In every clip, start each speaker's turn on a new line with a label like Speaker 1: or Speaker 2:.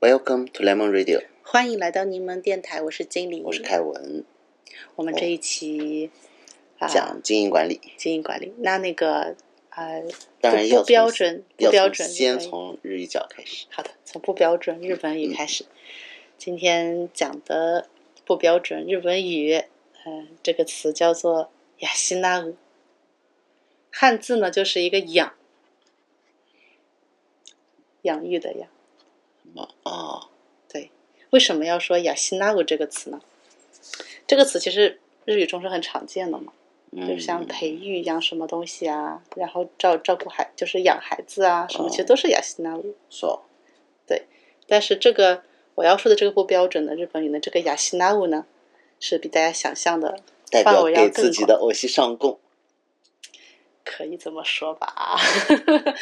Speaker 1: Welcome to Lemon Radio，
Speaker 2: 欢迎来到柠檬电台，我是经理，
Speaker 1: 我是凯文，
Speaker 2: 我们这一期、啊
Speaker 1: 讲经营管理，
Speaker 2: 经营管理。那那个呃，
Speaker 1: 当然
Speaker 2: 不
Speaker 1: 要
Speaker 2: 不标
Speaker 1: 从
Speaker 2: 准，不
Speaker 1: 要
Speaker 2: 标
Speaker 1: 从
Speaker 2: 准，
Speaker 1: 先
Speaker 2: 对
Speaker 1: 从嗯日语角开始。
Speaker 2: 好的，从不标准日本语开始。今天讲的不标准日本语，嗯、这个词叫做雅西纳乌，汉字呢就是一个养，养育的养。
Speaker 1: 哦，
Speaker 2: 对，为什么要说雅西纳乌这个词呢？这个词其实日语中是很常见的嘛，就是像
Speaker 1: 嗯
Speaker 2: 培育养什么东西啊，然后照照顾孩，就是养孩子啊，什么其实
Speaker 1: 哦
Speaker 2: 都是雅西纳乌。
Speaker 1: so
Speaker 2: 但是这个我要说的这个不标准的日本语呢，这个雅西纳物呢，是比大家想象的
Speaker 1: 代
Speaker 2: 范
Speaker 1: 表
Speaker 2: 围要
Speaker 1: 给
Speaker 2: 更
Speaker 1: 自己
Speaker 2: 广
Speaker 1: 的偶像上供，
Speaker 2: 可以这么说吧？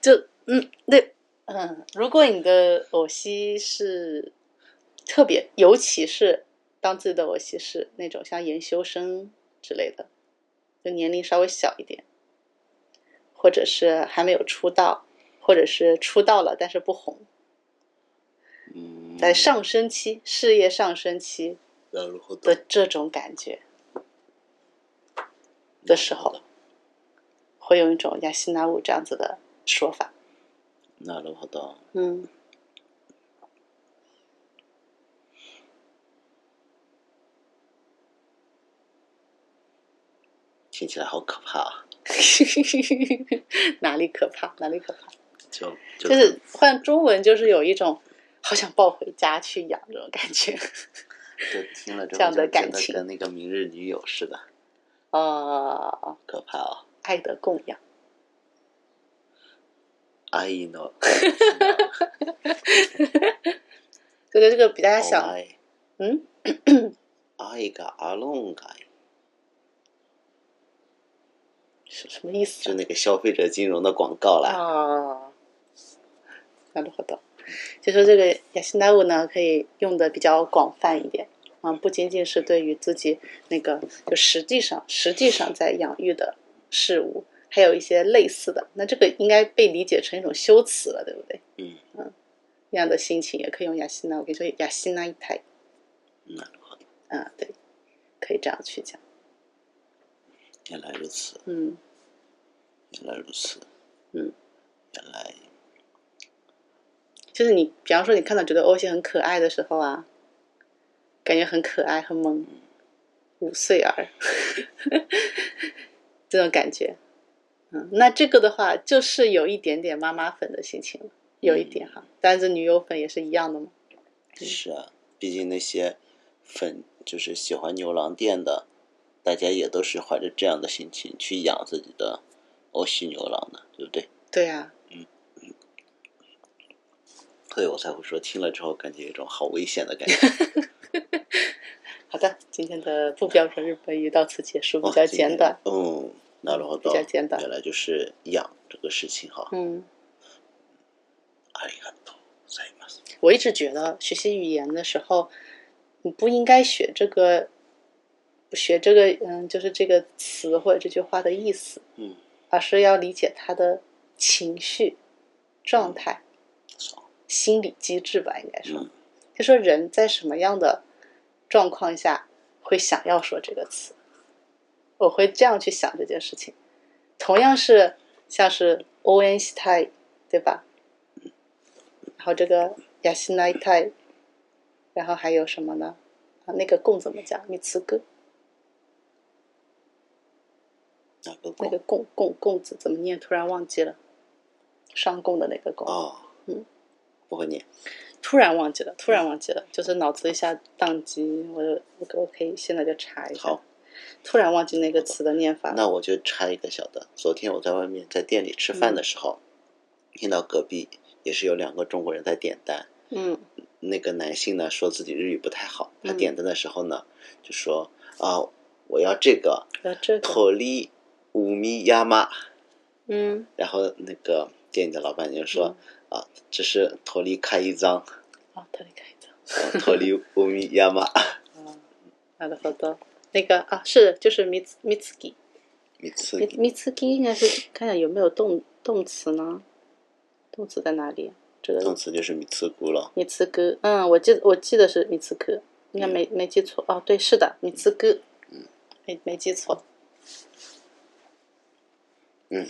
Speaker 2: 就嗯，那嗯，如果你的偶戏是特别，尤其是当自己的偶戏是那种像研修生之类的，就年龄稍微小一点，或者是还没有出道，或者是出道了但是不红，
Speaker 1: 嗯，
Speaker 2: 在上升期，事业上升期，
Speaker 1: なるほど
Speaker 2: 的这种感觉的时候，会有一种亚西纳舞这样子的说法。
Speaker 1: なるほど。
Speaker 2: 嗯，
Speaker 1: 听起来好可怕啊！
Speaker 2: 哪里可怕？哪里可怕？
Speaker 1: 就就
Speaker 2: 就是换中文，就是有一种好想抱回家去养这种感觉。
Speaker 1: 就听了之
Speaker 2: 这
Speaker 1: 后
Speaker 2: 样
Speaker 1: 就
Speaker 2: 的
Speaker 1: 觉
Speaker 2: 感
Speaker 1: 得
Speaker 2: 情
Speaker 1: 跟那个明日女友似的，
Speaker 2: 呃，
Speaker 1: 可怕哦！
Speaker 2: 爱的供养，
Speaker 1: 爱の
Speaker 2: 这个这个比大家
Speaker 1: お
Speaker 2: 想，
Speaker 1: 前
Speaker 2: 嗯，
Speaker 1: 愛があるんかい，
Speaker 2: 什什么意思
Speaker 1: 就
Speaker 2: 啊？
Speaker 1: 那个消费者金融的广告啦。
Speaker 2: 啊，なるほど。就说这个雅西纳物呢，可以用的比较广泛一点，啊，不仅仅是对于自己那个就实际上实际上在养育的事物，还有一些类似的。那这个应该被理解成一种修辞了，对不对？
Speaker 1: 嗯
Speaker 2: 那样的心情也可以用雅西纳，我可以说雅西纳一台，
Speaker 1: なるほど，
Speaker 2: 啊，对，可以这样去讲，
Speaker 1: 原来如此，
Speaker 2: 嗯，
Speaker 1: 原来如此。
Speaker 2: 嗯，
Speaker 1: 原来
Speaker 2: 就是你，比方说你看到觉得欧西很可爱的时候啊，感觉很可爱很萌，五岁儿 这种感觉，嗯，那这个的话就是有一点点妈妈粉的心情了，有一点哈，但是女友粉也是一样的嘛，
Speaker 1: 是啊，毕竟那些粉就是喜欢牛郎店的，大家也都是怀着这样的心情去养自己的欧系牛郎的，对不对？
Speaker 2: 对啊，
Speaker 1: 所以我才会说，听了之后感觉有一种好危险的感 觉。
Speaker 2: 好的，今天的不标准日本语到此结束，比较简短，
Speaker 1: 哦。那然后
Speaker 2: 比较简短
Speaker 1: 原来就是养这个事情哈。
Speaker 2: 嗯。
Speaker 1: ありがとうございます。
Speaker 2: 我一直觉得学习语言的时候，你不应该学这个，学这个，嗯，就是这个词或者这句话的意思，
Speaker 1: 嗯，
Speaker 2: 而是要理解它的情绪、状态、
Speaker 1: そう
Speaker 2: 心理机制吧，应该说，
Speaker 1: 嗯
Speaker 2: 就说人在什么样的状况下会想要说这个词，我会这样去想这件事情。同样是像是 o n 西泰，对吧？然后这个雅西奈泰，然后还有什么呢？啊，那个供怎么讲？米茨哥，
Speaker 1: 那个狗
Speaker 2: 那个供供供字怎么念？突然忘记了，上供的那个供。
Speaker 1: 哦，
Speaker 2: 嗯，
Speaker 1: 不会念。
Speaker 2: 突然忘记了，突然忘记了，就是脑子一下宕机，我就我可我可以现在就查一下。
Speaker 1: 好，
Speaker 2: 突然忘记那个词的念法了。
Speaker 1: 那我就插一个小的，昨天我在外面在店里吃饭
Speaker 2: 嗯
Speaker 1: 的时候，听到隔壁也是有两个中国人在点单，
Speaker 2: 嗯
Speaker 1: 那个男性呢说自己日语不太好，他
Speaker 2: 嗯
Speaker 1: 点单的时候呢、就说啊我要这个
Speaker 2: 呃，这个，
Speaker 1: 托利五米亚妈，
Speaker 2: 嗯
Speaker 1: 然后那个店里的老板娘说、啊这是托利开一张，
Speaker 2: 啊，他离开的，
Speaker 1: 啊托利五米亚妈，
Speaker 2: 啊，好的好的，那个啊是就是米茨米茨基，
Speaker 1: 你次
Speaker 2: 米米茨基应该是看一下有没有动动词呢？动词在哪里？啊这个
Speaker 1: 动词就是米茨古了。
Speaker 2: 米茨哥，嗯，我记得我记得是米茨哥，应该
Speaker 1: 嗯
Speaker 2: 没、没记错哦，对，是的，米茨哥，嗯，没没记错，
Speaker 1: 嗯，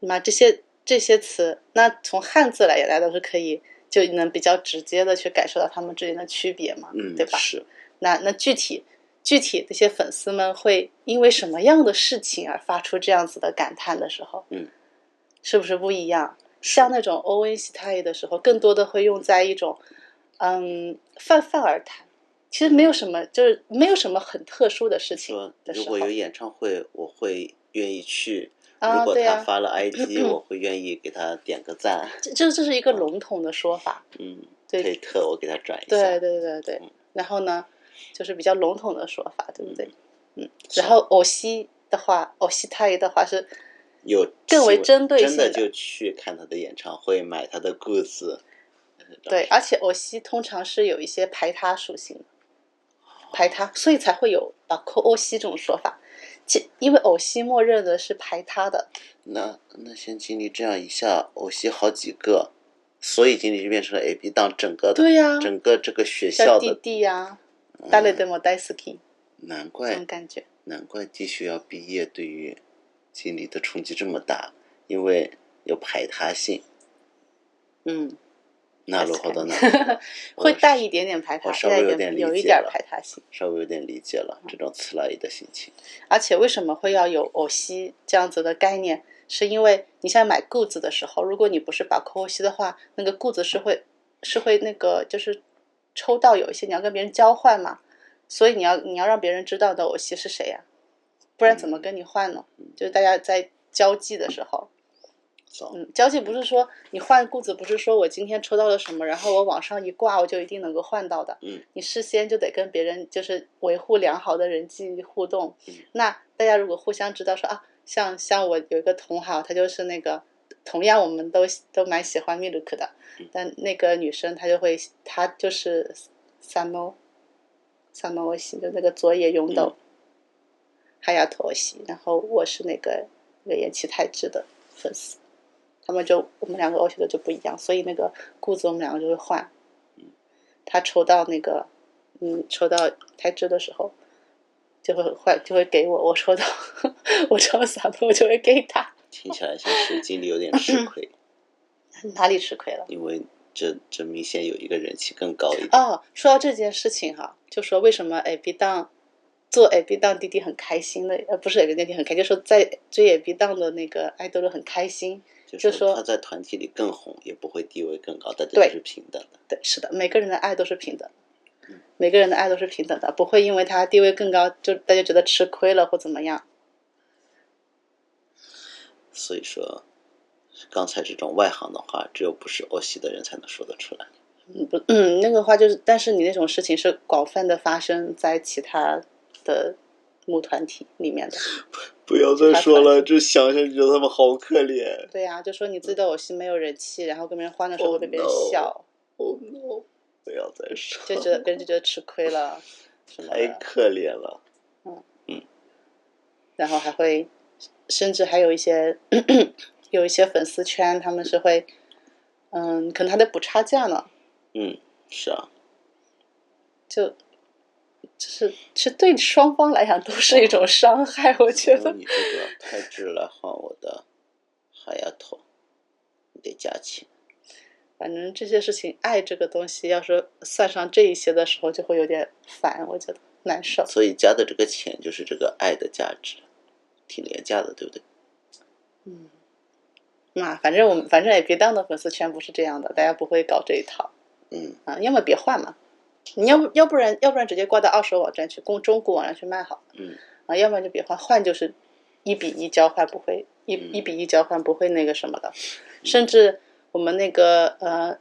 Speaker 2: 那这些这些词，那从汉字来来都是可以，就能比较直接的去感受到它们之间的区别嘛，
Speaker 1: 嗯，
Speaker 2: 对吧？
Speaker 1: 是，
Speaker 2: 那那具体具体这些粉丝们会因为什么样的事情而发出这样子的感叹的时候，
Speaker 1: 嗯，
Speaker 2: 是不是不一样？像那种欧文西泰的时候，更多的会用在一种嗯泛泛而谈，其实没有什么，就是没有什么很特殊的事情
Speaker 1: 说
Speaker 2: 的
Speaker 1: 如
Speaker 2: 时
Speaker 1: 果
Speaker 2: 候
Speaker 1: 有演唱会，我会愿意去。
Speaker 2: 啊
Speaker 1: 如果
Speaker 2: 对
Speaker 1: 他
Speaker 2: 啊
Speaker 1: 发了 IG，、我会愿意给他点个赞。
Speaker 2: 这这这是一个笼统的说法，
Speaker 1: 嗯，
Speaker 2: 对
Speaker 1: 推特我给他转一下。
Speaker 2: 对对对对
Speaker 1: 嗯。
Speaker 2: 然后呢，就是比较笼统的说法，对不对？
Speaker 1: 嗯是
Speaker 2: 然后偶西的话，偶西泰的话是
Speaker 1: 有
Speaker 2: 更为
Speaker 1: 机会
Speaker 2: 针对
Speaker 1: 真
Speaker 2: 性
Speaker 1: 的
Speaker 2: 的
Speaker 1: 就去看他的演唱会，买他的呃裤子。
Speaker 2: 对，而且偶西通常是有一些排他属性的，排他，所以才会有啊扣欧西这种说法。其因为偶西默认的是排他的，
Speaker 1: 那那先经历这样一下，偶吸好几个，所以经历就变成了 AB 当整个
Speaker 2: 对呀、
Speaker 1: 整个这个学校
Speaker 2: 像弟
Speaker 1: 的，嗯
Speaker 2: 弟呀、大类的莫嗯代斯基
Speaker 1: 难
Speaker 2: 这种
Speaker 1: 怪
Speaker 2: 感觉，
Speaker 1: 难怪继续要毕业对于经理的冲击这么大，因为有排他性。
Speaker 2: 嗯，
Speaker 1: 那罗后的那我
Speaker 2: 会带一点点排他，
Speaker 1: 我稍
Speaker 2: 带
Speaker 1: 微
Speaker 2: 一
Speaker 1: 有点理
Speaker 2: 有一
Speaker 1: 解
Speaker 2: 点
Speaker 1: 了
Speaker 2: 排他性。
Speaker 1: 稍微有点理解了这种刺啦伊的心情。
Speaker 2: 而且为什么会要有偶西这样子的概念？是因为你像买固子的时候，如果你不是把扣欧西的话，那个固子是会是会那个就是抽到有一些你要跟别人交换嘛，所以你要你要让别人知道的偶西是谁呀、不然怎么跟你换呢？就是大家在交际的时候，
Speaker 1: 糟，
Speaker 2: 嗯，交际不是说你换固子，不是说我今天抽到了什么，然后我往上一挂我就一定能够换到的。
Speaker 1: 嗯，
Speaker 2: 你事先就得跟别人就是维护良好的人际互动。
Speaker 1: 嗯
Speaker 2: 那大家如果互相知道说啊，像像我有一个同好，她就是那个同样我们都都蛮喜欢米鲁克的
Speaker 1: 嗯，
Speaker 2: 但那个女生她就会她就是三毛，三毛我喜就那个佐野勇斗，
Speaker 1: 嗯
Speaker 2: 海雅托西，然后我是那个那个岩崎太志的粉丝。他们就我们两个欧西的就不一样，所以那个固子我们两个就会换。嗯他抽到那个，嗯，抽到台枝的时候，就会换，就会给我。我抽到 我抽到散的，我就会给他。
Speaker 1: 听起来像是经理有点吃
Speaker 2: 嗯
Speaker 1: 亏，
Speaker 2: 哪里吃亏了？
Speaker 1: 因为这这明显有一个人气更高一点。
Speaker 2: 哦，说到这件事情哈、就说为什么 A B 档做 A B 档弟弟很开心的，呃，不是 A B 档弟弟很开心，就说在追 A B 档的那个爱豆都很开心。
Speaker 1: 就
Speaker 2: 就说
Speaker 1: 他在团体里更红，也不会地位更高，大家
Speaker 2: 对
Speaker 1: 都是平等的。
Speaker 2: 对，是的，每个人的爱都是平等的，
Speaker 1: 嗯
Speaker 2: 每个人的爱都是平等的，不会因为他地位更高就大家觉得吃亏了或怎么样。
Speaker 1: 所以说，刚才这种外行的话，只有不是欧系的人才能说得出来。
Speaker 2: 嗯不，嗯，那个话就是，但是你那种事情是广泛的发生在其他的母团体里面的。
Speaker 1: 不要
Speaker 2: 再说了，
Speaker 1: 这想想就觉得他们好可怜。
Speaker 2: 对呀、就说你自己的偶戏没有人气，然后跟别人换的时候
Speaker 1: Oh
Speaker 2: 会被别人
Speaker 1: no
Speaker 2: 笑，
Speaker 1: Oh no！不要再说
Speaker 2: 就嗯觉得别人就觉得吃亏 了，什么
Speaker 1: 太
Speaker 2: 的，
Speaker 1: 可怜了。
Speaker 2: 然后还会，甚至还有一些 有一些粉丝圈他们是会，嗯，可能还得补差价呢，
Speaker 1: 嗯，是啊，
Speaker 2: 就。就是，其实对双方来讲都是一种伤害，我觉
Speaker 1: 用
Speaker 2: 得。
Speaker 1: 你这个太值来换我的海丫头，你得加钱。
Speaker 2: 反正这些事情，爱这个东西，要是算上这一些的时候，就会有点烦，我觉得难受。
Speaker 1: 所以加的这个钱就是这个爱的价值，挺廉价的，对不对？
Speaker 2: 嗯，那反正我们反正也别当的粉丝圈不是这样的，大家不会搞这一套
Speaker 1: 嗯，
Speaker 2: 啊，要么别换嘛，你要不要不然要不然直接挂到二手网站去，供中古网站去卖好，
Speaker 1: 嗯，
Speaker 2: 啊，要不然就别换，换就是一比一交换，不会一
Speaker 1: 嗯
Speaker 2: 一比一交换不会那个什么的，甚至我们那个呃。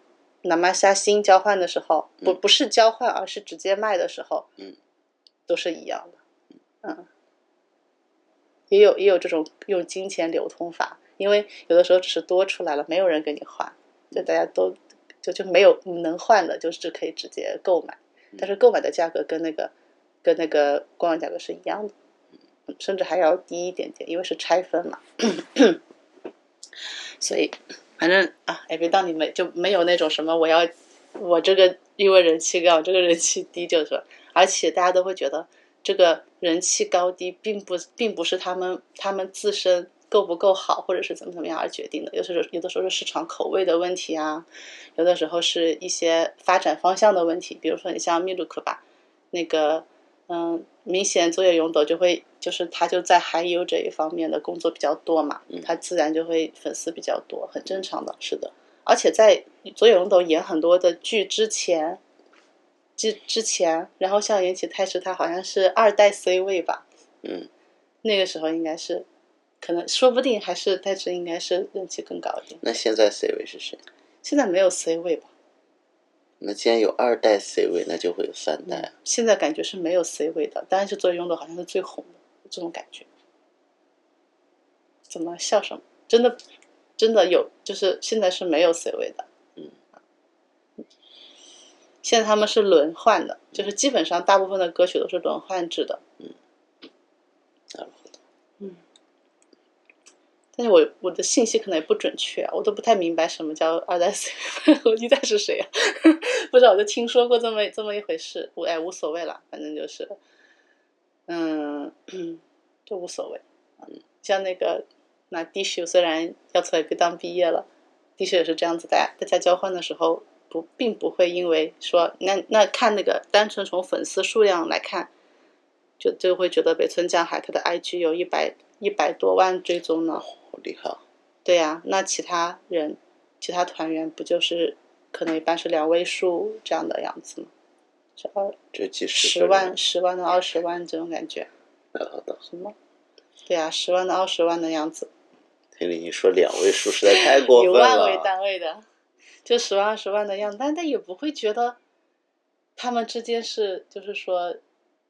Speaker 2: 哪怕虾新交换的时候，不
Speaker 1: 嗯
Speaker 2: 不是交换，而是直接卖的时候，
Speaker 1: 嗯，
Speaker 2: 都是一样的，嗯，也有也有这种用金钱流通法，因为有的时候只是多出来了，没有人跟你换，就大家都就就没有能换的，就是可以直接购买，但是购买的价格跟那个跟那个官网价格是一样的，嗯甚至还要低一点点，因为是拆分嘛，所以反正啊，也别当你没就没有那种什么我要我这个因为人气高，我这个人气低，就是说，而且大家都会觉得这个人气高低并不并不是他们他们自身够不够好，或者是怎么怎么样而决定的，有时候有的时候是市场口味的问题啊，有的时候是一些发展方向的问题，比如说你像秘鲁克吧，那个。嗯，明显作业勇斗就会，就是他就在韩游这一方面的工作比较多嘛，
Speaker 1: 嗯
Speaker 2: 他自然就会粉丝比较多，很正常的，是的。而且在佐野勇斗演很多的剧之前，之之前，然后像岩崎太师他好像是二代 C 位吧，
Speaker 1: 嗯，
Speaker 2: 那个时候应该是，可能说不定还是太师应该是人气更高一点。
Speaker 1: 那现在 C 位是谁？
Speaker 2: 现在没有 C 位吧？
Speaker 1: 那既然有二代 C 位，那就会有三代。
Speaker 2: 现在感觉是没有 C 位的，但是作为拥趸好像是最红的这种感觉。怎么笑什么？真的，真的有，就是现在是没有 C 位的。
Speaker 1: 嗯，
Speaker 2: 现在他们是轮换的，就是基本上大部分的歌曲都是轮换制的。
Speaker 1: 那如何
Speaker 2: 但是我我的信息可能也不准确、啊，我都不太明白什么叫二代 C 位和一代是谁啊？ 不知道，我就听说过这么这么一回事，我哎无所谓了，反正就是，嗯， 就无所谓。嗯像那个那 D 秀虽然要从 A B 当毕业了，D 秀也是这样子，大家大家交换的时候不并不会因为说那那看那个单纯从粉丝数量来看，就就会觉得北村匠海他的 IG 有一百一百多万追踪呢。
Speaker 1: 好厉害啊！
Speaker 2: 对呀、那其他人、其他团员不就是可能一般是两位数这样的样子吗？是二
Speaker 1: 这几十
Speaker 2: 十
Speaker 1: 个人
Speaker 2: 万、十万到二十万这种感觉，
Speaker 1: 那好的，
Speaker 2: 什么？对呀、十万到二十万的样子，
Speaker 1: 听你说两位数实在太过
Speaker 2: 以
Speaker 1: 分
Speaker 2: 万为
Speaker 1: 了。
Speaker 2: 单位的，就十万、二十万的样子，但但也不会觉得他们之间是，就是说，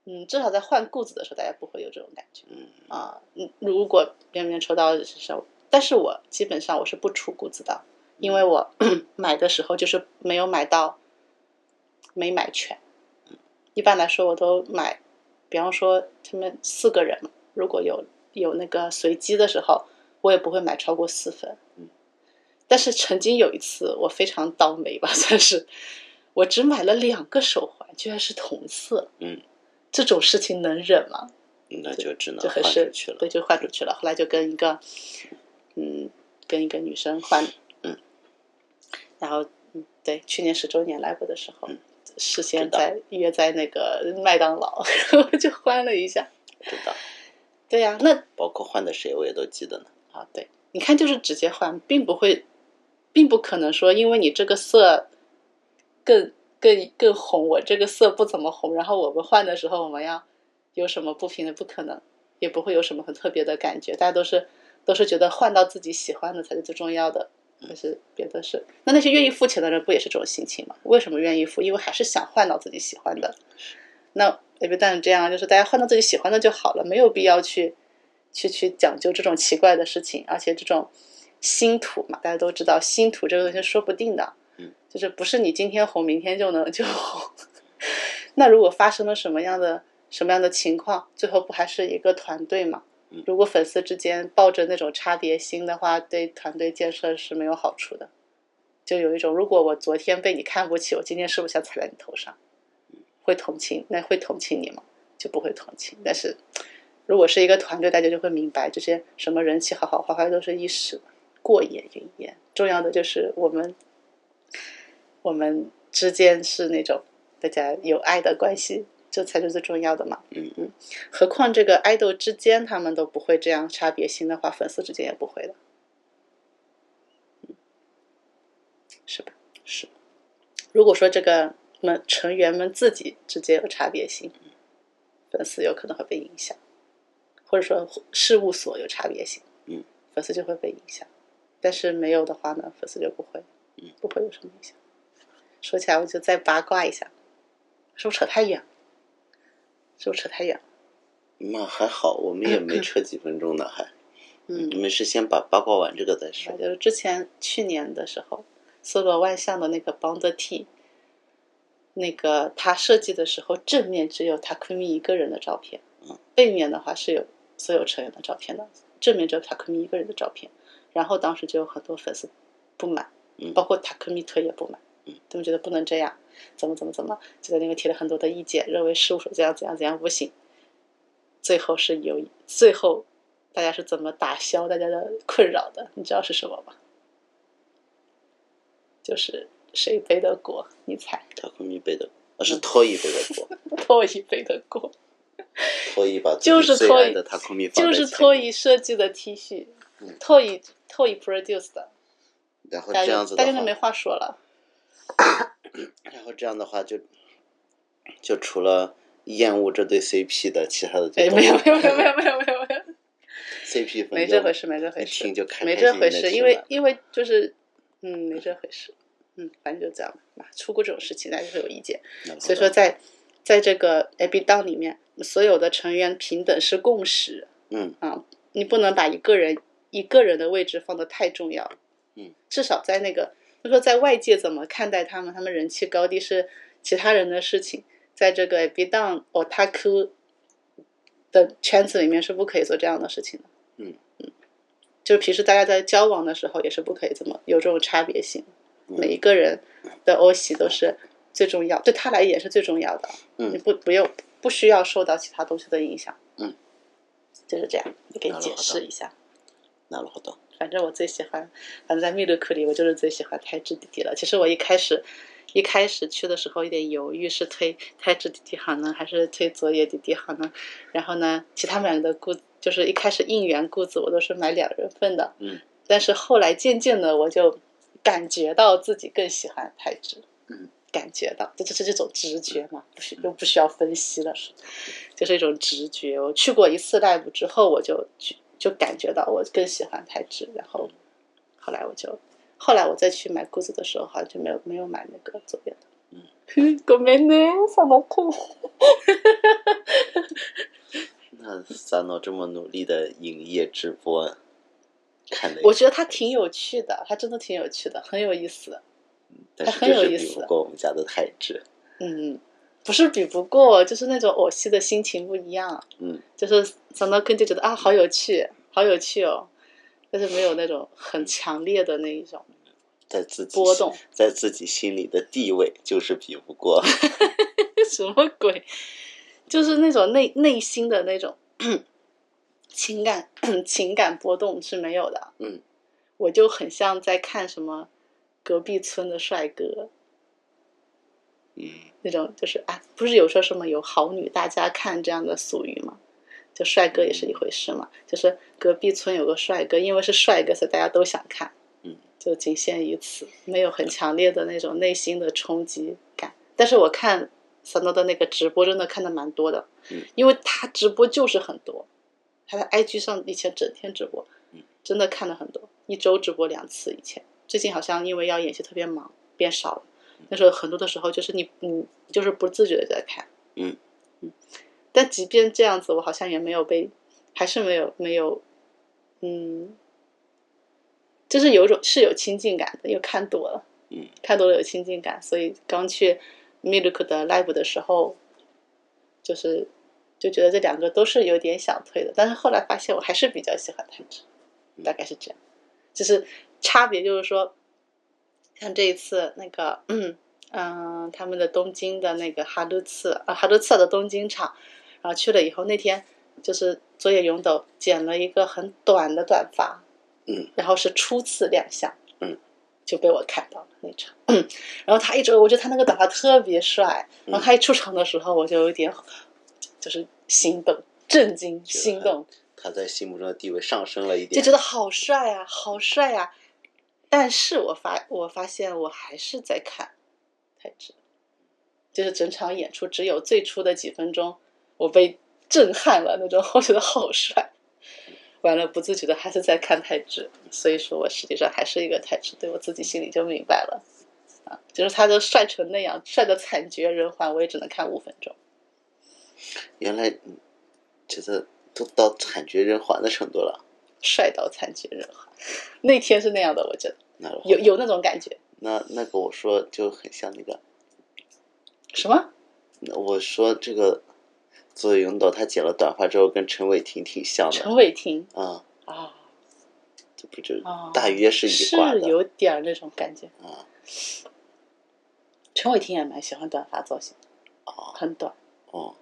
Speaker 2: 嗯，至少在换裤子的时候，大家不会有这种感觉。
Speaker 1: 嗯，
Speaker 2: 啊，嗯如果别人抽到是什么，但是我基本上我是不出谷子的，
Speaker 1: 嗯
Speaker 2: 因为我 买的时候就是没有买到，没买全。一般来说，我都买，比方说他们四个人嘛，如果有有那个随机的时候，我也不会买超过四分
Speaker 1: 嗯。
Speaker 2: 但是曾经有一次，我非常倒霉吧， 算是，我只买了两个手环，居然是同色。
Speaker 1: 嗯，
Speaker 2: 这种事情能忍吗？
Speaker 1: 那就只能
Speaker 2: 就
Speaker 1: 换
Speaker 2: 很
Speaker 1: 出
Speaker 2: 生
Speaker 1: 去了。
Speaker 2: 对，就换出去了。后来就跟一个，嗯，跟一个女生换，
Speaker 1: 嗯，
Speaker 2: 然后嗯，对，去年十周年来过的时候，
Speaker 1: 嗯
Speaker 2: 事先
Speaker 1: 知道
Speaker 2: 在约在那个麦当劳， 然后就换了一下。
Speaker 1: 知道，
Speaker 2: 对呀、那
Speaker 1: 包括换的谁我也都记得呢。
Speaker 2: 啊， 对，你看就是直接换，并不会，并不可能说因为你这个色更更更红，我这个色不怎么红，然后我们换的时候我们要有什么不平的，不可能，也不会有什么很特别的感觉，大家都是都是觉得换到自己喜欢的才是最重要的。但是别的是，那那些愿意付钱的人不也是这种心情吗？为什么愿意付？因为还是想换到自己喜欢的。那也别但这样，就是大家换到自己喜欢的就好了，没有必要去去去讲究这种奇怪的事情，而且这种星土嘛，大家都知道星土这个东西是说不定的，
Speaker 1: 嗯，
Speaker 2: 就是不是你今天红，明天就能就红。 那如果发生了什么样的什么样的情况，最后不还是一个团队嘛
Speaker 1: 嗯？
Speaker 2: 如果粉丝之间抱着那种差别心的话，对团队建设是没有好处的。就有一种，如果我昨天被你看不起，我今天是不是想踩在你头上？会同情，那会同情你吗？就不会同情。但是如果是一个团队，大家就会明白，这些什么人气好好坏坏都是一时的，过眼云烟。重要的就是我们我们之间是那种大家有爱的关系，这才是最重要的嘛。
Speaker 1: 嗯
Speaker 2: 嗯，何况这个爱豆之间他们都不会这样差别心的话，粉丝之间也不会的，是吧？
Speaker 1: 是，
Speaker 2: 如果说这个们成员们自己之间有差别性，粉丝有可能会被影响，或者说事务所有差别性，
Speaker 1: 嗯，
Speaker 2: 粉丝就会被影响。但是没有的话呢，粉丝就不会，
Speaker 1: 嗯，
Speaker 2: 不会有什么影响。说起来我就再八卦一下，是不是扯太远？是不是扯太远？
Speaker 1: 那还好，我们也 没扯几分钟呢，还。
Speaker 2: 嗯
Speaker 1: 你们是先把八卦完这个再说。
Speaker 2: 就是之前去年的时候，搜罗万象的那个 Bond T，那个他设计的时候，正面只有他昆明一个人的照片
Speaker 1: 嗯，
Speaker 2: 背面的话是有所有成员的照片的，正面只有他昆明一个人的照片。然后当时就有很多粉丝不满
Speaker 1: 嗯，
Speaker 2: 包括塔克米推也不满
Speaker 1: 嗯，
Speaker 2: 他们觉得不能这样，怎么怎么怎么，这个那个提了很多的意见，认为事务所这样怎样怎样不行。最后是有最后大家是怎么打消大家的困扰的？你知道是什么吗？就是谁背的锅？你猜，
Speaker 1: 塔克米背的，啊
Speaker 2: 嗯
Speaker 1: 是托伊背的 锅，
Speaker 2: 托伊背的锅，
Speaker 1: 托伊把自己
Speaker 2: 就是
Speaker 1: 最
Speaker 2: 托
Speaker 1: 爱
Speaker 2: 伊
Speaker 1: 的塔克米放
Speaker 2: 就
Speaker 1: 在
Speaker 2: 是
Speaker 1: 前
Speaker 2: 托
Speaker 1: 面，
Speaker 2: 伊设计的 T 恤
Speaker 1: 嗯，
Speaker 2: 托伊托伊 produce 的，
Speaker 1: 然后
Speaker 2: 大
Speaker 1: 这
Speaker 2: 家
Speaker 1: 样
Speaker 2: 就
Speaker 1: 子
Speaker 2: 大
Speaker 1: 的
Speaker 2: 家就没
Speaker 1: 话，
Speaker 2: 话说了。
Speaker 1: 然后这样的话就就除了厌恶这对 CP 的，其他的就
Speaker 2: 哎，
Speaker 1: 都
Speaker 2: 没有没有没 有没有没有没有没有，
Speaker 1: CP 粉
Speaker 2: 没
Speaker 1: 就
Speaker 2: 这回事，没这回事
Speaker 1: 一听就开，
Speaker 2: 没
Speaker 1: 开
Speaker 2: 这
Speaker 1: 心
Speaker 2: 回
Speaker 1: 心地
Speaker 2: 事，
Speaker 1: 听
Speaker 2: 因为
Speaker 1: 了
Speaker 2: 因为就是，嗯，没这回事，嗯，反正就这样吧。出过这种事情，大家就会有意见。
Speaker 1: 然后
Speaker 2: 所以说
Speaker 1: 呢
Speaker 2: 在，在这个 A B 档里面，所有的成员平等是共识，
Speaker 1: 嗯
Speaker 2: 你不能把一个人一个人的位置放得太重要。
Speaker 1: 嗯，
Speaker 2: 至少在那个就说在外界怎么看待他们，他们人气高低是其他人的事情，在这个 A B 档 otaku 的圈子里面是不可以做这样的事情的。
Speaker 1: 嗯
Speaker 2: 就是平时大家在交往的时候也是不可以这么有这种差别性。
Speaker 1: 嗯
Speaker 2: 每一个人的欧喜都是最重要，对他来也是最重要的。
Speaker 1: 嗯
Speaker 2: 你不不用不需要受到其他东西的影响。
Speaker 1: 嗯，
Speaker 2: 就是这样，你可以
Speaker 1: なるほ
Speaker 2: 解
Speaker 1: ど
Speaker 2: 释一下。
Speaker 1: なるほど，
Speaker 2: 反正我最喜欢，反正在密鲁库里，我就是最喜欢太子弟弟了。其实我一开始一开始去的时候有点犹豫，是推太子弟弟好呢，还是推佐野弟弟好呢？然后呢，其他两个的固就是一开始应援固子，我都是买两人份的。
Speaker 1: 嗯。
Speaker 2: 但是后来渐渐的，我就感觉到自己更喜欢太子。
Speaker 1: 嗯。
Speaker 2: 感觉到，这就是这种直觉嘛，不需又不需要分析了。就是一种直觉。我去过一次 live 之后，我就去就感觉到我更喜欢太直，然后后来我就后来我再去买裤子的时候，好像就没有没有买那个左边的。 嗯，ごめんね、サマト。
Speaker 1: 那三诺这么努力的营业直播，看的
Speaker 2: 我觉得它挺有趣的，它真的挺有趣的，很有意思。
Speaker 1: 但是
Speaker 2: 很有
Speaker 1: 就是
Speaker 2: 意
Speaker 1: 比
Speaker 2: 思
Speaker 1: 不过我们家的太直，
Speaker 2: 嗯，不是比不过，就是那种偶戏的心情不一样。
Speaker 1: 嗯，
Speaker 2: 就是想到跟就觉得啊，好有趣，好有趣哦，但是没有那种很强烈的那一种
Speaker 1: 在自己
Speaker 2: 波动。
Speaker 1: 在自己心里的地位就是比不过，
Speaker 2: 什么鬼？就是那种内内心的那种情感 情感波动是没有的。
Speaker 1: 嗯，
Speaker 2: 我就很像在看什么隔壁村的帅哥
Speaker 1: 嗯
Speaker 2: 那种，就是啊，不是有说什么有好女大家看这样的俗语吗？就帅哥也是一回事嘛，就是隔壁村有个帅哥，因为是帅哥，所以大家都想看。
Speaker 1: 嗯，
Speaker 2: 就仅限于此，没有很强烈的那种内心的冲击感。但是我看三多的那个直播，真的看的蛮多的，
Speaker 1: 嗯
Speaker 2: 因为他直播就是很多，他的 IG 上以前整天直播，
Speaker 1: 嗯
Speaker 2: 真的看了很多，一周直播两次。以前最近好像因为要演戏特别忙，变少了
Speaker 1: 嗯。
Speaker 2: 那时候很多的时候就是你你就是不自觉的在看，
Speaker 1: 嗯
Speaker 2: 嗯，但即便这样子，我好像也没有被，还是没有没有，嗯，就是有一种是有亲近感的，因为看多了，
Speaker 1: 嗯，
Speaker 2: 看多了有亲近感，所以刚去 Milk 的 Live 的时候，就是就觉得这两个都是有点想退的，但是后来发现我还是比较喜欢弹指，
Speaker 1: 嗯
Speaker 2: 大概是这样，就是差别就是说，像这一次那个嗯嗯、呃他们的东京的那个哈鲁次啊哈鲁次的东京场，然后去了以后那天就是佐野勇斗剪了一个很短的短发，
Speaker 1: 嗯，
Speaker 2: 然后是初次亮相，
Speaker 1: 嗯，
Speaker 2: 就被我看到了那场，嗯然后他一直我觉得他那个短发特别帅，
Speaker 1: 嗯
Speaker 2: 然后他一出场的时候我就有点就是心动、震惊、
Speaker 1: 觉得
Speaker 2: 心动，
Speaker 1: 他在心目中的地位上升了一
Speaker 2: 就
Speaker 1: 点
Speaker 2: 觉，得好帅啊，好帅啊！但是我发我发现我还是在看太直，就是整场演出只有最初的几分钟我被震撼了那种，我觉得好帅。完了，不自觉的还是在看太直，所以说我实际上还是一个太直，对我自己心里就明白了，啊，就是他都帅成那样，帅的惨绝人寰，我也只能看五分钟。
Speaker 1: 原来嗯觉得都到惨绝人寰的程度了，
Speaker 2: 帅到惨绝人寰。 那天是那样的，我觉得
Speaker 1: 那
Speaker 2: 有有那种感觉。
Speaker 1: 那那个我说就很像那个，
Speaker 2: 什么？
Speaker 1: 那我说这个佐野勇斗他剪了短发之后跟陈伟霆挺像的
Speaker 2: 陈伟霆
Speaker 1: 啊、
Speaker 2: 啊，
Speaker 1: 这不就
Speaker 2: 哦
Speaker 1: 大约是一挂
Speaker 2: 是
Speaker 1: 的？
Speaker 2: 有点儿那种感觉。
Speaker 1: 嗯，
Speaker 2: 陈伟霆也蛮喜欢短发造型，
Speaker 1: 哦
Speaker 2: 很短，
Speaker 1: 哦，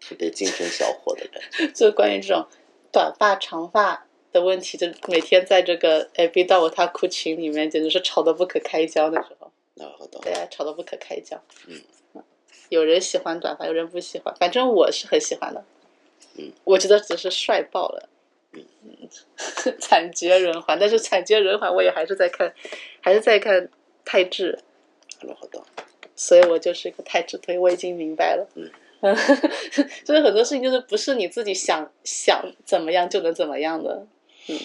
Speaker 1: 特别精神小伙的感觉。
Speaker 2: 就关于这种短发、长发的问题，就是每天在这个哎 A B 到我他哭群里面，简直是吵得不可开交的时候，
Speaker 1: 那我懂
Speaker 2: 大，家吵得不可开交。
Speaker 1: 嗯，
Speaker 2: 有人喜欢短发，有人不喜欢，反正我是很喜欢的。
Speaker 1: 嗯，
Speaker 2: 我觉得只是帅爆了。
Speaker 1: 嗯
Speaker 2: 嗯， 惨绝人寰，但是惨绝人寰，我也还是在看，还是在看泰治。
Speaker 1: 那我懂。
Speaker 2: 所以我就是一个太直推，我已经明白了。
Speaker 1: 嗯，
Speaker 2: 就是很多事情就是不是你自己想想怎么样就能怎么样的，嗯，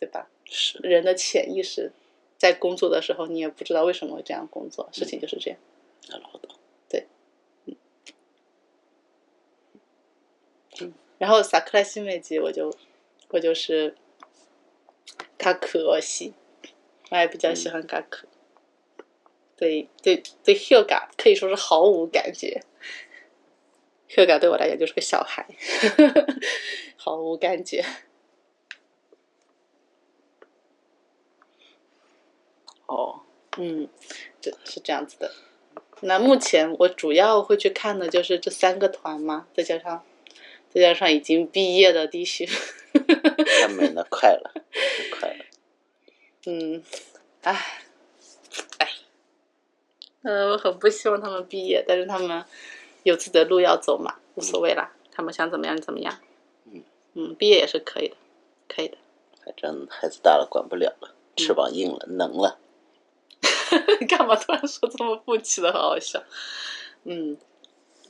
Speaker 2: 对吧？
Speaker 1: 是，
Speaker 2: 人的潜意识，在工作的时候你也不知道为什么会这样工作，
Speaker 1: 嗯
Speaker 2: 事情就是这样。
Speaker 1: 那我懂。
Speaker 2: 然后萨克拉西美吉，我就我就是卡可惜，我也比较喜欢卡可。对对对，Huga 可以说是毫无感觉。Huga 对我来讲就是个小孩， 毫无感觉。哦，嗯，这是这样子的。那目前我主要会去看的就是这三个团嘛，再加上再加上已经毕业的地区，
Speaker 1: 太美了，快了，太快了。
Speaker 2: 嗯，唉，唉，嗯、我很不希望他们毕业，但是他们有自己的路要走嘛，无所谓啦，他们想怎么样就怎么样。
Speaker 1: 嗯
Speaker 2: 嗯，毕业也是可以的，可以的。
Speaker 1: 反正孩子大了，管不了了，翅
Speaker 2: 嗯
Speaker 1: 膀硬了，能了。
Speaker 2: 干嘛突然说这么不气的，好好笑。嗯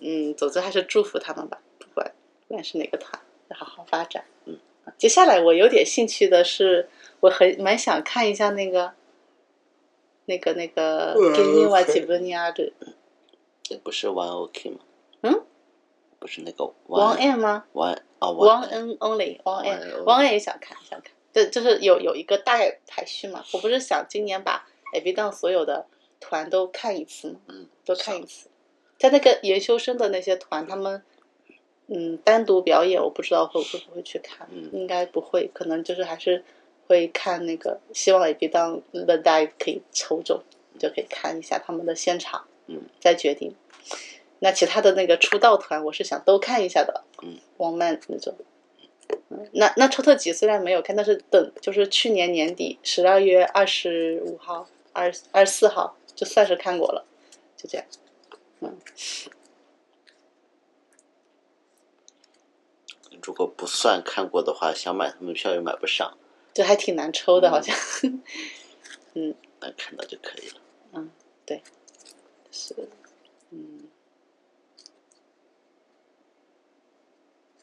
Speaker 2: 嗯，总之还是祝福他们吧，不管不管是哪个团，要好好发展。啊
Speaker 1: 嗯，
Speaker 2: 接下来我有点兴趣的是，我很蛮想看一下那个那个那个
Speaker 1: 嗯
Speaker 2: 《给你瓦啊
Speaker 1: 可以
Speaker 2: 吉布尼亚》的
Speaker 1: 这不是 One OK 吗？
Speaker 2: 嗯，
Speaker 1: 不是那个
Speaker 2: 王
Speaker 1: One
Speaker 2: N 吗
Speaker 1: One 啊
Speaker 2: ？One
Speaker 1: One
Speaker 2: N Only，王
Speaker 1: One
Speaker 2: N
Speaker 1: and
Speaker 2: 王 N 也想看，想看。对，就是有有一个大概排序嘛。我不是想今年把 A B 档所有的团都看一次吗？
Speaker 1: 嗯，
Speaker 2: 多看一次。在那个研修生的那些团，他们嗯单独表演，我不知道会会不会去看，
Speaker 1: 嗯
Speaker 2: 应该不会，可能就是还是会看那个，希望也别当 The Dive 可以抽中，就可以看一下他们的现场，
Speaker 1: 嗯，
Speaker 2: 再决定。那其他的那个出道团，我是想都看一下的，
Speaker 1: 嗯，
Speaker 2: 王曼那种。嗯那那超特辑虽然没有看，但是等就是去年年底十二月二十五号、二二十四号，就算是看过了，就这样。
Speaker 1: 如果不算看过的话，想买他们票又买不上，
Speaker 2: 就还挺难抽
Speaker 1: 嗯
Speaker 2: 的，好像、
Speaker 1: 那看到就可以了。
Speaker 2: 是，嗯，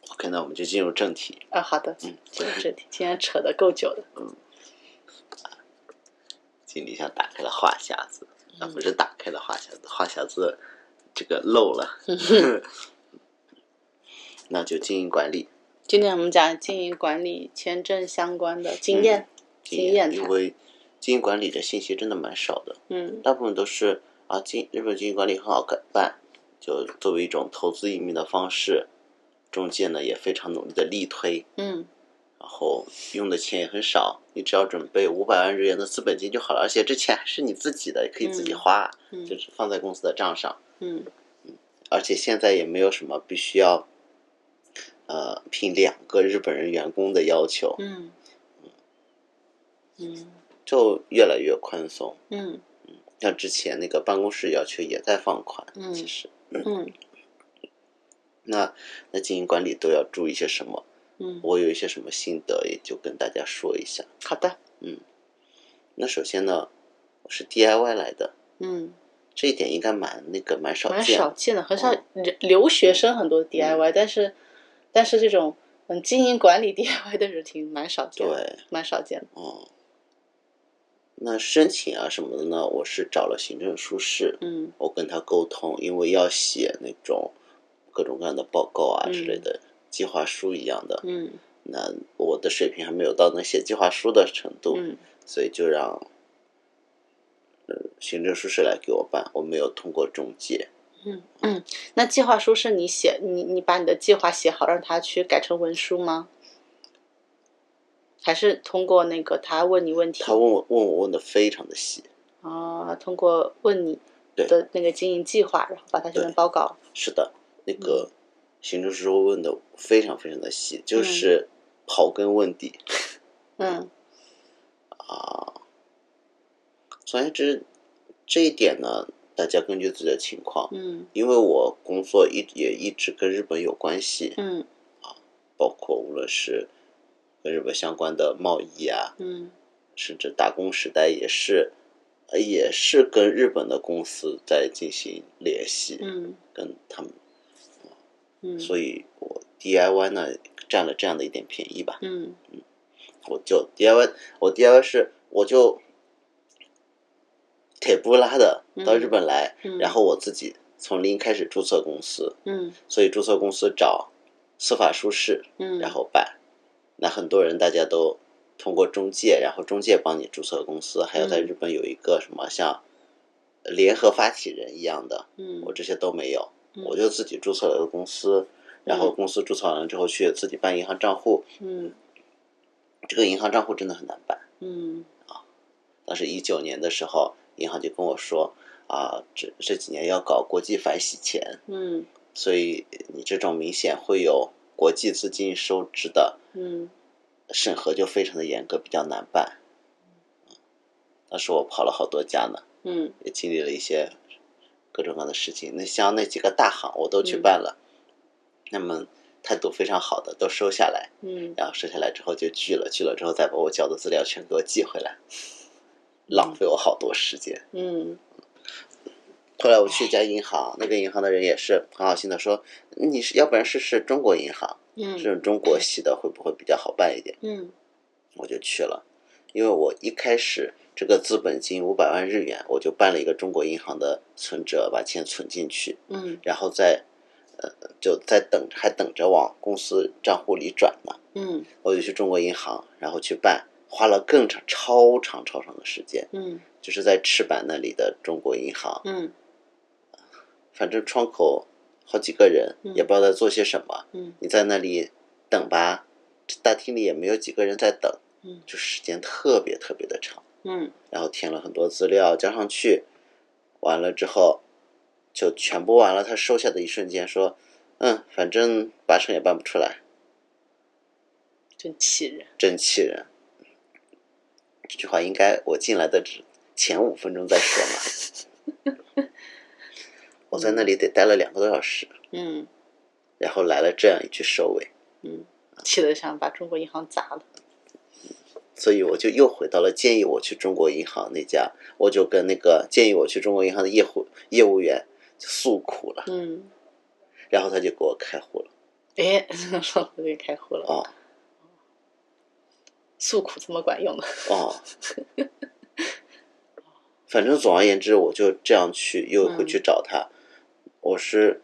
Speaker 1: OK，那我们就进入正题。
Speaker 2: 啊，好的，
Speaker 1: 嗯
Speaker 2: 这个正题今天扯的够久了，
Speaker 1: 经理像打开了话匣子，啊，
Speaker 2: 嗯
Speaker 1: 不是打开了话匣子，话匣子这个漏 了。 那就经营管理
Speaker 2: 今天我们讲经营管理、签证相关的
Speaker 1: 嗯
Speaker 2: 经验，经验
Speaker 1: 因
Speaker 2: 谈，
Speaker 1: 为经营管理的信息真的蛮少的，
Speaker 2: 嗯
Speaker 1: 大部分都是啊，经日本经营管理很好办，就作为一种投资移民的方式，中介呢也非常努力的力推，
Speaker 2: 嗯
Speaker 1: 然后用的钱也很少，你只要准备五百万日元的资本金就好了，而且这钱还是你自己的，可以自己
Speaker 2: 嗯
Speaker 1: 花，
Speaker 2: 嗯
Speaker 1: 就是放在公司的账上，
Speaker 2: 嗯
Speaker 1: 而且现在也没有什么必须要，呃，聘两个日本人员工的要求，
Speaker 2: 嗯嗯
Speaker 1: 就越来越宽松。
Speaker 2: 嗯
Speaker 1: 像之前那个办公室要求也在放宽，
Speaker 2: 嗯
Speaker 1: 其实
Speaker 2: 嗯
Speaker 1: 那那经营管理都要注意些什么？
Speaker 2: 嗯，
Speaker 1: 我有一些什么心得，也就跟大家说一下。嗯
Speaker 2: 好的，
Speaker 1: 那首先呢，我是 DIY 来的，
Speaker 2: 嗯，
Speaker 1: 这一点应该蛮那个蛮少
Speaker 2: 蛮
Speaker 1: 见嗯
Speaker 2: 少
Speaker 1: 的，
Speaker 2: 见的，很少留留学生很多 DIY，、但是但是这种嗯经营管理 DIY 的人挺蛮少见的，
Speaker 1: 对，
Speaker 2: 蛮少见的，
Speaker 1: 嗯。那申请啊什么的呢？我是找了行政书室，
Speaker 2: 嗯
Speaker 1: 我跟他沟通，因为要写那种各种各样的报告啊
Speaker 2: 嗯
Speaker 1: 之类的、计划书一样的。
Speaker 2: 嗯
Speaker 1: 那我的水平还没有到能写计划书的程度，
Speaker 2: 嗯
Speaker 1: 所以就让呃行政书室来给我办，我没有通过中介。
Speaker 2: 嗯，嗯，那计划书是你写，你你把你的计划写好，让他去改成文书吗？还是通过那个他问你问题
Speaker 1: 他问我问我问的非常的细，
Speaker 2: 啊，通过问你
Speaker 1: 对
Speaker 2: 的那个经营计划，然后把它这边
Speaker 1: 对
Speaker 2: 报告。
Speaker 1: 是的，那个行政书问的非常非常的细，就是刨根问底。
Speaker 2: 嗯
Speaker 1: 总而言之，这一点呢，大家根据自己的情况，
Speaker 2: 嗯
Speaker 1: 因为我工作一也一直跟日本有关系，
Speaker 2: 嗯
Speaker 1: 包括无论是跟日本相关的贸易啊，
Speaker 2: 嗯
Speaker 1: 甚至打工时代也是，呃也是跟日本的公司在进行联系，
Speaker 2: 嗯
Speaker 1: 跟他们，
Speaker 2: 嗯，
Speaker 1: 所
Speaker 2: 以
Speaker 1: 以我 DIY 呢占了这样的一点便宜吧。
Speaker 2: 嗯
Speaker 1: 我就 DIY，我 DIY 是我就铁布拉的到日本来，
Speaker 2: 嗯，
Speaker 1: 然后我自己从零开始注册公司，
Speaker 2: 嗯
Speaker 1: 所以注册公司找司法书士，
Speaker 2: 嗯，
Speaker 1: 然后办。那很多人大家都通过中介，然后中介帮你注册公司，还有在
Speaker 2: 嗯
Speaker 1: 日本有一个什么像联合发起人一样的，
Speaker 2: 嗯
Speaker 1: 我这些都没有，
Speaker 2: 嗯
Speaker 1: 我就自己注册了个公司，然后公司注册完了之后去自己办银行账户，
Speaker 2: 嗯
Speaker 1: 这个银行账户真的很难办。
Speaker 2: 嗯
Speaker 1: 当时一九年的时候，银行就跟我说啊，这这几年要搞国际反洗钱，
Speaker 2: 嗯
Speaker 1: 所以你这种明显会有国际资金收支的
Speaker 2: 嗯
Speaker 1: 审核就非常的严格，比较难办。当时我跑了好多家呢，
Speaker 2: 嗯
Speaker 1: 也经历了一些各种各样的事情。那像那几个大行我都去办了，那么态度非常好的都收下来，
Speaker 2: 嗯
Speaker 1: 然后收下来之后就拒了，拒了之后再把我交的资料全给我寄回来，浪费我好多时间。
Speaker 2: 嗯
Speaker 1: 后来我去一家银行，那个银行的人也是很好心的说，你是要不然试试中国银行，这
Speaker 2: 嗯
Speaker 1: 种中国系的会不会比较好办一点？
Speaker 2: 嗯
Speaker 1: 我就去了，因为我一开始这个资本金五百万日元，我就办了一个中国银行的存折，把钱存进去，
Speaker 2: 嗯
Speaker 1: 然后再，呃，就在等，还等着往公司账户里转呢。
Speaker 2: 嗯
Speaker 1: 我就去中国银行，然后去办，花了更长、超长、超长的时间，
Speaker 2: 嗯
Speaker 1: 就是在赤坂那里的中国银行，
Speaker 2: 嗯
Speaker 1: 反正窗口好几个人，
Speaker 2: 嗯
Speaker 1: 也不知道在做些什么。
Speaker 2: 嗯
Speaker 1: 你在那里等吧，这大厅里也没有几个人在等，
Speaker 2: 嗯
Speaker 1: 就时间特别特别的长。
Speaker 2: 嗯
Speaker 1: 然后填了很多资料交上去，完了之后就全部完了。他收下的一瞬间说：“嗯，反正八成也办不出来，
Speaker 2: 真气人。
Speaker 1: 真气人。”这句话应该我进来的只前五分钟再说嘛。我在那里得待了两个多小时，
Speaker 2: 嗯
Speaker 1: 然后来了这样一句收尾。
Speaker 2: 嗯，气得想把中国银行砸了。
Speaker 1: 所以我就又回到了建议我去中国银行那家，我就跟那个建议我去中国银行的业务业务员就诉苦了，
Speaker 2: 嗯，
Speaker 1: 然后他就给我开户了。
Speaker 2: 哎，老婆给开户了。
Speaker 1: 哦
Speaker 2: 诉苦这么管用呢？
Speaker 1: 哦，反正总而言之，我就这样去又回去找他。我是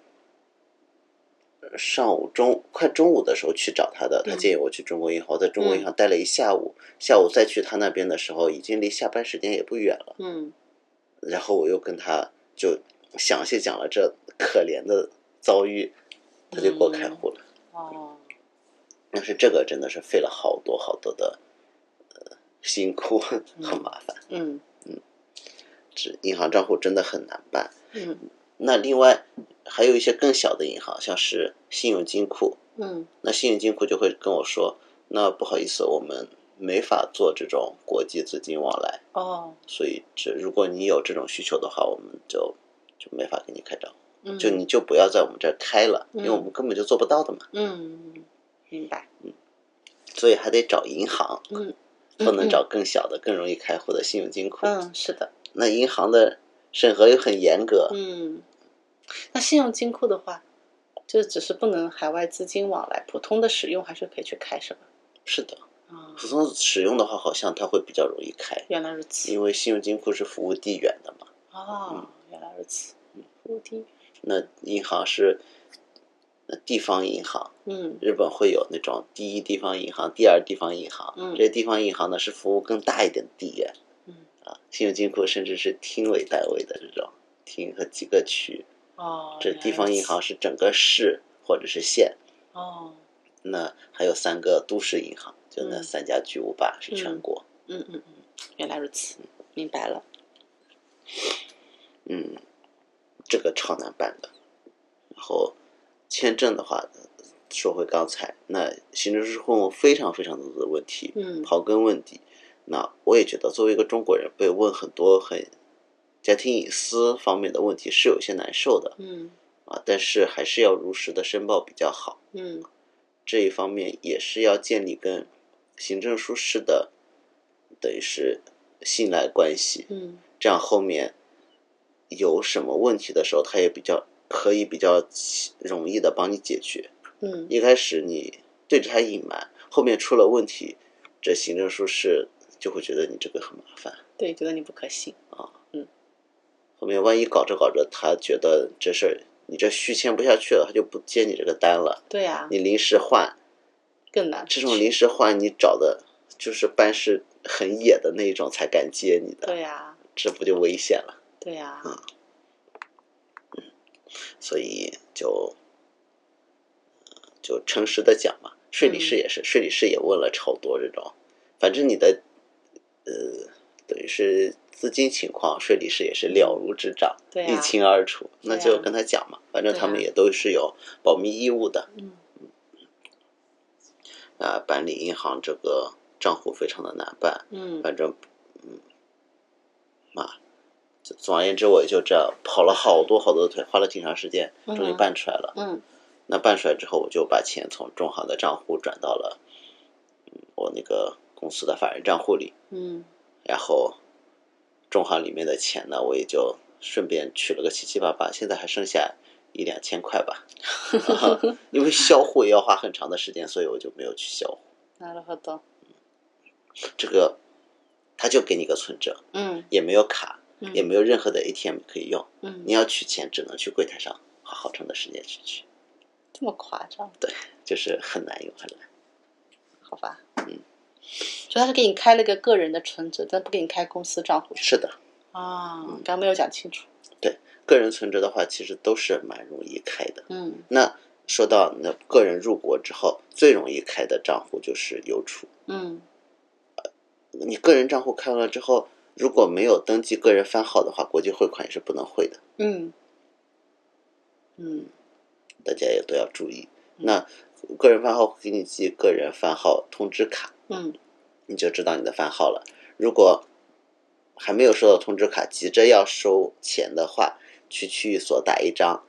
Speaker 1: 上午中快中午的时候去找他的，他
Speaker 2: 嗯
Speaker 1: 建议我去中国银行，我在中国银行待了一下午，下午再去他那边的时候，已经离下班时间也不远了。
Speaker 2: 嗯
Speaker 1: 然后我又跟他就详细讲了这可怜的遭遇，他就给我开户了。
Speaker 2: 哦，
Speaker 1: 但是这个真的是费了好多好多的，呃，辛苦，很麻烦。
Speaker 2: 嗯
Speaker 1: 这银行账户真的很难办。
Speaker 2: 嗯
Speaker 1: 那另外还有一些更小的银行，像是信用金库，
Speaker 2: 嗯
Speaker 1: 那信用金库就会跟我说：“那不好意思，我们没法做这种国际资金往来，
Speaker 2: 哦
Speaker 1: 所以这如果你有这种需求的话，我们就就没法给你开账户。”
Speaker 2: 嗯，
Speaker 1: 就你就不要在我们这儿开了，
Speaker 2: 嗯
Speaker 1: 因为我们根本就做不到的嘛，
Speaker 2: 嗯，明白。
Speaker 1: 所以还得找银行，
Speaker 2: 嗯，
Speaker 1: 不能找更小的、更容易开户的信用金库。
Speaker 2: 嗯，是的。
Speaker 1: 那银行的审核又很严格，
Speaker 2: 嗯，那信用金库的话，就只是不能海外资金往来，普通的使用还是可以去开，是吧？
Speaker 1: 是的，
Speaker 2: 啊、
Speaker 1: 普通使用的话，好像它会比较容易开，
Speaker 2: 原来如此。
Speaker 1: 因为信用金库是服务地缘的嘛，嗯
Speaker 2: 哦，原来如此。无敌。
Speaker 1: 那银行是。那地方银行，
Speaker 2: 嗯
Speaker 1: 日本会有那种第一地方银行、第二地方银行，
Speaker 2: 嗯
Speaker 1: 这些地方银行呢是服务更大一点的地缘，
Speaker 2: 嗯，
Speaker 1: 啊，信用金库甚至是厅为单位的这种厅和几个区，
Speaker 2: 哦，
Speaker 1: 这
Speaker 2: 原来
Speaker 1: 地方
Speaker 2: 如
Speaker 1: 银
Speaker 2: 此
Speaker 1: 行是整个市或者是县，
Speaker 2: 哦，
Speaker 1: 那还有三个都市银行，就那
Speaker 2: 嗯
Speaker 1: 三家巨无霸是全
Speaker 2: 嗯
Speaker 1: 国。
Speaker 2: 嗯嗯嗯，原来如此，明白了。
Speaker 1: 嗯，这个超难办的。然后签证的话，说回刚才，那行政事务非常非常多的问题，
Speaker 2: 嗯
Speaker 1: 刨根问底。那我也觉得，作为一个中国人，被问很多很家庭隐私方面的问题是有些难受的
Speaker 2: 嗯
Speaker 1: 啊，但是还是要如实的申报比较好。
Speaker 2: 嗯
Speaker 1: 这一方面也是要建立跟行政书室的，等于是信赖关系。
Speaker 2: 嗯
Speaker 1: 这样后面有什么问题的时候，他也比较可以比较容易的帮你解决。
Speaker 2: 嗯
Speaker 1: 一开始你对着他隐瞒，后面出了问题，这行政书室就会觉得你这个很麻烦。
Speaker 2: 对，觉得你不可信。
Speaker 1: 后面万一搞着搞着，他觉得这事儿你这续签不下去了，他就不接你这个单了。
Speaker 2: 对啊，
Speaker 1: 你临时换，
Speaker 2: 更难去。
Speaker 1: 这种临时换你找的就是办事很野的那一种才敢接你的，
Speaker 2: 对呀、
Speaker 1: 这不就危险了？
Speaker 2: 对啊呀、
Speaker 1: 所以就呃就诚实的讲嘛。税理师
Speaker 2: 嗯
Speaker 1: 也是，税理师也问了超多这种，反正你的呃，等于是资金情况，税理师也是了如指掌，
Speaker 2: 对啊呀、
Speaker 1: 一清二楚。
Speaker 2: 对
Speaker 1: 那
Speaker 2: 啊
Speaker 1: 就跟他讲嘛，反正
Speaker 2: 对啊
Speaker 1: 他们也都是有保密义务的。
Speaker 2: 嗯
Speaker 1: 啊，办理银行这个账户非常的难办，
Speaker 2: 嗯
Speaker 1: 反正嗯，嘛。就总而言之，我也就这样跑了好多好多腿，花了挺长时间，终于
Speaker 2: 嗯
Speaker 1: 办出来了。
Speaker 2: 嗯
Speaker 1: 那办出来之后，我就把钱从中行的账户转到了嗯我那个公司的法人账户里，
Speaker 2: 嗯
Speaker 1: 然后中行里面的钱呢，我也就顺便取了个七七八八，现在还剩下一两千块吧，因为销户也要花很长的时间，所以我就没有去销户。
Speaker 2: なるほど。
Speaker 1: 这个他就给你个存折，
Speaker 2: 嗯
Speaker 1: 也没有卡，
Speaker 2: 嗯
Speaker 1: 也没有任何的 ATM 可以用，
Speaker 2: 嗯
Speaker 1: 你，要取钱只能去柜台上花好长的时间去取，
Speaker 2: 这么夸张？
Speaker 1: 就是很难用，很难。
Speaker 2: 好吧。嗯，就他是给你开了个个人的存折，但不给你开公司账户
Speaker 1: 是的。
Speaker 2: 啊。刚刚没有讲清楚。
Speaker 1: 个人存折的话，其实都是蛮容易开的。
Speaker 2: 嗯
Speaker 1: 那说到那个人入国之后，最容易开的账户就是邮储。
Speaker 2: 嗯
Speaker 1: 你个人账户开完了之后，如果没有登记个人番号的话，国际汇款也是不能汇的，
Speaker 2: 嗯嗯
Speaker 1: 大家也都要注意。那个人番号会给你寄个人番号通知卡，
Speaker 2: 嗯
Speaker 1: 你就知道你的番号了。如果还没有收到通知卡，急着要收钱的话，去区域所打一张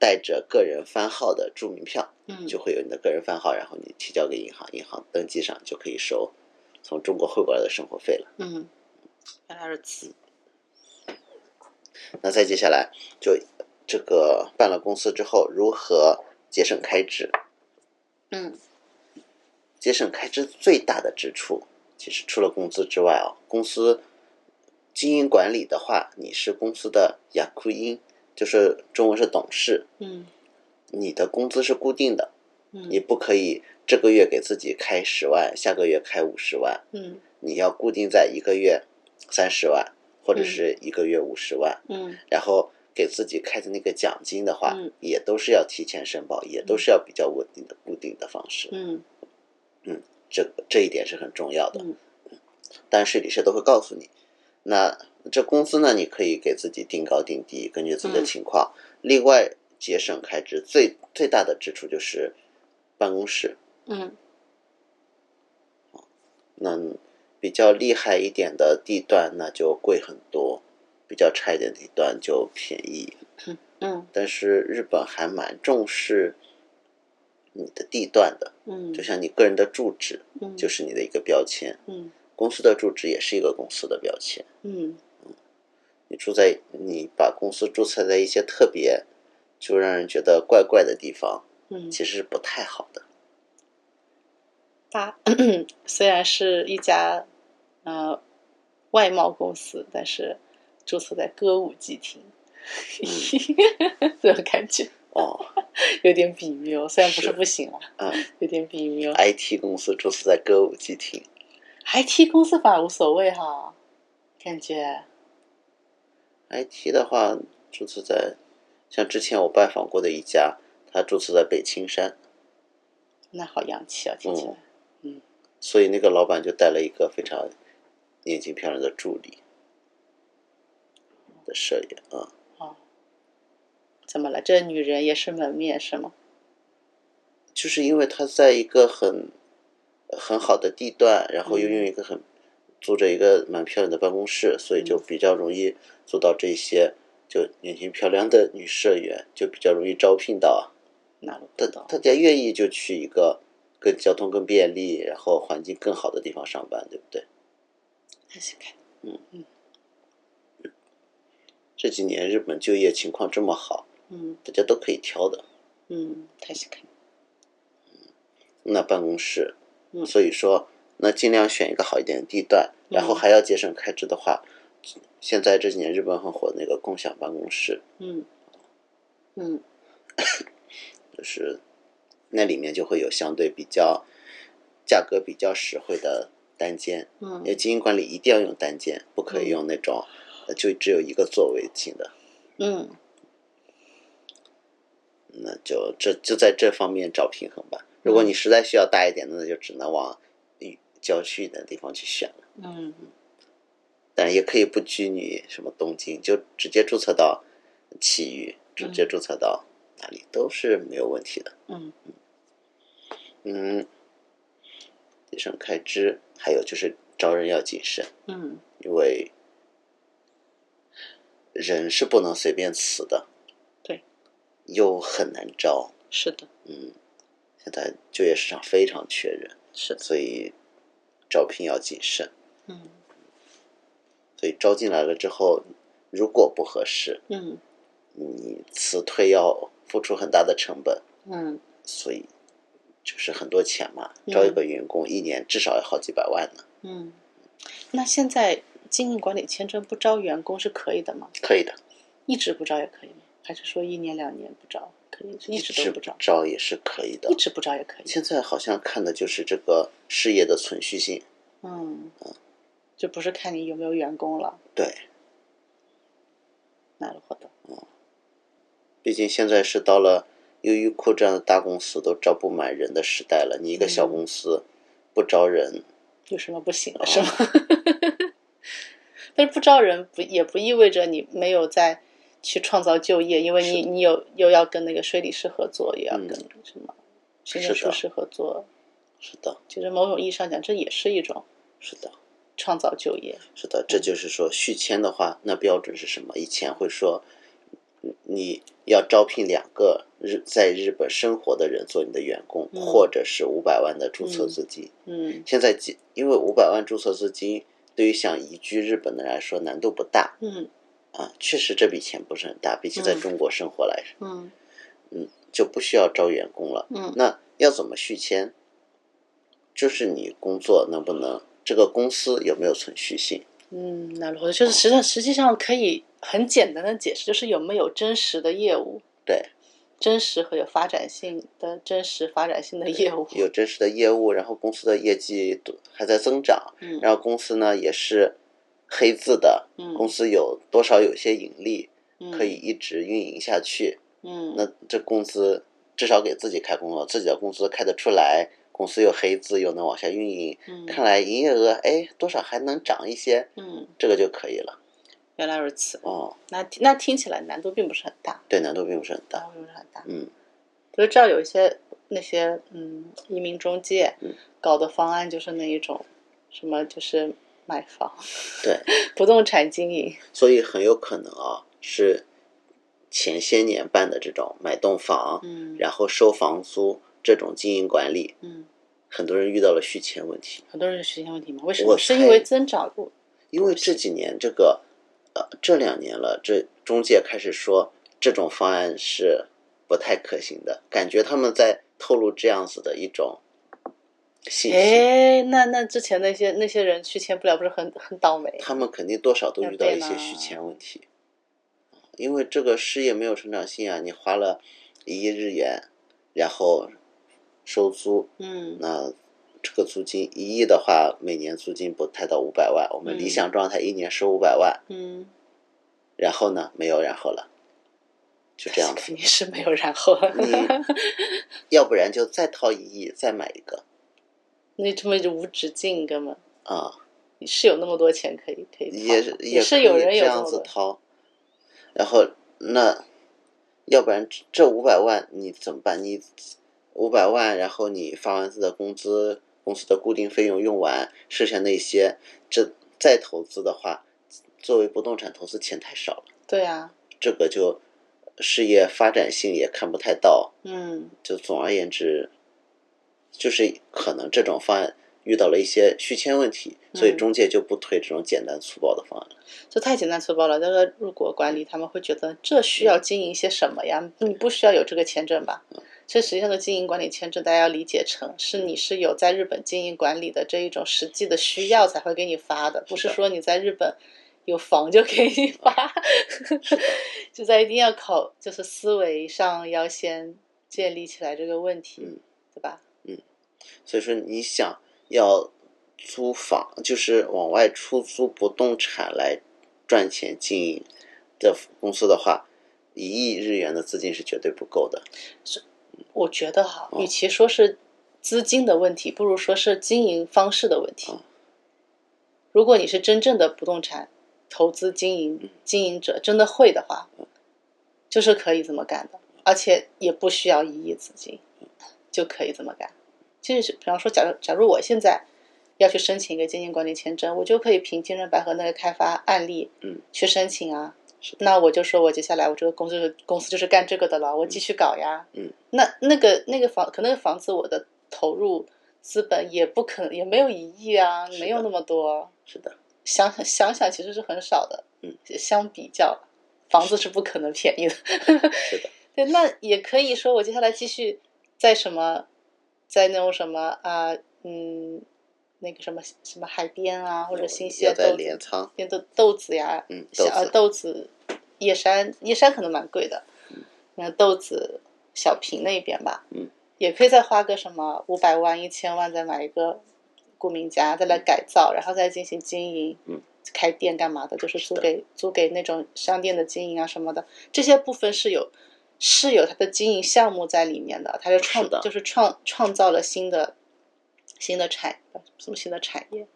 Speaker 1: 带着个人番号的注明票。
Speaker 2: 嗯，
Speaker 1: 就会有你的个人番号，然后你提交给银行，银行登记上就可以收从中国汇过来的生活费了。
Speaker 2: 嗯，原来如此。
Speaker 1: 那再接下来就这个办了公司之后，如何节省开支？
Speaker 2: 嗯
Speaker 1: 节省开支最大的支出，其实除了工资之外啊，公司经营管理的话，你是公司的雅库因，就是中文是董事，
Speaker 2: 嗯
Speaker 1: 你的工资是固定的，你
Speaker 2: 嗯
Speaker 1: 不可以这个月给自己开十万，下个月开五十万，
Speaker 2: 嗯
Speaker 1: 你要固定在一个月三十万，或者是一个月五十万，
Speaker 2: 嗯
Speaker 1: 然后给自己开的那个奖金的话，
Speaker 2: 嗯
Speaker 1: 也都是要提前申报，也都是要比较稳定的固定的方式。
Speaker 2: 嗯
Speaker 1: 这这一点是很重要的。
Speaker 2: 嗯
Speaker 1: 但是理事都会告诉你，那这工资呢，你可以给自己定高定低，根据自己的
Speaker 2: 嗯
Speaker 1: 情况。另外，节省开支最最大的支出就是办公室，
Speaker 2: 嗯
Speaker 1: 那比较厉害一点的地段那就贵很多，比较差一点的地段就便宜。
Speaker 2: 嗯
Speaker 1: 但是日本还蛮重视你的地段的，
Speaker 2: 嗯，
Speaker 1: 就像你个人的住址
Speaker 2: 嗯
Speaker 1: 就是你的一个标签，
Speaker 2: 嗯
Speaker 1: 公司的住址也是一个公司的标签。
Speaker 2: 嗯
Speaker 1: 你住在你把公司注册在一些特别就让人觉得怪怪的地方，
Speaker 2: 嗯。
Speaker 1: 其实是不太好的。
Speaker 2: 它 虽然是一家呃外贸公司，但是注册在歌舞伎町，
Speaker 1: 嗯
Speaker 2: 这种感觉
Speaker 1: 哦，
Speaker 2: 有点比妙。虽然不是
Speaker 1: 是
Speaker 2: 不行啊，
Speaker 1: 嗯
Speaker 2: 有点比哦妙。
Speaker 1: ，IT 公司注册在歌舞伎町，
Speaker 2: IT 公司反而无所谓哈，感觉
Speaker 1: IT 的话，注册在像之前我拜访过的一家，它注册在北青山，
Speaker 2: 哦
Speaker 1: 嗯
Speaker 2: 那好洋气啊，听起来。
Speaker 1: 所以那个老板就带了一个非常年轻漂亮的助理的摄影啊，
Speaker 2: 怎么了？这女人也是门面是吗？
Speaker 1: 就是因为他在一个很很好的地段，然后又用一个很租着一个蛮漂亮的办公室，所以就比较容易做到这些就年轻漂亮的女社员，就比较容易招聘到。
Speaker 2: 那我
Speaker 1: 大
Speaker 2: 不懂。
Speaker 1: 大家愿意就去一个更交通更便利，然后环境更好的地方上班，对不对？
Speaker 2: 还是看
Speaker 1: 这几年日本就业情况这么好，
Speaker 2: 嗯
Speaker 1: 大家都可以挑的。
Speaker 2: 嗯，还是看
Speaker 1: 那办公室，
Speaker 2: 嗯
Speaker 1: 所以说那尽量选一个好一点的地段，
Speaker 2: 嗯
Speaker 1: 然后还要节省开支的话，现在这几年日本很火的那个共享办公室，
Speaker 2: 嗯嗯
Speaker 1: 就是那里面就会有相对比较价格比较实惠的单间，因为
Speaker 2: 嗯
Speaker 1: 经营管理一定要用单间，不可以用那种呃就只有一个座位型的。
Speaker 2: 嗯
Speaker 1: 那就这就在这方面找平衡吧。如果你实在需要大一点的，那就只能往嗯郊区的地方去选了。
Speaker 2: 嗯
Speaker 1: 但也可以不拘泥什么东京，就直接注册到埼玉，直接注册到哪里都是没有问题的。
Speaker 2: 嗯
Speaker 1: 嗯，节省开支，还有就是招人要谨慎，
Speaker 2: 嗯，
Speaker 1: 因为人是不能随便辞的。
Speaker 2: 对，
Speaker 1: 又很难招。
Speaker 2: 是的，
Speaker 1: 嗯，现在就业市场非常缺人。
Speaker 2: 是的，
Speaker 1: 所以招聘要谨慎。
Speaker 2: 嗯
Speaker 1: 所以招进来了之后，如果不合适，
Speaker 2: 嗯
Speaker 1: 你辞退要付出很大的成本，
Speaker 2: 嗯
Speaker 1: 所以就是很多钱嘛。
Speaker 2: 嗯
Speaker 1: 招一个员工一年至少要好几百万呢，
Speaker 2: 嗯。那现在经营管理签证不招员工是可以的吗？
Speaker 1: 可以的，
Speaker 2: 一直不招也可以吗？还是说一年两年不招？可以，一直
Speaker 1: 直
Speaker 2: 都不招，
Speaker 1: 招也是可以的
Speaker 2: 一。直不招也可以。
Speaker 1: 现在好像看的就是这个事业的存续性，
Speaker 2: 嗯，就不是看你有没有员工了。
Speaker 1: 对，
Speaker 2: なるほど。
Speaker 1: 毕竟现在是到了优衣库这样的大公司都招不满人的时代了，你一个小
Speaker 2: 嗯
Speaker 1: 公司不招人，
Speaker 2: 有什么不行
Speaker 1: 哦
Speaker 2: 的是吗？ 但是不招人不也不意味着你没有在去创造就业，因为你你有又要跟那个税理师合作，也要
Speaker 1: 嗯
Speaker 2: 跟什么行
Speaker 1: 是
Speaker 2: 政书
Speaker 1: 的
Speaker 2: 师合作。
Speaker 1: 是的，
Speaker 2: 其实某种意义上讲，这也是一种
Speaker 1: 是的。
Speaker 2: 创造就业。
Speaker 1: 是的，这就是说续签的话，那标准是什么？以前会说，嗯你要招聘两个日在日本生活的人做你的员工，
Speaker 2: 嗯
Speaker 1: 或者是五百万的注册资金。
Speaker 2: 嗯
Speaker 1: 现在几因为五百万注册资金对于想移居日本的人来说难度不大
Speaker 2: 嗯
Speaker 1: 啊，确实这笔钱不是很大，比起在
Speaker 2: 嗯
Speaker 1: 中国生活来说，
Speaker 2: 嗯
Speaker 1: 就不需要招员工了。
Speaker 2: 嗯
Speaker 1: 那要怎么续签？就是你工作能不能，这个公司有没有存续性？
Speaker 2: 嗯，なるほど。就是实际上实际上可以很简单的解释，就是有没有真实的业务。
Speaker 1: 对，
Speaker 2: 真实和有发展性的真实发展性的业务，
Speaker 1: 有真实的业务，然后公司的业绩都还在增长，
Speaker 2: 嗯
Speaker 1: 然后公司呢也是黑字的，
Speaker 2: 嗯
Speaker 1: 公司有多少有些盈利，
Speaker 2: 嗯
Speaker 1: 可以一直运营下去。
Speaker 2: 嗯
Speaker 1: 那这公司至少给自己开工作，自己的工资开得出来，公司又黑字又能往下运营，
Speaker 2: 嗯
Speaker 1: 看来营业额哎多少还能涨一些，
Speaker 2: 嗯，
Speaker 1: 这个就可以了。
Speaker 2: 原来如此。
Speaker 1: 哦，
Speaker 2: 那听那听起来难度并不是很大，
Speaker 1: 对，难度并不是很大。
Speaker 2: 难度并不是很哦大。
Speaker 1: 嗯，
Speaker 2: 我就知道有一些那些嗯移民中介
Speaker 1: 嗯
Speaker 2: 搞的方案就是那一种，什么就是买房、
Speaker 1: 对，
Speaker 2: 不动产经营，
Speaker 1: 所以很有可能啊是前些年办的这种买栋房，
Speaker 2: 嗯
Speaker 1: 然后收房租这种经营管理，
Speaker 2: 嗯，
Speaker 1: 很多人遇到了续签问题，
Speaker 2: 很多人有时间问题吗？为什
Speaker 1: 我
Speaker 2: 么？是因
Speaker 1: 猜
Speaker 2: 为增长过？
Speaker 1: 因为这几年这个，呃，这两年了，这中介开始说这种方案是不太可行的，感觉他们在透露这样子的一种信息，
Speaker 2: 哎，那那之前那些那些人去签不了，不是很很倒霉？
Speaker 1: 他们肯定多少都遇到一些续签问题，因为这个事业没有成长性啊，你花了一亿日元，然后收租
Speaker 2: 嗯
Speaker 1: 那这个租金一亿的话，每年租金不太到五百万，我们
Speaker 2: 嗯
Speaker 1: 理想状态一年收五百万，
Speaker 2: 嗯，
Speaker 1: 然后呢，没有然后了，就这 样子。
Speaker 2: 肯定是没有然后了。
Speaker 1: 你要不然就再掏一亿再买一个，
Speaker 2: 那他妈就无止境，根本
Speaker 1: 啊，
Speaker 2: 是有那么多钱可以可以掏
Speaker 1: 也
Speaker 2: 的
Speaker 1: 也
Speaker 2: 是
Speaker 1: 可
Speaker 2: 有
Speaker 1: 以
Speaker 2: 人有
Speaker 1: 这
Speaker 2: 那
Speaker 1: 样
Speaker 2: 么
Speaker 1: 子
Speaker 2: 多
Speaker 1: 掏，然后那要不然这这五百万你怎么办？你五百万，然后你发完自己的工资，公司的固定费用用完，剩下那些这再投资的话，作为不动产投资钱太少了，
Speaker 2: 对啊，
Speaker 1: 这个就事业发展性也看不太到。
Speaker 2: 嗯
Speaker 1: 就总而言之，就是可能这种方案遇到了一些续签问题，所以
Speaker 2: 嗯
Speaker 1: 中介就不推这种简单粗暴的方案。
Speaker 2: 这太简单粗暴了。这个入国管理他们会觉得这需要经营些什么呀？你不需要有这个签证吧？
Speaker 1: 嗯
Speaker 2: 这实际上的经营管理签证，大家要理解成是你是有在日本经营管理的这一种实际的需要才会给你发的，不
Speaker 1: 是
Speaker 2: 是
Speaker 1: 的
Speaker 2: 说你在日本有房就给你发。 就在一定要考，就是思维上要先建立起来这个问题，
Speaker 1: 嗯
Speaker 2: 对吧？
Speaker 1: 所以说，你想要租房，就是往外出租不动产来赚钱经营的公司的话，一亿日元的资金是绝对不够的。
Speaker 2: 我觉得哈，
Speaker 1: 哦
Speaker 2: 与其说是资金的问题，不如说是经营方式的问题
Speaker 1: 哦。
Speaker 2: 如果你是真正的不动产投资经
Speaker 1: 嗯
Speaker 2: 营经营者，真的会的话，就是可以这么干的，而且也不需要一亿资金
Speaker 1: 嗯
Speaker 2: 就可以这么干。就是比方说，假如假如我现在要去申请一个经营管理签证，我就可以凭金润百合那个开发案例，
Speaker 1: 嗯，
Speaker 2: 去申请啊。
Speaker 1: 是
Speaker 2: 那我就说，我接下来我这个公司就是公司就是干这个的了，我继续搞呀。
Speaker 1: 嗯，
Speaker 2: 那那个那个房，可那个房子我的投入资本也不可也没有一亿啊，
Speaker 1: 是的
Speaker 2: 没有那么多。
Speaker 1: 是的，
Speaker 2: 想想想，其实是很少的。
Speaker 1: 嗯，
Speaker 2: 相比较，房子是不可能便宜的。
Speaker 1: 是的，
Speaker 2: 对，那也可以说，我接下来继续在什么，在那种什么啊、嗯，那个什么什么海边啊，或者新
Speaker 1: 要
Speaker 2: 鲜
Speaker 1: 在
Speaker 2: 豆
Speaker 1: 镰
Speaker 2: 子、
Speaker 1: 仓，
Speaker 2: 边豆豆子呀，
Speaker 1: 嗯，豆
Speaker 2: 小呃
Speaker 1: 子，
Speaker 2: 豆子、叶山，叶山可能蛮贵的，那豆子小平那边吧，
Speaker 1: 嗯，
Speaker 2: 也可以再花个什么五百万、一千万，再买一个顾名家，再来改造，然后再进行经营，
Speaker 1: 嗯，
Speaker 2: 开店干嘛的，就是
Speaker 1: 是
Speaker 2: 租
Speaker 1: 的
Speaker 2: 给租给那种商店的经营啊什么的，这些部分是有是有它的经营项目在里面的，它就是创
Speaker 1: 的
Speaker 2: 就是创创造了新的新的产什么新的产业。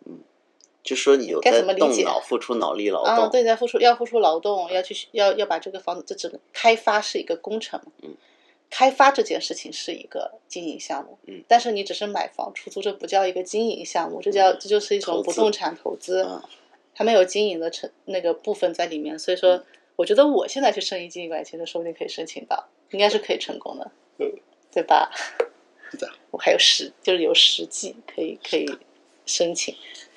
Speaker 1: 就说你有
Speaker 2: 该
Speaker 1: 在
Speaker 2: 怎么理
Speaker 1: 动
Speaker 2: 解
Speaker 1: 脑、付出脑力劳
Speaker 2: 啊，
Speaker 1: 动，
Speaker 2: 对，在付出要付出劳动，要去要要把这个房子这整个开发是一个工程，
Speaker 1: 嗯，
Speaker 2: 开发这件事情是一个经营项目，
Speaker 1: 嗯，但
Speaker 2: 但是你只是买房出租，这不叫一个经营项目，这叫这就是一
Speaker 1: 嗯投
Speaker 2: 种不
Speaker 1: 资
Speaker 2: 动产投资，
Speaker 1: 嗯
Speaker 2: 它没有经营的成那个部分在里面，所以说，我觉得我现在去申一经营管理签证，说不定可以申请到，应该是可以成功的，
Speaker 1: 嗯，
Speaker 2: 对吧？
Speaker 1: 是的，
Speaker 2: 我还有实就是有实际可以可以申请。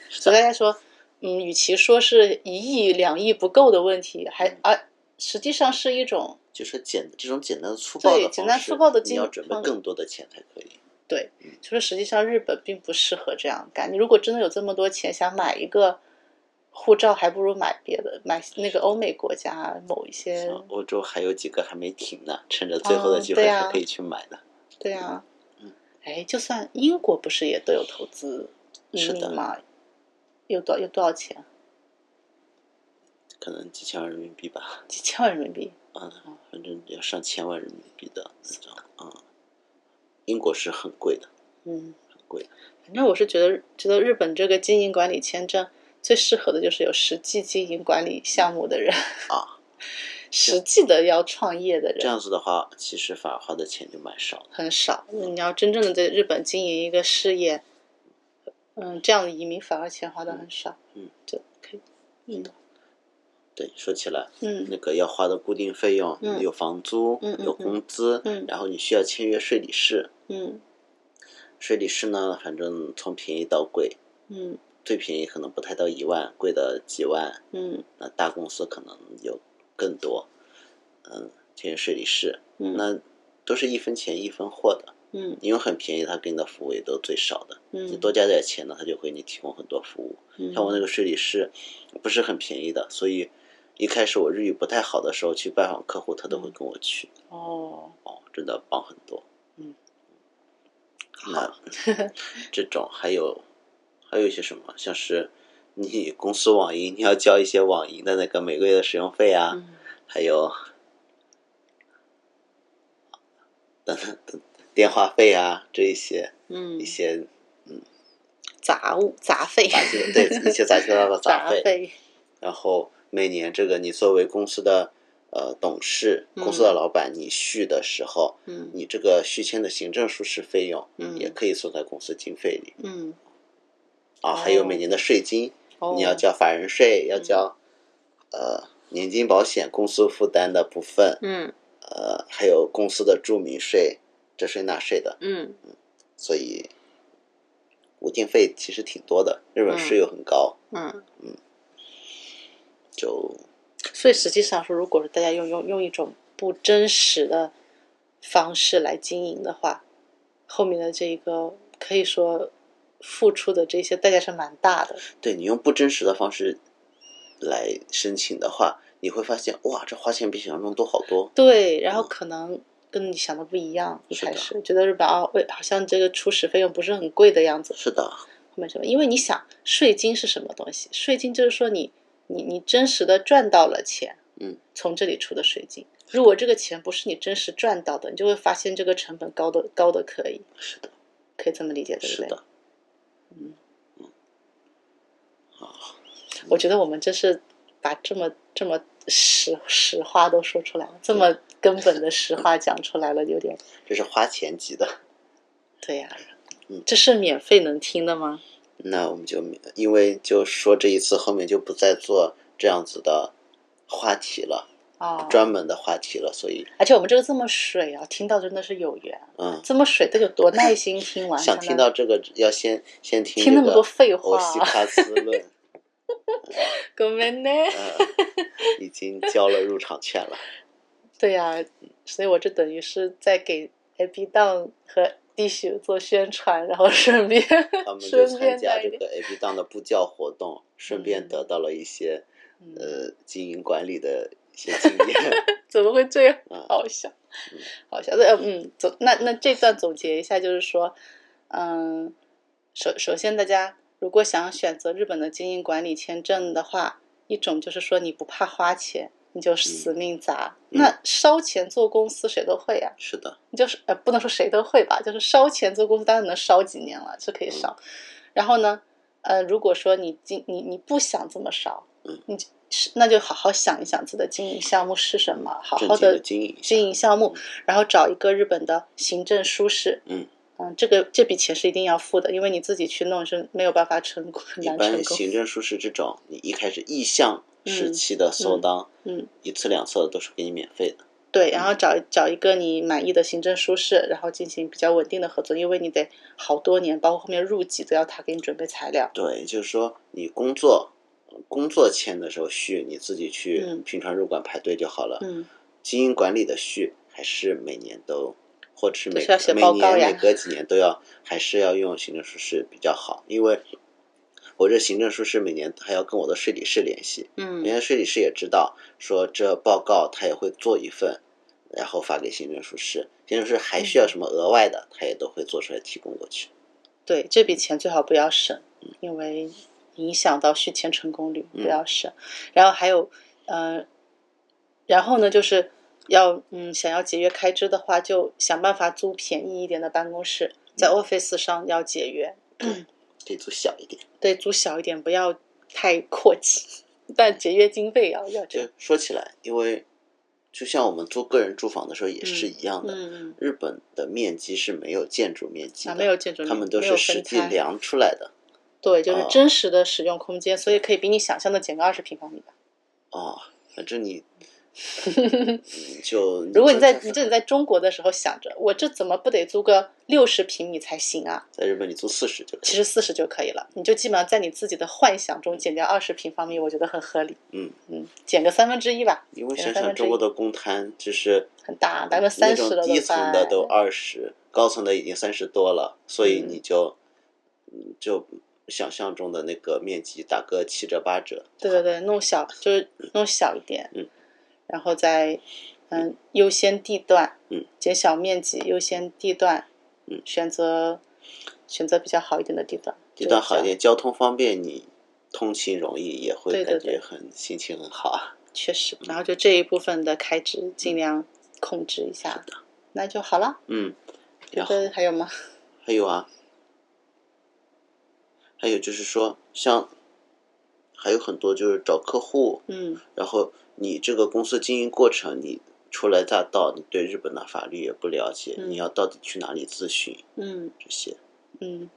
Speaker 1: 是
Speaker 2: 所以
Speaker 1: 的，
Speaker 2: 大家说，嗯，与其说是一亿两亿不够的问题，
Speaker 1: 嗯
Speaker 2: 还而、实际上是一种
Speaker 1: 就是简这种简单粗暴的
Speaker 2: 对
Speaker 1: 方式，
Speaker 2: 简单粗暴的
Speaker 1: 你
Speaker 2: 经
Speaker 1: 要准备
Speaker 2: 方
Speaker 1: 更多的钱才可以。
Speaker 2: 对，就是实际上日本并不适合这样干。你如果真的有这么多钱，想买一个护照，还不如买别的，买那个欧美国家某一些，
Speaker 1: 像欧洲还有几个还没停呢，趁着最后的
Speaker 2: 嗯
Speaker 1: 机会
Speaker 2: 对
Speaker 1: 还
Speaker 2: 啊
Speaker 1: 可以去买呢。
Speaker 2: 对啊
Speaker 1: 嗯，
Speaker 2: 哎，就算英国不是也都有投资移
Speaker 1: 是
Speaker 2: 民
Speaker 1: 的
Speaker 2: 嘛，有多有多少钱？
Speaker 1: 可能几千万人民币吧，
Speaker 2: 几千万人民币，
Speaker 1: 嗯，反正要上千万人民币的那种，嗯，英国是很贵的，
Speaker 2: 嗯。
Speaker 1: 很贵的，
Speaker 2: 反正我是觉得，觉得日本这个经营管理签证最适合的就是有实际经营管理项目的人
Speaker 1: 啊，
Speaker 2: 实际的要创业的
Speaker 1: 这
Speaker 2: 人
Speaker 1: 样子的话，其实反而花的钱就蛮少的，
Speaker 2: 很少。你要真正的在日本经营一个事业，嗯，这样的移民反而钱花的很少。
Speaker 1: 嗯，
Speaker 2: 就可以。嗯
Speaker 1: 对，说起来，
Speaker 2: 嗯
Speaker 1: 那个要花的固定费用，
Speaker 2: 嗯
Speaker 1: 有房租，
Speaker 2: 嗯嗯
Speaker 1: 有工资，
Speaker 2: 嗯
Speaker 1: 然后你需要签约税理士，
Speaker 2: 嗯
Speaker 1: 税理士呢，反正从便宜到贵，
Speaker 2: 嗯
Speaker 1: 最便宜可能不太到一万，贵的几万，
Speaker 2: 嗯
Speaker 1: 那大公司可能有更多，嗯，签约税理士，
Speaker 2: 嗯
Speaker 1: 那都是一分钱一分货的，
Speaker 2: 嗯
Speaker 1: 因为很便宜，他给你的服务也都最少的。你
Speaker 2: 嗯，
Speaker 1: 多加点钱呢，他就会给你提供很多服务。像我那
Speaker 2: 个
Speaker 1: 个税理师，不是很便宜的，所以一开始我日语不太好的时候去拜访客户，他都会
Speaker 2: 嗯
Speaker 1: 跟我去。
Speaker 2: 哦，
Speaker 1: 哦，真的帮很多。
Speaker 2: 嗯，
Speaker 1: 那这种还有还有一些什么，像是你公司网银，你要交一些网银的那个每个月的使用费啊，
Speaker 2: 嗯
Speaker 1: 还有，呃等等，电话费啊，这一些
Speaker 2: 嗯
Speaker 1: 一些，嗯，
Speaker 2: 杂物杂费，
Speaker 1: 杂七对一些杂七杂八的杂费，
Speaker 2: 费，
Speaker 1: 然后每年这个你作为公司的呃董事、
Speaker 2: 嗯
Speaker 1: 公司的老板，你续的时候，
Speaker 2: 嗯
Speaker 1: 你这个续签的行政舒适费用
Speaker 2: 嗯
Speaker 1: 也可以算在公司经费里
Speaker 2: 嗯，
Speaker 1: 啊，
Speaker 2: 哦
Speaker 1: 还有每年的税金，
Speaker 2: 哦
Speaker 1: 你要交法人税，要交呃年金保险公司负担的部分，
Speaker 2: 嗯
Speaker 1: 呃，还有公司的住民税、这税那税的，
Speaker 2: 嗯
Speaker 1: 所以五定费其实挺多的，日本税又很高，
Speaker 2: 嗯，
Speaker 1: 就
Speaker 2: 所以实际上说，如果是大家用用用一种不真实的方式来经营的话，后面的这一个可以说付出的这些代价是蛮大的，
Speaker 1: 对你用不真实的方式来申请的话，你会发现哇，这花钱比想象中多好多。
Speaker 2: 对，然后可能跟你想的不一样，一
Speaker 1: 嗯是的
Speaker 2: 开始觉得日本啊，为好像这个初始费用不是很贵的样子，
Speaker 1: 是的，
Speaker 2: 后面什么？因为你想，税金是什么东西？税金就是说你你你真实的赚到了钱，
Speaker 1: 嗯，
Speaker 2: 从这里出的税金。如果这个钱不是你真实赚到的，你就会发现这个成本高的高的可以，
Speaker 1: 是的，
Speaker 2: 可以这么理解，对不
Speaker 1: 是
Speaker 2: 对？
Speaker 1: 的，
Speaker 2: 我觉得我们真是把这么这么实实话都说出来了，这么根本的实话讲出来了，有点
Speaker 1: 这是花钱级的。
Speaker 2: 对呀、
Speaker 1: 嗯
Speaker 2: 这是免费能听的吗？
Speaker 1: 那我们就因为就说这一次，后面就不再做这样子的话题了，
Speaker 2: 啊、
Speaker 1: 专门的话题了。所以，
Speaker 2: 而且我们这个这么水啊，听到真的是有缘，啊
Speaker 1: 嗯，
Speaker 2: 这么水得有多耐心听完才
Speaker 1: 想
Speaker 2: 能？
Speaker 1: 听到这个，要先先听
Speaker 2: 听那
Speaker 1: 这
Speaker 2: 么
Speaker 1: 个
Speaker 2: 多废
Speaker 1: 欧
Speaker 2: 话
Speaker 1: 西 卡斯论，
Speaker 2: ごめんね。
Speaker 1: 嗯， 已经交了入场券了。
Speaker 2: 对呀、所以我这等于是在给 A B 档和 D 雪做宣传，然后顺便
Speaker 1: 他们就
Speaker 2: 顺
Speaker 1: 参
Speaker 2: 便
Speaker 1: 加
Speaker 2: 带一
Speaker 1: 这
Speaker 2: 点。
Speaker 1: 个 AB 档的布教活动，顺便得到了一些
Speaker 2: 嗯，
Speaker 1: 呃经营管理的一些经验
Speaker 2: 怎么会这样？
Speaker 1: 啊。
Speaker 2: 好笑，好笑。对，呃嗯，总那那这段总结一下，就是说，嗯，首首先大家如果想选择日本的经营管理签证的话，一种就是说你不怕花钱，你就死命砸。
Speaker 1: 嗯
Speaker 2: 那烧钱做公司谁都会呀、啊
Speaker 1: 是的，
Speaker 2: 你就是呃，不能说谁都会吧，就是烧钱做公司，当然能烧几年了，是可以
Speaker 1: 嗯
Speaker 2: 烧。然后呢，呃，如果说你经你你不想这么烧，
Speaker 1: 嗯
Speaker 2: 你就是那就好好想一想自己的经营项目是什么，好
Speaker 1: 正
Speaker 2: 好
Speaker 1: 经
Speaker 2: 的
Speaker 1: 的经营一下
Speaker 2: 经营项目，然后找一个日本的行政舒适，
Speaker 1: 嗯
Speaker 2: 嗯，这个这笔钱是一定要付的，因为你自己去弄是没有办法成功，很
Speaker 1: 一
Speaker 2: 难成
Speaker 1: 般
Speaker 2: 功。嗯
Speaker 1: 行政书是这种，你一开始意向时期的搜当，
Speaker 2: 嗯嗯
Speaker 1: 一次两次的都是给你免费的。
Speaker 2: 对，然后找找一个你满意的行政舒适，然后进行比较稳定的合作，因为你得好多年，包括后面入籍都要他给你准备材料。
Speaker 1: 对，就是说你工作工作签的时候续，你自己去
Speaker 2: 嗯
Speaker 1: 平常入馆排队就好了。
Speaker 2: 嗯，
Speaker 1: 经营管理的序还是每年都，或者是每
Speaker 2: 都是要写
Speaker 1: 每
Speaker 2: 报告
Speaker 1: 年
Speaker 2: 呀
Speaker 1: 每隔几年都要，还是要用行政书是比较好，因为我这行政书是每年还要跟我的税理师联系，
Speaker 2: 嗯
Speaker 1: 人家税理师也知道说这报告他也会做一份，然后发给行政书室，行政书室还需要什么额外的，他也都会做出来提供过去。
Speaker 2: 对，这笔钱最好不要省，因为影响到续签成功率，
Speaker 1: 嗯
Speaker 2: 不要省。然后还有，呃，然后呢，就是要嗯，想要节约开支的话，就想办法租便宜一点的办公室，在 Office 上要节约，
Speaker 1: 可以做小一点。
Speaker 2: 对，租小一点，不要太阔气， 但节约经费要要这
Speaker 1: 就
Speaker 2: 样。
Speaker 1: 说起来，因为就像我们租个人住房的时候也是一样的，
Speaker 2: 嗯
Speaker 1: 日本的面积是没有建筑面积
Speaker 2: 嗯，
Speaker 1: 的，
Speaker 2: 啊，没有建筑面积，
Speaker 1: 他们都
Speaker 2: 没
Speaker 1: 是
Speaker 2: 有
Speaker 1: 实
Speaker 2: 分
Speaker 1: 际
Speaker 2: 摊
Speaker 1: 量出来的
Speaker 2: 对，就是
Speaker 1: 啊
Speaker 2: 真实的使用空间，所以可以比你想象的减个二十平方米吧。
Speaker 1: 哦。反正 你，嗯就
Speaker 2: 如果你在
Speaker 1: 就
Speaker 2: 你这你在中国的时候想着我这怎么不得租个六十平米才行啊？
Speaker 1: 在日本你租四十就可
Speaker 2: 其
Speaker 1: 以，
Speaker 2: 实四十就可以了，你就基本上在你自己的幻想中减掉二十平方米，我觉得很合理。
Speaker 1: 嗯
Speaker 2: 嗯，减个三分之一吧，
Speaker 1: 因为想
Speaker 2: 减了三
Speaker 1: 想
Speaker 2: 分之
Speaker 1: 中
Speaker 2: 一
Speaker 1: 国的公摊就是
Speaker 2: 很大，百分之
Speaker 1: 那
Speaker 2: 三十
Speaker 1: 种
Speaker 2: 了
Speaker 1: 低层的都
Speaker 2: 快
Speaker 1: 二十，高层的已经三十多了，所以你就，嗯，就想象中的那个面积打个七折八折。
Speaker 2: 对对对，弄小就是弄小一点，
Speaker 1: 嗯，
Speaker 2: 然后再嗯优先地段，
Speaker 1: 嗯，
Speaker 2: 减小面积，优先地段，
Speaker 1: 嗯，
Speaker 2: 选择选择比较好一点的地段，
Speaker 1: 地段
Speaker 2: 就是
Speaker 1: 好一点，交通方便，你通勤容易，也会
Speaker 2: 对对
Speaker 1: 感
Speaker 2: 对
Speaker 1: 觉很心情很好啊。
Speaker 2: 确实，然后就这一部分的开
Speaker 1: 嗯
Speaker 2: 支尽量控制一下，那就好了。
Speaker 1: 嗯，
Speaker 2: 觉
Speaker 1: 然后
Speaker 2: 得还有吗？
Speaker 1: 还有啊，啊还有就是说，像还有很多就是找客户，
Speaker 2: 嗯
Speaker 1: 然后你这个公司经营过程，你初来乍到，你对日本的法律也不了解，
Speaker 2: 嗯
Speaker 1: 你要到底去哪里咨询
Speaker 2: 嗯
Speaker 1: 这些，
Speaker 2: 嗯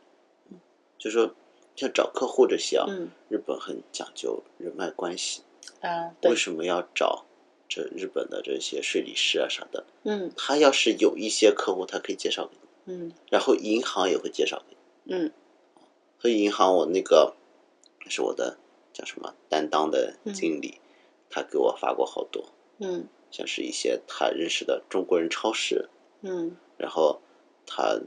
Speaker 1: 就说像找客户这些啊，
Speaker 2: 嗯
Speaker 1: 日本很讲究人脉关系，
Speaker 2: 啊，对
Speaker 1: 为，什么要找这日本的这些税理师啊啥的？
Speaker 2: 嗯
Speaker 1: 他要是有一些客户，他可以介绍给你，
Speaker 2: 嗯
Speaker 1: 然后银行也会介绍给你。
Speaker 2: 嗯
Speaker 1: 所以银行我那个是我的叫什么担当的经理，他给我发过好多，
Speaker 2: 嗯
Speaker 1: 像是一些他认识的中国人超市，
Speaker 2: 嗯
Speaker 1: 然后他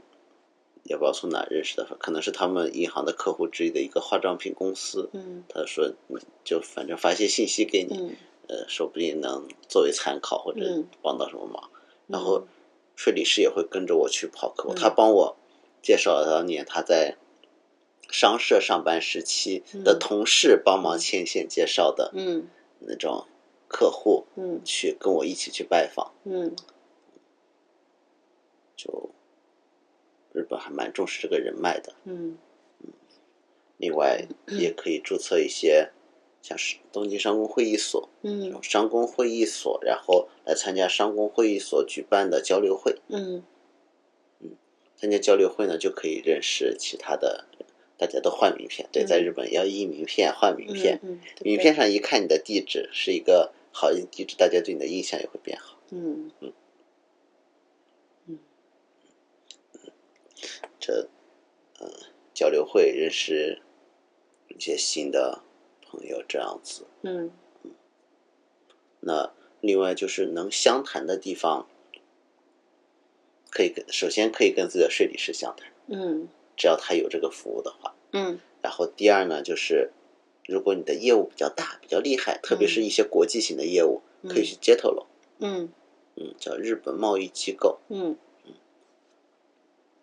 Speaker 1: 也不知道从哪认识的，可能是他们银行的客户之一的一个化妆品公司。
Speaker 2: 嗯
Speaker 1: 他说，嗯就反正发一些信息给你，
Speaker 2: 嗯，
Speaker 1: 呃，说不定能作为参考或者
Speaker 2: 嗯
Speaker 1: 帮到什么忙。然后税理师也会跟着我去跑客户，他
Speaker 2: 嗯
Speaker 1: 帮我介绍了当年他在商社上班时期的
Speaker 2: 嗯
Speaker 1: 同事帮忙牵线介绍的
Speaker 2: 嗯
Speaker 1: 那种客户，
Speaker 2: 嗯
Speaker 1: 去跟我一起去拜访，
Speaker 2: 嗯
Speaker 1: 就日本还蛮重视这个人脉的。
Speaker 2: 嗯
Speaker 1: 另外，
Speaker 2: 嗯
Speaker 1: 也可以注册一些像是东京商工会议所这
Speaker 2: 嗯
Speaker 1: 种商工会议所，然后来参加商工会议所举办的交流会。
Speaker 2: 嗯
Speaker 1: 参加交流会呢，就可以认识其他的人，大家都换名片。对，
Speaker 2: 嗯
Speaker 1: 在日本要印名片、换名片，
Speaker 2: 嗯，
Speaker 1: 名片上一看你的地址是一个好的地址，大家对你的印象也会变好。
Speaker 2: 嗯嗯
Speaker 1: 这，呃，交流会认识一些新的朋友，这样子。
Speaker 2: 嗯
Speaker 1: 那另外就是能相谈的地方，可以跟首先可以跟自己的税理师相谈，
Speaker 2: 嗯
Speaker 1: 只要他有这个服务的话。
Speaker 2: 嗯
Speaker 1: 然后第二呢，就是如果你的业务比较大、比较厉害，特别是一些国际型的业务，
Speaker 2: 嗯
Speaker 1: 可以去街头楼，
Speaker 2: 嗯
Speaker 1: 嗯，叫日本贸易机构。
Speaker 2: 嗯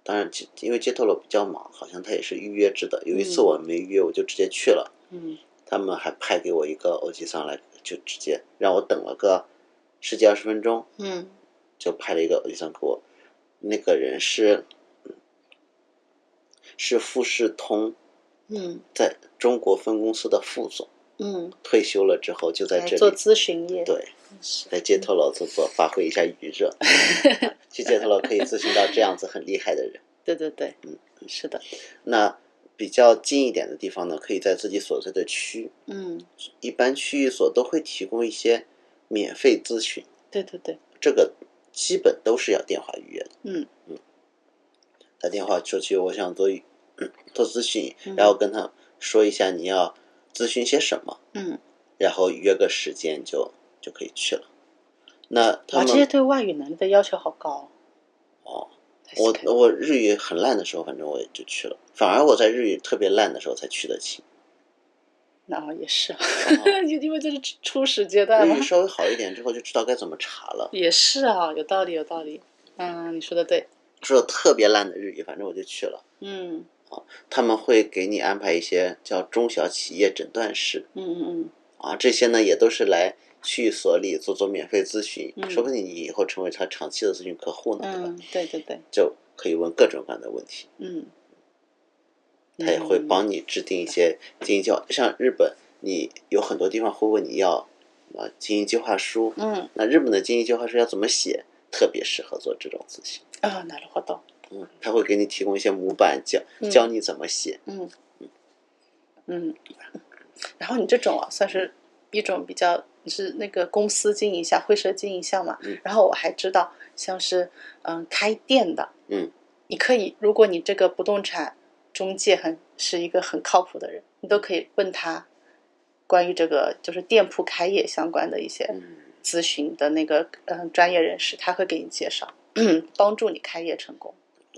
Speaker 1: 当然，其因为街头楼比较忙，好像它也是预约制的。有一次我没预约，我就直接去了。
Speaker 2: 嗯
Speaker 1: 他们还派给我一个欧吉桑来，就直接让我等了个十几二十分钟，
Speaker 2: 嗯
Speaker 1: 就派了一个欧吉桑给我。那个人是是富士通
Speaker 2: 嗯
Speaker 1: 在中国分公司的副总，
Speaker 2: 嗯，
Speaker 1: 退休了之后就在这里
Speaker 2: 做咨询业，
Speaker 1: 对，在街头老做做，发挥一下余热。去街头老可以咨询到这样子很厉害的人。
Speaker 2: 对对对，是的，
Speaker 1: 那比较近一点的地方呢，可以在自己所在的区，
Speaker 2: 嗯，
Speaker 1: 一般区域所都会提供一些免费咨询，
Speaker 2: 对对对，
Speaker 1: 这个基本都是要电话预约的。
Speaker 2: 嗯
Speaker 1: 打电话出去，我想做一做咨询
Speaker 2: 嗯，
Speaker 1: 然后跟他说一下你要咨询些什么，
Speaker 2: 嗯，
Speaker 1: 然后约个时间就就可以去了。那他
Speaker 2: 啊，
Speaker 1: 们
Speaker 2: 这些对外语能力的要求好高
Speaker 1: 哦，
Speaker 2: 確
Speaker 1: 我
Speaker 2: かに
Speaker 1: 我日语很烂的时候，反正我也就去了。反而我在日语特别烂的时候才去得起，
Speaker 2: 那也是啊，
Speaker 1: 哦
Speaker 2: 因为这是初始阶段嘛
Speaker 1: 日语，稍微好一点之后就知道该怎么查了。
Speaker 2: 也是啊，有道理有道理，嗯，你说的对，
Speaker 1: 说的特别烂的日语，反正我就去了。
Speaker 2: 嗯
Speaker 1: 他们会给你安排一些叫中小企业诊断室
Speaker 2: 嗯嗯
Speaker 1: 啊，这些呢也都是来去所里做做免费咨询，
Speaker 2: 嗯
Speaker 1: 说不定你以后成为他长期的咨询客户呢，
Speaker 2: 嗯
Speaker 1: 对吧？
Speaker 2: 嗯，对对对，
Speaker 1: 就可以问各种各样的问题。
Speaker 2: 嗯，
Speaker 1: 他也会帮你制定一些经营计划。像日本，你有很多地方会问你要啊经营计划书，
Speaker 2: 嗯，
Speaker 1: 那日本的经营计划书要怎么写，特别适合做这种咨询。
Speaker 2: 嗯啊，なるほど，
Speaker 1: 嗯，他会给你提供一些模板，教
Speaker 2: 嗯
Speaker 1: 教你怎么写。
Speaker 2: 嗯嗯， 然后你这种啊，算是一种比较，你是那个公司经营项、会社经营项嘛。
Speaker 1: 嗯
Speaker 2: 然后我还知道，像是嗯开店的，
Speaker 1: 嗯，
Speaker 2: 你可以，如果你这个不动产中介很是一个很靠谱的人，你都可以问他关于这个就是店铺开业相关的一些
Speaker 1: 嗯，
Speaker 2: 咨询的那个嗯专业人士，他会给你介绍， 帮助你开业成功。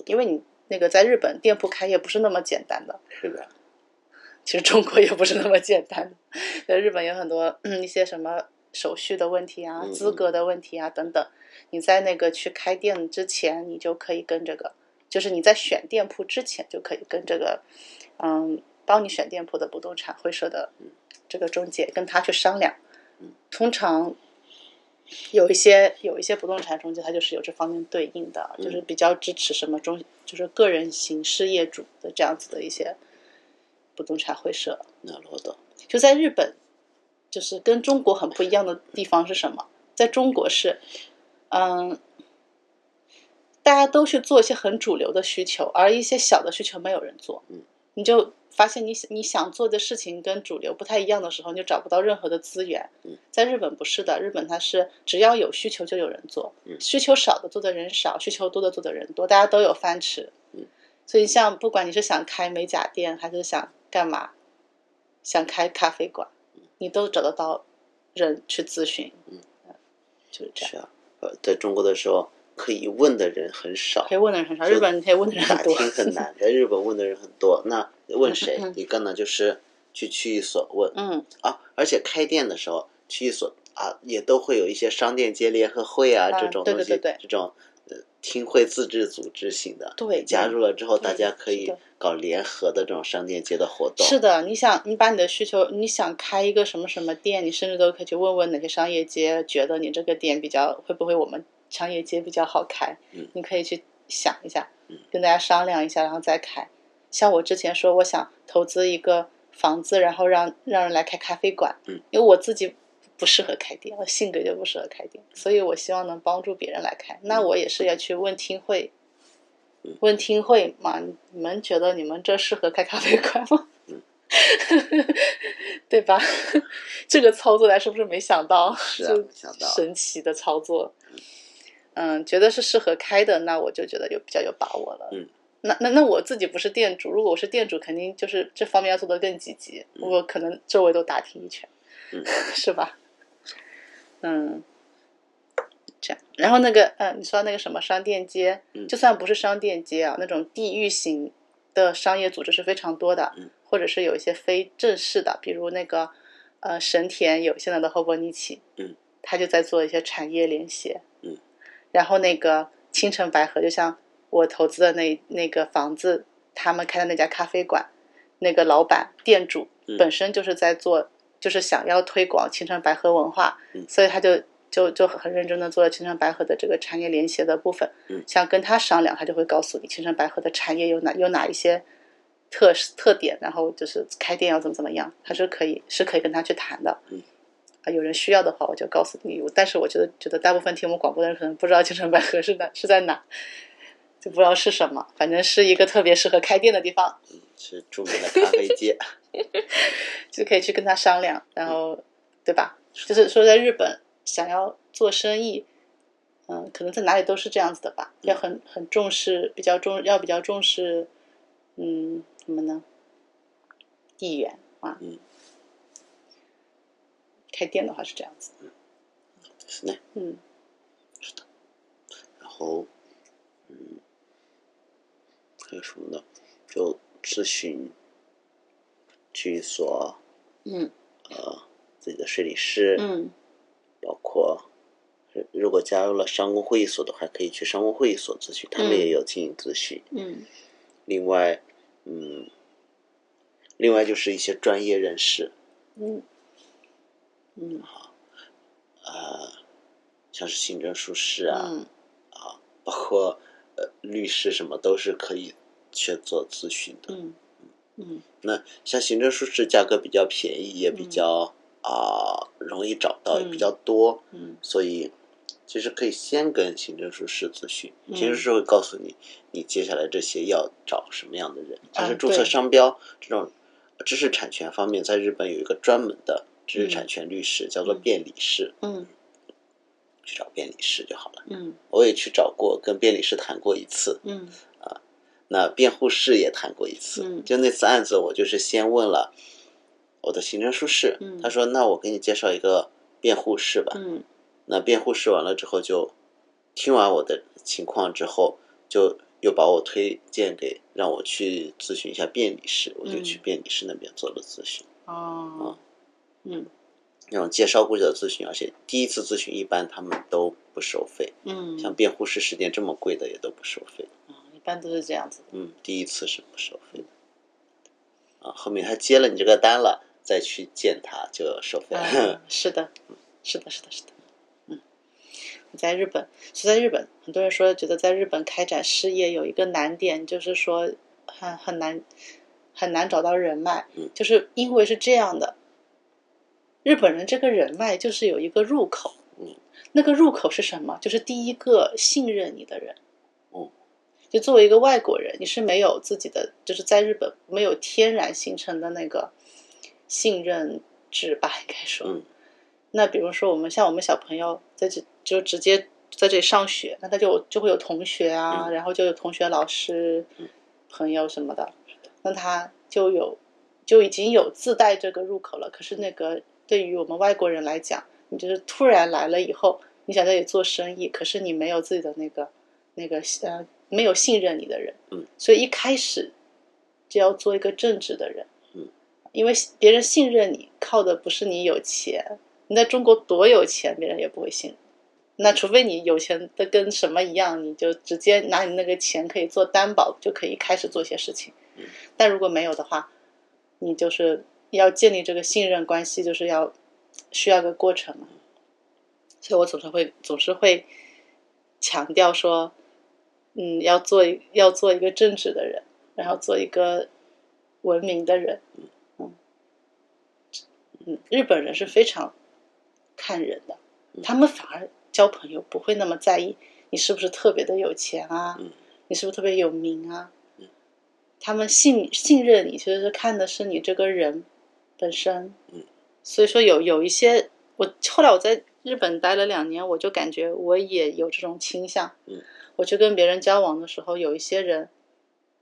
Speaker 2: 因为你那个在日本店铺开业不是那么简单的，
Speaker 1: 是的，
Speaker 2: 其实中国也不是那么简单的。在日本有很多嗯一些什么手续的问题啊、
Speaker 1: 嗯嗯
Speaker 2: 资格的问题啊等等，你在那个去开店之前，你就可以跟这个，就是你在选店铺之前就可以跟这个嗯帮你选店铺的不动产会社的这个中介跟他去商量
Speaker 1: 嗯。
Speaker 2: 通常有一些有一些不动产中介，他就是有这方面对应的，
Speaker 1: 嗯
Speaker 2: 就是比较支持什么中，就是个人型事业主的这样子的一些不动产会社。
Speaker 1: なるほど。
Speaker 2: 就在日本，就是跟中国很不一样的地方是什么？在中国是，嗯，大家都去做一些很主流的需求，而一些小的需求没有人做
Speaker 1: 嗯。
Speaker 2: 你就发现你你想做的事情跟主流不太一样的时候，你就找不到任何的资源
Speaker 1: 嗯。
Speaker 2: 在日本不是的，日本它是只要有需求就有人做
Speaker 1: 嗯，
Speaker 2: 需求少的做的人少，需求多的做的人多，大家都有饭吃
Speaker 1: 嗯。
Speaker 2: 所以像不管你是想开美甲店，还是想干嘛，想开咖啡馆，你都找得到人去咨询。
Speaker 1: 嗯，
Speaker 2: 就是这样。
Speaker 1: 是啊，呃，在中国的时候，可以问的人很少
Speaker 2: 可，以问的人很少，
Speaker 1: 就
Speaker 2: 日本你可以问的人
Speaker 1: 打
Speaker 2: 很
Speaker 1: 听
Speaker 2: 多。
Speaker 1: 很难。在日本问的人很多，那问谁
Speaker 2: 嗯嗯？
Speaker 1: 你干呢？就是去区役所问
Speaker 2: 嗯，
Speaker 1: 啊。而且开店的时候，区域所啊也都会有一些商店街联合会啊
Speaker 2: 啊
Speaker 1: 这种
Speaker 2: 对
Speaker 1: 东西，
Speaker 2: 对对对
Speaker 1: 这种呃厅会自治组织型的。
Speaker 2: 对，
Speaker 1: 加入了之后，
Speaker 2: 对
Speaker 1: 大家可
Speaker 2: 是
Speaker 1: 以
Speaker 2: 的
Speaker 1: 搞联合的这种商店街的活动。
Speaker 2: 是的，你想，你把你的需求，你想开一个什么什么店，你甚至都可以去问问哪些商业街觉得你这个店比较会不会我们商业街比较好开，
Speaker 1: 嗯
Speaker 2: 你可以去想一下
Speaker 1: 嗯，
Speaker 2: 跟大家商量一下，然后再开。像我之前说，我想投资一个房子，然后让让人来开咖啡馆，
Speaker 1: 嗯
Speaker 2: 因为我自己不适合开店，我性格就不适合开店，所以我希望能帮助别人来开。
Speaker 1: 嗯
Speaker 2: 那我也是要去问听会。问听会嘛？你们觉得你们这适合开咖啡馆吗？
Speaker 1: 嗯
Speaker 2: 对吧？ 这个操作咱是不是没想到？
Speaker 1: 是啊
Speaker 2: 就
Speaker 1: 没想到
Speaker 2: 神奇的操作。嗯，觉得是适合开的，那我就觉得有比较有把握了。
Speaker 1: 嗯，
Speaker 2: 那那那我自己不是店主，如果我是店主，肯定就是这方面要做得更积极。
Speaker 1: 嗯
Speaker 2: 我可能周围都打听一圈，
Speaker 1: 嗯
Speaker 2: 是吧？嗯，这样。然后那个，嗯、你说那个什么商店街，
Speaker 1: 嗯
Speaker 2: 就算不是商店街啊，那种地域型的商业组织是非常多的，
Speaker 1: 嗯
Speaker 2: 或者是有一些非正式的，比如那个呃神田有现在的后波尼奇，
Speaker 1: 嗯，
Speaker 2: 他就在做一些产业联携，
Speaker 1: 嗯，
Speaker 2: 然后那个青城白河，就像我投资的那那个房子，他们开的那家咖啡馆，那个老板店主
Speaker 1: 嗯
Speaker 2: 本身就是在做，就是想要推广青城白河文化，
Speaker 1: 嗯
Speaker 2: 所以他就就就很认真的做了青城白河的这个产业联携的部分。
Speaker 1: 嗯
Speaker 2: 像跟他商量，他就会告诉你青城白河的产业有哪有哪一些特特点，然后就是开店要怎么怎么样，他是可以是可以跟他去谈的。
Speaker 1: 嗯
Speaker 2: 啊，有人需要的话，我就告诉你。但是我觉得，觉得大部分听我们广播的人可能不知道青城白河是哪是在哪，就不知道是什么。反正是一个特别适合开店的地方。
Speaker 1: 是著名的咖啡 街。
Speaker 2: 就可以去跟他商量，然后、对吧？就是说，在日本想要做生意，嗯，可能在哪里都是这样子的吧，要很很重视，比较重要比较重视，嗯，什么呢？地缘啊，
Speaker 1: 嗯
Speaker 2: 开店的话是这样子，
Speaker 1: ですね。
Speaker 2: 嗯，
Speaker 1: 然后，嗯，还有什么呢？就咨询去所
Speaker 2: 嗯
Speaker 1: 自己的税理师，
Speaker 2: 嗯
Speaker 1: 包括如如果加入了商工会议所的话，可以去商工会议所咨询，他们
Speaker 2: 嗯
Speaker 1: 也有进行咨询。
Speaker 2: 嗯
Speaker 1: 另外，嗯，另外就是一些专业人士，
Speaker 2: 嗯嗯
Speaker 1: 像是行政书士啊，
Speaker 2: 嗯
Speaker 1: 包括呃律师什么，都是可以去做咨询的。
Speaker 2: 嗯嗯
Speaker 1: 那像行政书士价格比较便宜，也比
Speaker 2: 嗯
Speaker 1: 较啊、容易找到，也比
Speaker 2: 嗯
Speaker 1: 较多，
Speaker 2: 嗯
Speaker 1: 所以其实可以先跟行政书士咨询，
Speaker 2: 嗯
Speaker 1: 行政书士会告诉你你接下来这些要找什么样的人，像是注册
Speaker 2: 啊对
Speaker 1: 商标这种知识产权方面，在日本有一个专门的知识产
Speaker 2: 嗯
Speaker 1: 权律师，叫做
Speaker 2: 嗯
Speaker 1: 辩理师，
Speaker 2: 嗯
Speaker 1: 去找辩理师就好了。
Speaker 2: 嗯
Speaker 1: 我也去找过，跟辩理师谈过一次，
Speaker 2: 嗯
Speaker 1: 那辩护士也谈过一次，
Speaker 2: 嗯
Speaker 1: 就那次案子，我就是先问了我的行政书士，
Speaker 2: 嗯
Speaker 1: 他说：“那我给你介绍一个辩护士吧。
Speaker 2: 嗯
Speaker 1: 那辩护士完了之后就听完我的情况之后，就又把我推荐给让我去咨询一下辩理师，我就
Speaker 2: 嗯
Speaker 1: 去辩理师那边做了咨询，
Speaker 2: 哦，嗯
Speaker 1: 那种介绍过去的咨询，而且第一次咨询一般他们都不收费，
Speaker 2: 嗯，
Speaker 1: 像辩护士时间这么贵的也都不收费。
Speaker 2: 啊一般都是这样子的。
Speaker 1: 嗯，第一次是不收费的，啊，后面他接了你这个单了，再去见他就要收费了。
Speaker 2: 嗯，是的，是的，是的，是的。嗯，在日本，是在日本，很多人说觉得在日本开展事业有一个难点，就是说很很难很难找到人脉
Speaker 1: 嗯，
Speaker 2: 就是因为是这样的，日本人这个人脉就是有一个入口
Speaker 1: 嗯，
Speaker 2: 那个入口是什么？就是第一个信任你的人
Speaker 1: 嗯。
Speaker 2: 就作为一个外国人，你是没有自己的，就是在日本没有天然形成的那个信任值吧，应该说。
Speaker 1: 嗯
Speaker 2: 那比如说我们像我们小朋友在这就直接在这里上学，那他就就会有同学啊，
Speaker 1: 嗯
Speaker 2: 然后就有同学、老师、
Speaker 1: 嗯
Speaker 2: 朋友什么的，那他就有就已经有自带这个入口了。可是那个对于我们外国人来讲，你就是突然来了以后，你想在这里做生意，可是你没有自己的那个那个呃没有信任你的人，
Speaker 1: 嗯，
Speaker 2: 所以一开始就要做一个正直的人，
Speaker 1: 嗯，
Speaker 2: 因为别人信任你靠的不是你有钱，你在中国多有钱，别人也不会信任。那除非你有钱的跟什么一样，你就直接拿你那个钱可以做担保，就可以开始做些事情
Speaker 1: 嗯。
Speaker 2: 但如果没有的话，你就是要建立这个信任关系，就是要需要个过程嘛。所以我总是会总是会强调说，嗯，要做一要做一个正直的人，然后做一个文明的人。嗯，嗯，日本人是非常看人的，
Speaker 1: 嗯
Speaker 2: 他们反而交朋友不会那么在意你是不是特别的有钱啊，
Speaker 1: 嗯
Speaker 2: 你是不是特别有名啊
Speaker 1: 嗯。
Speaker 2: 他们信信任你，其实是看的是你这个人本身。
Speaker 1: 嗯，
Speaker 2: 所以说有有一些，我后来我在日本待了两年，我就感觉我也有这种倾向。
Speaker 1: 嗯，
Speaker 2: 我去跟别人交往的时候，有一些人，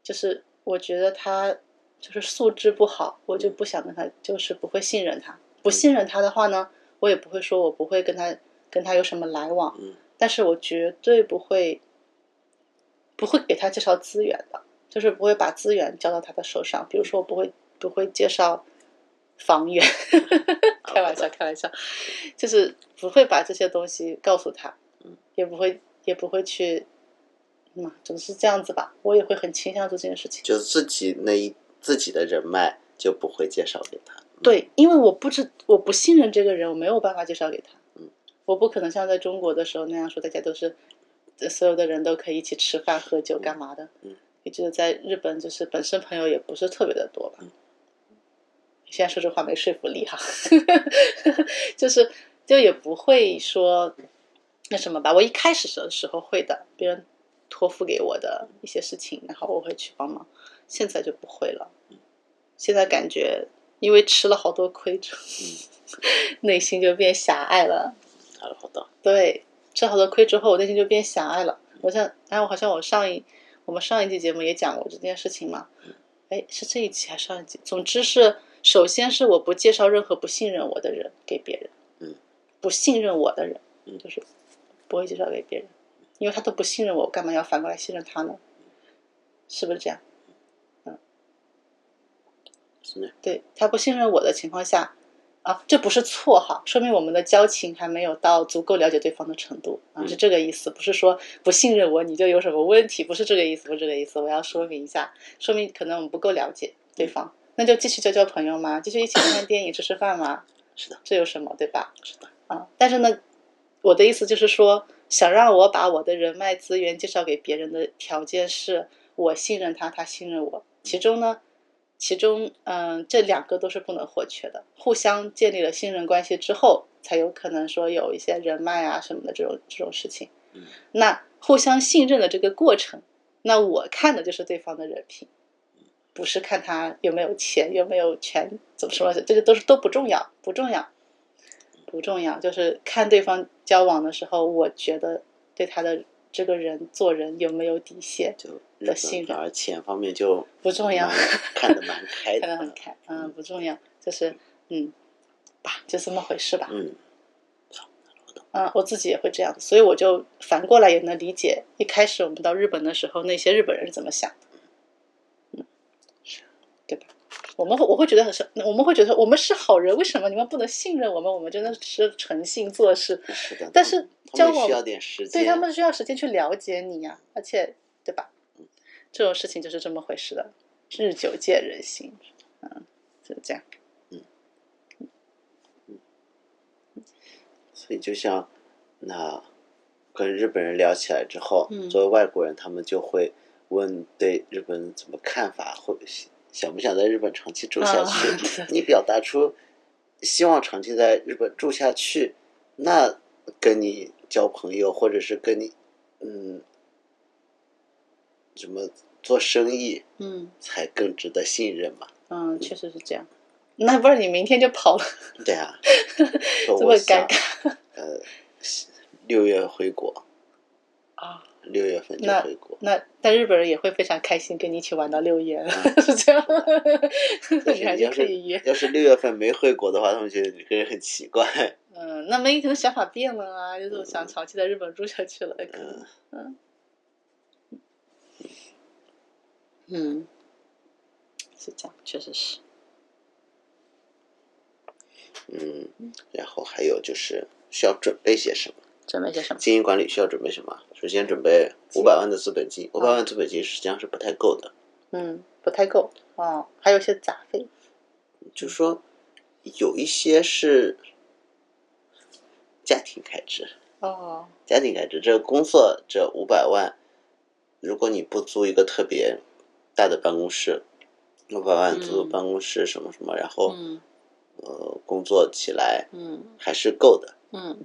Speaker 2: 就是我觉得他就是素质不好，我就不想跟他，就是不会信任他。不信任他的话呢，我也不会说我不会跟他跟他有什么来往。
Speaker 1: 嗯
Speaker 2: 但是我绝对不会不会给他介绍资源的，就是不会把资源交到他的手上。比如说，我不会不会介绍房源， 开玩笑，开玩笑，就是不会把这些东西告诉他
Speaker 1: 嗯，
Speaker 2: 也不会也不会去，嗯，总是这样子吧。我也会很倾向做这件事情。
Speaker 1: 就是自己那一自己的人脉就不会介绍给他。
Speaker 2: 对，因为我不知我不信任这个人，我没有办法介绍给他。
Speaker 1: 嗯，
Speaker 2: 我不可能像在中国的时候那样说，大家都是呃所有的人都可以一起吃饭、喝酒、干嘛的。
Speaker 1: 嗯，
Speaker 2: 也就是在日本，就是本身朋友也不是特别的多吧。
Speaker 1: 嗯
Speaker 2: 现在说这话没说服力哈， 就是就也不会说那什么吧。我一开始的时候会的，别人托付给我的一些事情，然后我会去帮忙。现在就不会了。
Speaker 1: 嗯
Speaker 2: 现在感觉因为吃了好多亏之后，
Speaker 1: 嗯
Speaker 2: 内心就变狭隘了。
Speaker 1: 好的，好的，
Speaker 2: 对，吃好多亏之后，我内心就变狭隘了。我像，哎，我好像我上一我们上一期节目也讲过这件事情嘛。
Speaker 1: 嗯
Speaker 2: 哎，是这一期还是上一期？总之是，首先是我不介绍任何不信任我的人给别人。
Speaker 1: 嗯，
Speaker 2: 不信任我的人，
Speaker 1: 嗯
Speaker 2: 就是不会介绍给别人，因为他都不信任我，我干嘛要反过来信任他呢？是不是这样？
Speaker 1: 是的，
Speaker 2: 对他不信任我的情况下，啊，这不是错哈，说明我们的交情还没有到足够了解对方的程度啊，
Speaker 1: 嗯
Speaker 2: 是这个意思，不是说不信任我你就有什么问题，不是这个意思，不是这个意思，我要说明一下，说明可能我们不够了解
Speaker 1: 嗯
Speaker 2: 对方，那就继续交交朋友嘛，继续一起看看电影、吃吃饭嘛，
Speaker 1: 是的，
Speaker 2: 这有什么对吧？
Speaker 1: 是的，
Speaker 2: 啊，但是呢，我的意思就是说，想让我把我的人脉资源介绍给别人的条件是我信任他，他信任我。其中呢，其中嗯、这两个都是不能或缺的。互相建立了信任关系之后，才有可能说有一些人脉啊什么的这种这种事情。
Speaker 1: 嗯
Speaker 2: 那互相信任的这个过程，那我看的就是对方的人品。不是看他有没有钱，有没有权，怎么说？这些都是都不重要，不重要。不重要，就是看对方交往的时候，我觉得对他的这个人做人有没有底线
Speaker 1: 就日
Speaker 2: 的信
Speaker 1: 本
Speaker 2: 任
Speaker 1: 反而钱方面就
Speaker 2: 不重要
Speaker 1: 蛮，看得蛮开
Speaker 2: 看得很
Speaker 1: 的。
Speaker 2: 开， 嗯，不重要，就是嗯，吧，就这么回事吧，
Speaker 1: 嗯，
Speaker 2: 嗯，我自己也会这样，所以我就反过来也能理解，一开始我们到日本的时候，那些日本人是怎么想的，嗯，对吧？我们会我会觉得很是，我们会觉得我们是好人，为什么你们不能信任我们？我们真的是诚信做事，
Speaker 1: 是的。
Speaker 2: 但是
Speaker 1: 他
Speaker 2: 交
Speaker 1: 们
Speaker 2: 往
Speaker 1: 需要点时间，
Speaker 2: 对他们需要时间去了解你呀、而且对吧？这种事情就是这么回事的，日久见人心，嗯，就是这样。
Speaker 1: 所以就像那跟日本人聊起来之后，
Speaker 2: 嗯
Speaker 1: 作为外国人，他们就会问对日本人怎么看法，会想不想在日本长期住下去
Speaker 2: 啊对，
Speaker 1: 你表达出希望长期在日本住下去，那跟你交朋友或者是跟你嗯什么做生意
Speaker 2: 嗯
Speaker 1: 才更值得信任嘛？
Speaker 2: 嗯，确实是这样。那不然你明天就跑了，
Speaker 1: 对 啊，
Speaker 2: 这
Speaker 1: 这
Speaker 2: 么尴尬
Speaker 1: 呃，六月回国，
Speaker 2: 啊？
Speaker 1: 六月份就
Speaker 2: 那。
Speaker 1: 回国
Speaker 2: 那但日本人也会非常开心，跟你一起玩到六月，
Speaker 1: 嗯
Speaker 2: 是这样。
Speaker 1: 但
Speaker 2: 你
Speaker 1: 是
Speaker 2: 还
Speaker 1: 你
Speaker 2: 是
Speaker 1: 要
Speaker 2: 可
Speaker 1: 是
Speaker 2: 以约，
Speaker 1: 要是六月份没回国的话，他们觉得你这个人很奇怪。
Speaker 2: 嗯，那没可能想法变了啊，就是我想长期在日本住下去了，可能，嗯，嗯，是这样，确实是，
Speaker 1: 嗯，然后还有就是需要准备些什么？
Speaker 2: 准备些什么？
Speaker 1: 经营管理需要准备什么？首先准备五百万的资本金，五百万资本金实际上是不太够的。
Speaker 2: 嗯，不太够哦，还有一些杂费，
Speaker 1: 就是说，有一些是家庭开支，
Speaker 2: 哦，
Speaker 1: 家庭开支，这工作这五百万，如果你不租一个特别大的办公室，五百万租
Speaker 2: 嗯
Speaker 1: 办公室什么什么，然后
Speaker 2: 嗯
Speaker 1: 呃工作起来
Speaker 2: 嗯
Speaker 1: 还是够的。
Speaker 2: 嗯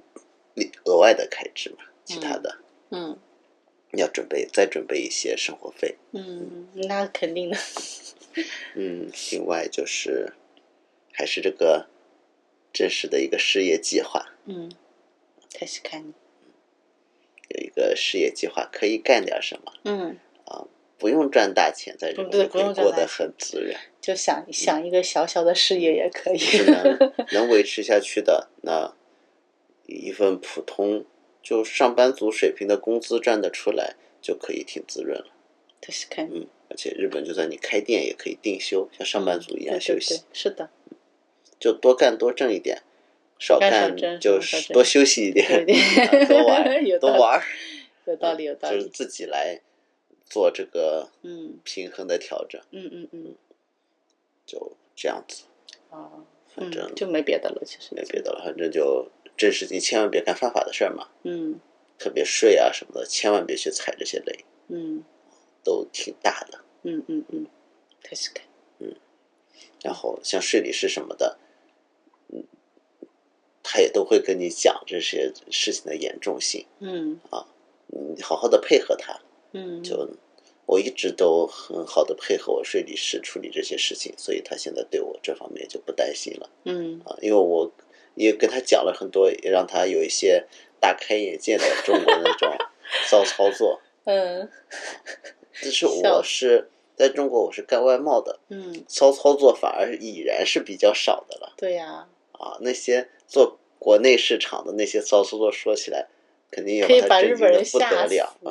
Speaker 1: 你额外的开支嘛，其他的
Speaker 2: 嗯
Speaker 1: 你要准备再准备一些生活费。
Speaker 2: 嗯，那肯定的，
Speaker 1: 嗯，另外就是还是这个真实的一个事业计划，
Speaker 2: 嗯， 开始看你，
Speaker 1: 有一个事业计划可以干点什么，
Speaker 2: 嗯。
Speaker 1: 不用赚大钱，在日
Speaker 2: 不
Speaker 1: 本
Speaker 2: 哦
Speaker 1: 就
Speaker 2: 对不
Speaker 1: 可以
Speaker 2: 用赚
Speaker 1: 过得
Speaker 2: 大钱
Speaker 1: 很自 然，
Speaker 2: 就想想一个小小的事业也可以。
Speaker 1: 是能能维持下去的。那一份普通就上班族水平的工资赚得出来，就可以挺滋润了。
Speaker 2: 对，是看
Speaker 1: 嗯，而且日本就算你开店也可以定休，像上班族一样
Speaker 2: 对
Speaker 1: 休
Speaker 2: 对
Speaker 1: 息。
Speaker 2: 对，是的，
Speaker 1: 就多干多挣一点，少
Speaker 2: 干
Speaker 1: 干
Speaker 2: 少挣
Speaker 1: 就
Speaker 2: 少少
Speaker 1: 是
Speaker 2: 挣
Speaker 1: 多休息一
Speaker 2: 对
Speaker 1: 点，啊
Speaker 2: 对
Speaker 1: 多玩
Speaker 2: 有
Speaker 1: 多
Speaker 2: 道理
Speaker 1: 玩儿，嗯
Speaker 2: 有道理，有道
Speaker 1: 就是
Speaker 2: 理。
Speaker 1: 自己来做这个
Speaker 2: 嗯
Speaker 1: 平衡的调整，
Speaker 2: 嗯嗯嗯，
Speaker 1: 就这样子，
Speaker 2: 哦，
Speaker 1: 反正
Speaker 2: 嗯，就没别的了，其实
Speaker 1: 没别的了，反正就这事情千万别干犯法的事儿嘛，
Speaker 2: 嗯
Speaker 1: 特别税啊什么的，千万别去踩这些雷，
Speaker 2: 嗯
Speaker 1: 都挺大的。
Speaker 2: 嗯嗯嗯，確实看。
Speaker 1: 然后像税理师什么的，嗯，他也都会跟你讲这些事情的严重性，
Speaker 2: 嗯
Speaker 1: 你好好的配合他，
Speaker 2: 嗯，
Speaker 1: 就我一直都很好的配合我税理师处理这些事情，所以他现在对我这方面就不担心了
Speaker 2: 嗯
Speaker 1: 啊，因为我也跟他讲了很多，也让他有一些大开眼界的中国那种骚操作。
Speaker 2: 嗯
Speaker 1: 但是
Speaker 2: 笑
Speaker 1: 我
Speaker 2: 死
Speaker 1: 是在中国我是干外贸的，
Speaker 2: 嗯，
Speaker 1: 骚操作反而已然是比较少的了
Speaker 2: 对呀，
Speaker 1: 啊，那些做国内市场的那些骚操作说起来，肯定也
Speaker 2: 可以把
Speaker 1: 他震
Speaker 2: 日本
Speaker 1: 惊的
Speaker 2: 人
Speaker 1: 不得
Speaker 2: 吓死
Speaker 1: 了啊。。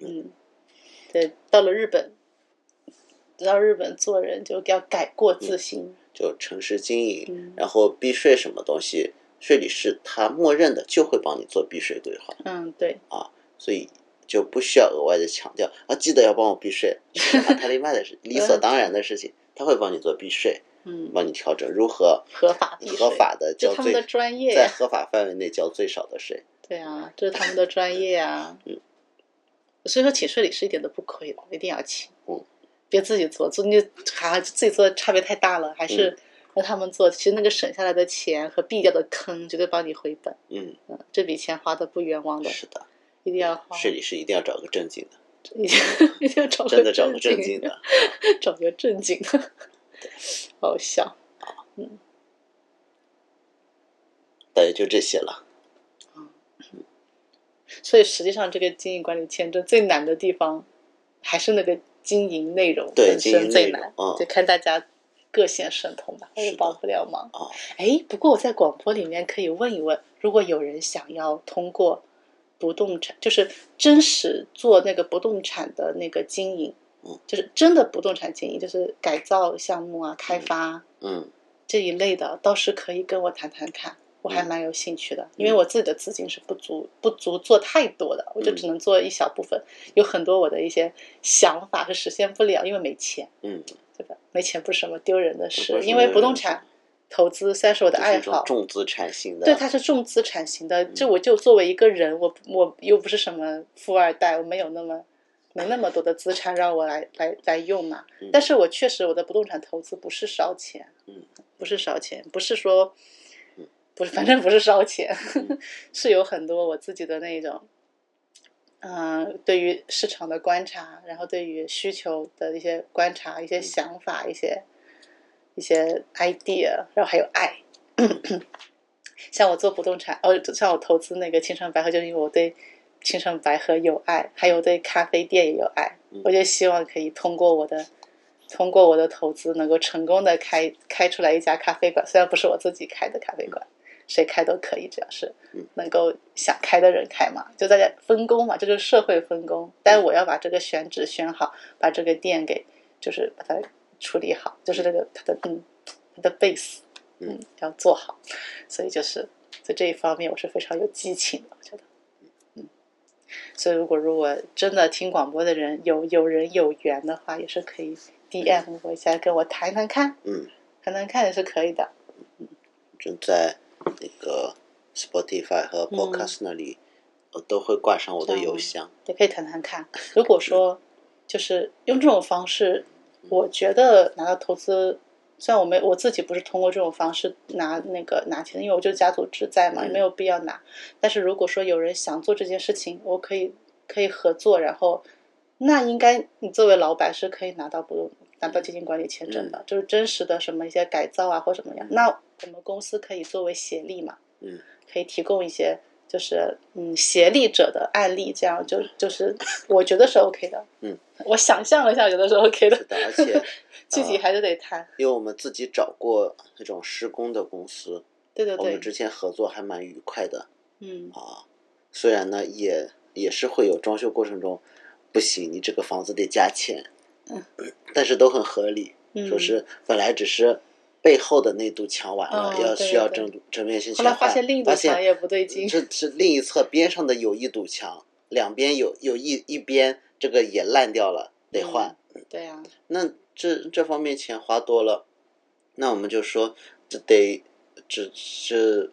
Speaker 2: 嗯，对，到了日本，到日本做人就要改过自新。
Speaker 1: 就城市经营，
Speaker 2: 嗯
Speaker 1: 然后避税什么东西，税理师他默认的就会帮你做避税规划，
Speaker 2: 嗯，对，
Speaker 1: 所以就不需要额外的强调啊，记得要帮我避税，是啊他另外的事，理所当然的事情，他会帮你做避税，
Speaker 2: 嗯，
Speaker 1: 帮你调整如何
Speaker 2: 合法避税
Speaker 1: 合法的
Speaker 2: 这
Speaker 1: 交
Speaker 2: 是他们
Speaker 1: 最
Speaker 2: 的专业
Speaker 1: 在
Speaker 2: 呀。
Speaker 1: 合法范围内交最少的税，
Speaker 2: 对啊，这是他们的专业啊。嗯，所以说请税理师一点都不亏的，一定要请。
Speaker 1: 嗯，
Speaker 2: 别自己做，做你啊自己做差别太大了，还
Speaker 1: 嗯
Speaker 2: 是让他们做。其实那个省下来的钱和避掉的坑，绝对帮你回本。
Speaker 1: 嗯，
Speaker 2: 嗯，这笔钱花的不冤枉的，
Speaker 1: 是的，
Speaker 2: 一定要花。
Speaker 1: 税理师一定要找个正经的，
Speaker 2: 一定要一定要找
Speaker 1: 真
Speaker 2: 个
Speaker 1: 的找个正经
Speaker 2: 经
Speaker 1: 的，
Speaker 2: 找个正经的， 好笑。
Speaker 1: 大概就这些了。
Speaker 2: 所以实际上，这个经营管理签证最难的地方，还是那个经营内容
Speaker 1: 对
Speaker 2: 本
Speaker 1: 经
Speaker 2: 身
Speaker 1: 营
Speaker 2: 最
Speaker 1: 内容
Speaker 2: 难，
Speaker 1: 嗯
Speaker 2: 就看大家各显神通吧，我
Speaker 1: 是
Speaker 2: 也
Speaker 1: 的
Speaker 2: 帮不了忙
Speaker 1: 啊。
Speaker 2: 哎，不过我在广播里面可以问一问，如果有人想要通过不动产，就是真实做那个不动产的那个经营
Speaker 1: 嗯，
Speaker 2: 就是真的不动产经营，就是改造项目啊、开发啊
Speaker 1: 嗯，
Speaker 2: 这一类的，倒是可以跟我谈谈看，我还
Speaker 1: 嗯
Speaker 2: 蛮有兴趣的，因为我自己的资金是不足不足做太多的，
Speaker 1: 嗯
Speaker 2: 我就只能做一小部分，有很多我的一些想法是实现不了，因为没钱，
Speaker 1: 嗯，
Speaker 2: 对吧？没钱不是什么丢人的
Speaker 1: 不
Speaker 2: 事，
Speaker 1: 是
Speaker 2: 因为不动产投资虽然是我的
Speaker 1: 就是
Speaker 2: 爱
Speaker 1: 一种
Speaker 2: 好。
Speaker 1: 重资产型的，
Speaker 2: 对，它是重资产型的。就我就作为一个人，我我又不是什么富二代，我没有那么没那么多的资产让我来来来用嘛
Speaker 1: 嗯。
Speaker 2: 但是我确实我的不动产投资不是烧钱，
Speaker 1: 嗯，
Speaker 2: 不是烧钱，不是说
Speaker 1: 嗯，
Speaker 2: 不是，反正不是烧钱
Speaker 1: 嗯，
Speaker 2: 是有很多我自己的那种，嗯、对于市场的观察，然后对于需求的一些观察、一
Speaker 1: 嗯
Speaker 2: 些想法、一些一些 idea，然后还有爱。像我做不动产，哦，像我投资那个青城白河，就是因为我对青城白河有爱，还有对咖啡店也有爱
Speaker 1: 嗯。
Speaker 2: 我就希望可以通过我的，通过我的投资，能够成功的开开出来一家咖啡馆。虽然不是我自己开的咖啡馆，谁开都可以，只要是
Speaker 1: 嗯
Speaker 2: 能够想开的人开嘛，就大家分工嘛，这就是社会分工。但是我要把这个选址选好，把这个店给就是把它处理好，就是这个它的嗯它的 base
Speaker 1: 嗯
Speaker 2: 嗯要做好，所以就是在这一方面我是非常有激情的，我觉得。嗯所以如果如果真的听广播的人有有人有缘的话，也是可以 DM 我一下，跟我谈谈看，
Speaker 1: 嗯，
Speaker 2: 谈谈看也是可以的。
Speaker 1: 正在那个 Spotify 和
Speaker 2: 嗯
Speaker 1: Podcast 那里，我都会挂上我的邮 箱。
Speaker 2: 也可以谈谈看。如果说就是用这种方式，我觉得拿到投资，虽然我没我自己不是通过这种方式拿那个拿钱，因为我就是家族制在嘛，
Speaker 1: 嗯
Speaker 2: 也没有必要拿。但是如果说有人想做这件事情，我可以可以合作，然后那应该你作为老板是可以拿到不用拿到基金管理签证的，就是真实的什么一些改造啊或什么样。那我们公司可以作为协力嘛，
Speaker 1: 嗯，
Speaker 2: 可以提供一些就是嗯协力者的案例，这样就就是 我觉得是 OK 的。
Speaker 1: 嗯，
Speaker 2: 我想象了一下，觉得是
Speaker 1: 是
Speaker 2: OK 的，
Speaker 1: 的，而且
Speaker 2: 具
Speaker 1: 啊
Speaker 2: 体还是得谈。
Speaker 1: 因为我们自己找过那种施工的公司，
Speaker 2: 对对
Speaker 1: 我们
Speaker 2: 对，
Speaker 1: 之前合作还蛮愉快的
Speaker 2: 嗯，
Speaker 1: 啊。虽然呢，也也是会有装修过程中，不行，你这个房子得加钱，
Speaker 2: 嗯，
Speaker 1: 但是都很合理。
Speaker 2: 嗯
Speaker 1: 说是本来只是背后的那堵墙完了，
Speaker 2: 哦
Speaker 1: 要
Speaker 2: 对
Speaker 1: 需要
Speaker 2: 对
Speaker 1: 正正面性
Speaker 2: 后
Speaker 1: 全
Speaker 2: 来
Speaker 1: 换，
Speaker 2: 发现另一堵
Speaker 1: 发现
Speaker 2: 墙也不对劲。
Speaker 1: 这是另一侧边上的有一堵墙，两边有有一一边这个也烂掉了，得换。
Speaker 2: 嗯对呀、
Speaker 1: 那这这方面钱花多了，那我们就说这得只是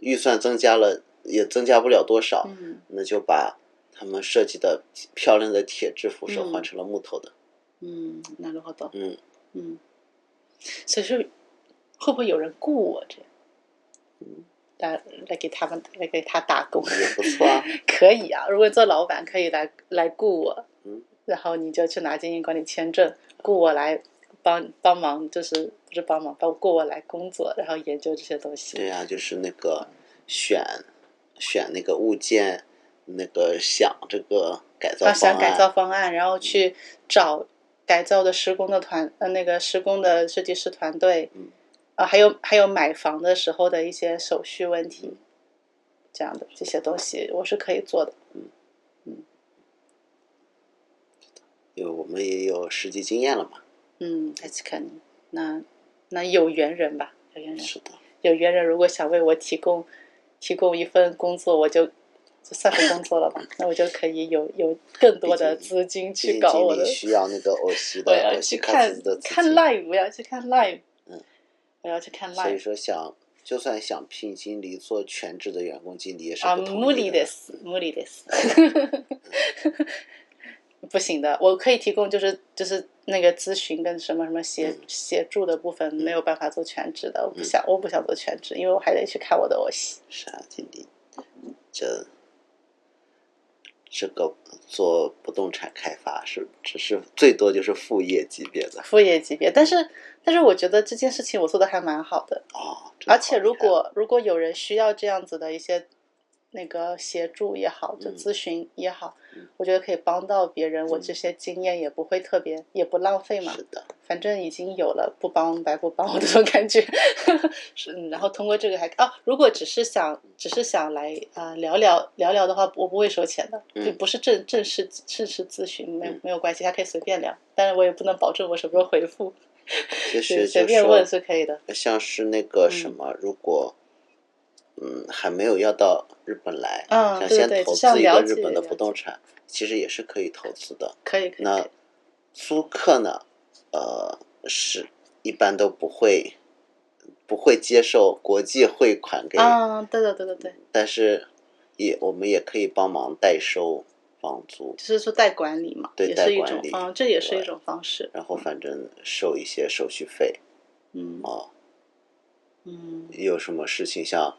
Speaker 1: 预算增加了，也增加不了多少，
Speaker 2: 嗯
Speaker 1: 那就把他们设计的漂亮的铁质扶手
Speaker 2: 嗯
Speaker 1: 换成了木头的。
Speaker 2: 嗯，なるほど。
Speaker 1: 嗯，
Speaker 2: 嗯，所以说会不会有人雇我这样？
Speaker 1: 嗯
Speaker 2: 来来给他们来给他打工，
Speaker 1: 也不错啊。
Speaker 2: 可以啊，如果做老板可以来来雇我，
Speaker 1: 嗯，
Speaker 2: 然后你就去拿经营管理签证，雇我来帮帮忙，就是不是帮忙，帮雇我来工作，然后研究这些东西。
Speaker 1: 对呀、就是那个选选那个物件，那个想这个改造方
Speaker 2: 他啊想
Speaker 1: 案，
Speaker 2: 改造方案，然后去找改造的施工的团，呃，那个施工的设计师团队，
Speaker 1: 嗯
Speaker 2: 啊，还有还有买房的时候的一些手续问题，
Speaker 1: 嗯
Speaker 2: 这样的这些东西我是可以做的。
Speaker 1: 因为我们也有实际经验了嘛。
Speaker 2: 嗯，还是看你那那有缘人吧，有缘人，
Speaker 1: 是的，
Speaker 2: 有缘人如果想为我提供提供一份工作，我就。就算是工作了吧，那我就可以有有更多的
Speaker 1: 毕
Speaker 2: 资金
Speaker 1: 毕
Speaker 2: 去
Speaker 1: 竟
Speaker 2: 搞我
Speaker 1: 经
Speaker 2: 的
Speaker 1: 理需要那个偶 戏
Speaker 2: 我
Speaker 1: 的
Speaker 2: 要
Speaker 1: 偶戏
Speaker 2: 去
Speaker 1: 卡
Speaker 2: 看
Speaker 1: 兹的资
Speaker 2: 看
Speaker 1: 金
Speaker 2: live，我要去看 live，
Speaker 1: 嗯，
Speaker 2: 我要去看
Speaker 1: 所以
Speaker 2: live
Speaker 1: 说想就算想聘经理做全职的员工经理也是
Speaker 2: 啊，
Speaker 1: 不
Speaker 2: 無
Speaker 1: 同
Speaker 2: 理
Speaker 1: 意
Speaker 2: で
Speaker 1: 的。嗯
Speaker 2: す，無 理です。 不行的，我可以提供就是就是那个咨询跟什么什么协、
Speaker 1: 嗯
Speaker 2: 协助的部分，没有办法做全职的，我不
Speaker 1: 嗯
Speaker 2: 想我不想做全职，因为我还得去看我的我戏。
Speaker 1: 是啊，经理，这这个做不动产开发是只是最多就是副业级别的
Speaker 2: 副业级别，但是但是我觉得这件事情我做的还蛮好的，
Speaker 1: 哦。真
Speaker 2: 而
Speaker 1: 好
Speaker 2: 且
Speaker 1: 厉
Speaker 2: 如
Speaker 1: 害
Speaker 2: 果如果有人需要这样子的一些那个协助也好，就
Speaker 1: 嗯
Speaker 2: 咨询也好，
Speaker 1: 嗯
Speaker 2: 我觉得可以帮到别人，我
Speaker 1: 嗯
Speaker 2: 这些经验也不会特别，也不浪费嘛
Speaker 1: 是。的，
Speaker 2: 反正已经有了，不帮白不帮，我这种感觉。 是，嗯然后通过这个还啊，如果只是想只是想来啊、呃聊聊聊聊的话，我不会收钱的，
Speaker 1: 嗯
Speaker 2: 就不是正正式正式咨询，没有
Speaker 1: 嗯
Speaker 2: 没有关系，他可以随便聊，但是我也不能保证我什么时候回复，
Speaker 1: 就
Speaker 2: 随
Speaker 1: 是
Speaker 2: 随
Speaker 1: 就
Speaker 2: 便
Speaker 1: 说呃
Speaker 2: 问是可以的。嗯
Speaker 1: 像是那个什么，如果嗯还没有要到日本来，
Speaker 2: 嗯
Speaker 1: 想
Speaker 2: 对
Speaker 1: 先
Speaker 2: 对对
Speaker 1: 投
Speaker 2: 只想
Speaker 1: 资一个
Speaker 2: 了解
Speaker 1: 日本的
Speaker 2: 了
Speaker 1: 不动产，其实也是可以投资的。
Speaker 2: 可以可以可以
Speaker 1: 那租客呢，呃，是一般都不会不会接受国际汇款给，
Speaker 2: 啊啊，对对对对对，
Speaker 1: 但是也我们也可以帮忙代收房租，
Speaker 2: 就是说代管理嘛，
Speaker 1: 对
Speaker 2: 也是一
Speaker 1: 代
Speaker 2: 种
Speaker 1: 管理
Speaker 2: 方，这也是
Speaker 1: 对
Speaker 2: 一种方式。
Speaker 1: 然后反正收一些手续费
Speaker 2: 嗯
Speaker 1: 啊，
Speaker 2: 嗯
Speaker 1: 有什么事情像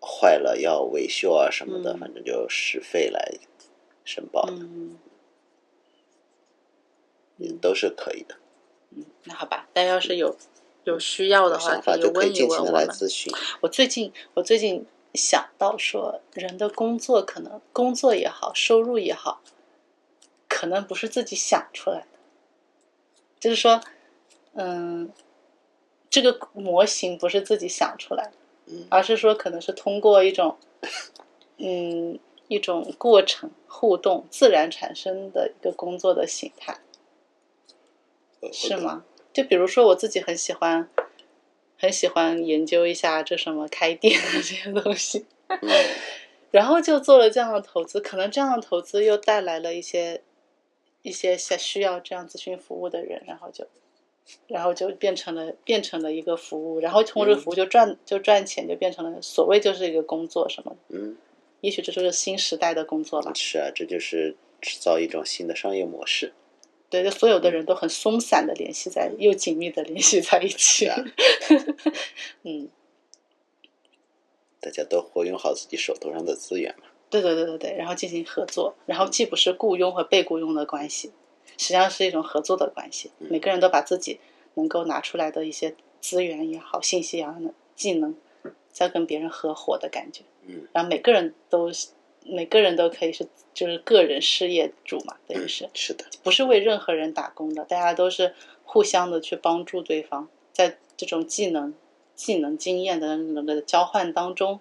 Speaker 1: 坏了要维修啊什么的，
Speaker 2: 嗯
Speaker 1: 反正就实费来申报，
Speaker 2: 嗯，嗯
Speaker 1: 都是可以的。
Speaker 2: 那好吧，大家要是有有需要的
Speaker 1: 有
Speaker 2: 话，
Speaker 1: 想法
Speaker 2: 以
Speaker 1: 就可
Speaker 2: 问
Speaker 1: 以
Speaker 2: 一
Speaker 1: 尽
Speaker 2: 问
Speaker 1: 情
Speaker 2: 我
Speaker 1: 的来
Speaker 2: 们。
Speaker 1: 咨询。
Speaker 2: 我最近我最近想到说，人的工作可能工作也好，收入也好，可能不是自己想出来的，就是说，嗯，这个模型不是自己想出来的，
Speaker 1: 嗯
Speaker 2: 而是说可能是通过一种，嗯，一种过程互动自然产生的一个工作的形态。是？吗？就比如说我自己很喜欢，很喜欢研究一下这什么开店啊这些东西，
Speaker 1: 嗯，
Speaker 2: 然后就做了这样的投资，可能这样的投资又带来了一些一些需需要这样咨询服务的人，然后就。然后就变成了变成了一个服务，然后通过这个服务就赚、就赚钱，就变成了所谓就是一个工作什么的，
Speaker 1: 嗯，
Speaker 2: 也许这就是新时代的工作吧。
Speaker 1: 是啊，这就是制造一种新的商业模式。
Speaker 2: 对，就所有的人都很松散的联系在，又紧密的联系在一
Speaker 1: 是
Speaker 2: 起。
Speaker 1: 啊
Speaker 2: 嗯，
Speaker 1: 大家都活用好自己手头上的资源嘛。
Speaker 2: 对对对对对，然后进行合作，然后既不是雇佣和被雇佣的关系，实际上是一种合作的关系。
Speaker 1: 嗯
Speaker 2: 每个人都把自己能够拿出来的一些资源也好、信息也好、技能，在跟别人合伙的感觉。
Speaker 1: 嗯，
Speaker 2: 然后每个人都是每个人都可以是就是个人事业主嘛，等于是。
Speaker 1: 嗯是的，
Speaker 2: 不是为任何人打工的，大家都是互相的去帮助对方，在这种技能、技能、经验的那种的交换当中，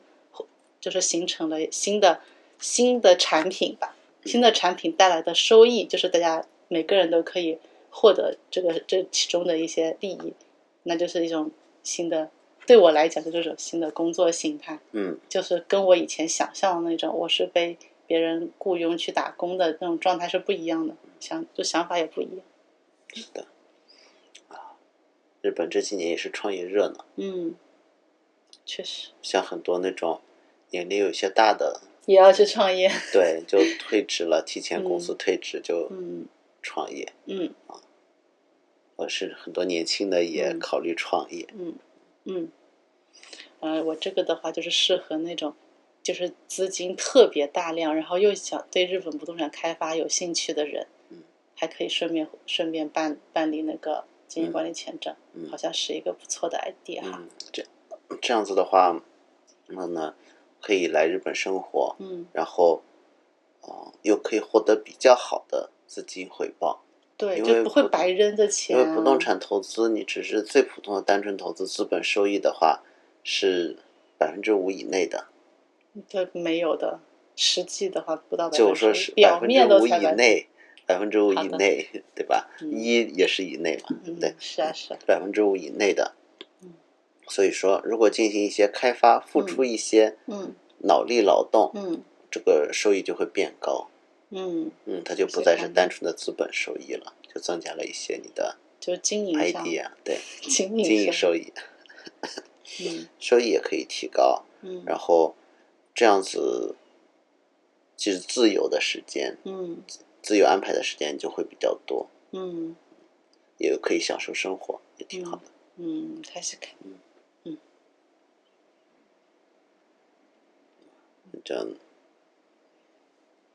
Speaker 2: 就是形成了新的新的产品吧。新的产品带来的收益，就是大家每个人都可以获得这个这其中的一些利益，那就是一种新的。对我来讲，就是这种新的工作形态。
Speaker 1: 嗯
Speaker 2: 就是跟我以前想象的那种我是被别人雇佣去打工的那种状态是不一样的，想就想法也不一样。
Speaker 1: 是的。啊，日本这几年也是创业热呢，
Speaker 2: 嗯，确实
Speaker 1: 像很多那种年龄有些大的，
Speaker 2: 也要去创业。
Speaker 1: 对，就退职了，提前公司退职就
Speaker 2: 嗯
Speaker 1: 创业。
Speaker 2: 嗯
Speaker 1: 或者呃是很多年轻的也
Speaker 2: 嗯
Speaker 1: 考虑创业，
Speaker 2: 嗯嗯，呃，我这个的话就是适合那种。就是资金特别大量，然后又想对日本不动产开发有兴趣的人，
Speaker 1: 嗯
Speaker 2: 还可以顺便顺便办办理那个经营管理签证，
Speaker 1: 嗯
Speaker 2: 好像是一个不错的 idea 哈。
Speaker 1: 嗯，这这样子的话，那呢可以来日本生活，
Speaker 2: 嗯，
Speaker 1: 然后，呃，又可以获得比较好的资金回报，
Speaker 2: 对，
Speaker 1: 因
Speaker 2: 就
Speaker 1: 为
Speaker 2: 不会
Speaker 1: 不
Speaker 2: 白扔的钱
Speaker 1: 因
Speaker 2: 啊、
Speaker 1: 为不动产投资，你只是最普通的单纯投资，资本收益的话是百分之五以内的，
Speaker 2: 对，没有的。实际的话不到百分
Speaker 1: 就
Speaker 2: 之
Speaker 1: 说
Speaker 2: 五，
Speaker 1: 是
Speaker 2: 表
Speaker 1: 分之
Speaker 2: 面都
Speaker 1: 五
Speaker 2: 才
Speaker 1: 以
Speaker 2: 百分
Speaker 1: 内，百分之五
Speaker 2: 好
Speaker 1: 以
Speaker 2: 的
Speaker 1: 内，对吧？
Speaker 2: 嗯
Speaker 1: 一也是以内嘛，
Speaker 2: 嗯
Speaker 1: 对，，
Speaker 2: 是啊是啊，
Speaker 1: 百分之五以内的
Speaker 2: 嗯。
Speaker 1: 所以说，如果进行一些开发，付出一些
Speaker 2: 嗯
Speaker 1: 脑力劳动，
Speaker 2: 嗯
Speaker 1: 这个收益就会变高。
Speaker 2: 嗯，
Speaker 1: 嗯，它就不
Speaker 2: 是
Speaker 1: 再
Speaker 2: 看
Speaker 1: 是
Speaker 2: 的
Speaker 1: 单纯的资本收益了，就增加了一些你的
Speaker 2: 就经营上，
Speaker 1: idea，对，
Speaker 2: 经
Speaker 1: 啊经营
Speaker 2: 营上，
Speaker 1: 收益，
Speaker 2: 嗯
Speaker 1: 收益也可以提高，
Speaker 2: 嗯
Speaker 1: 然后这样子，其实自由的时间，
Speaker 2: 嗯
Speaker 1: 自由安排的时间就会比较多，
Speaker 2: 嗯
Speaker 1: 也可以享受生活，也挺好的。
Speaker 2: 嗯，开始看，
Speaker 1: 反正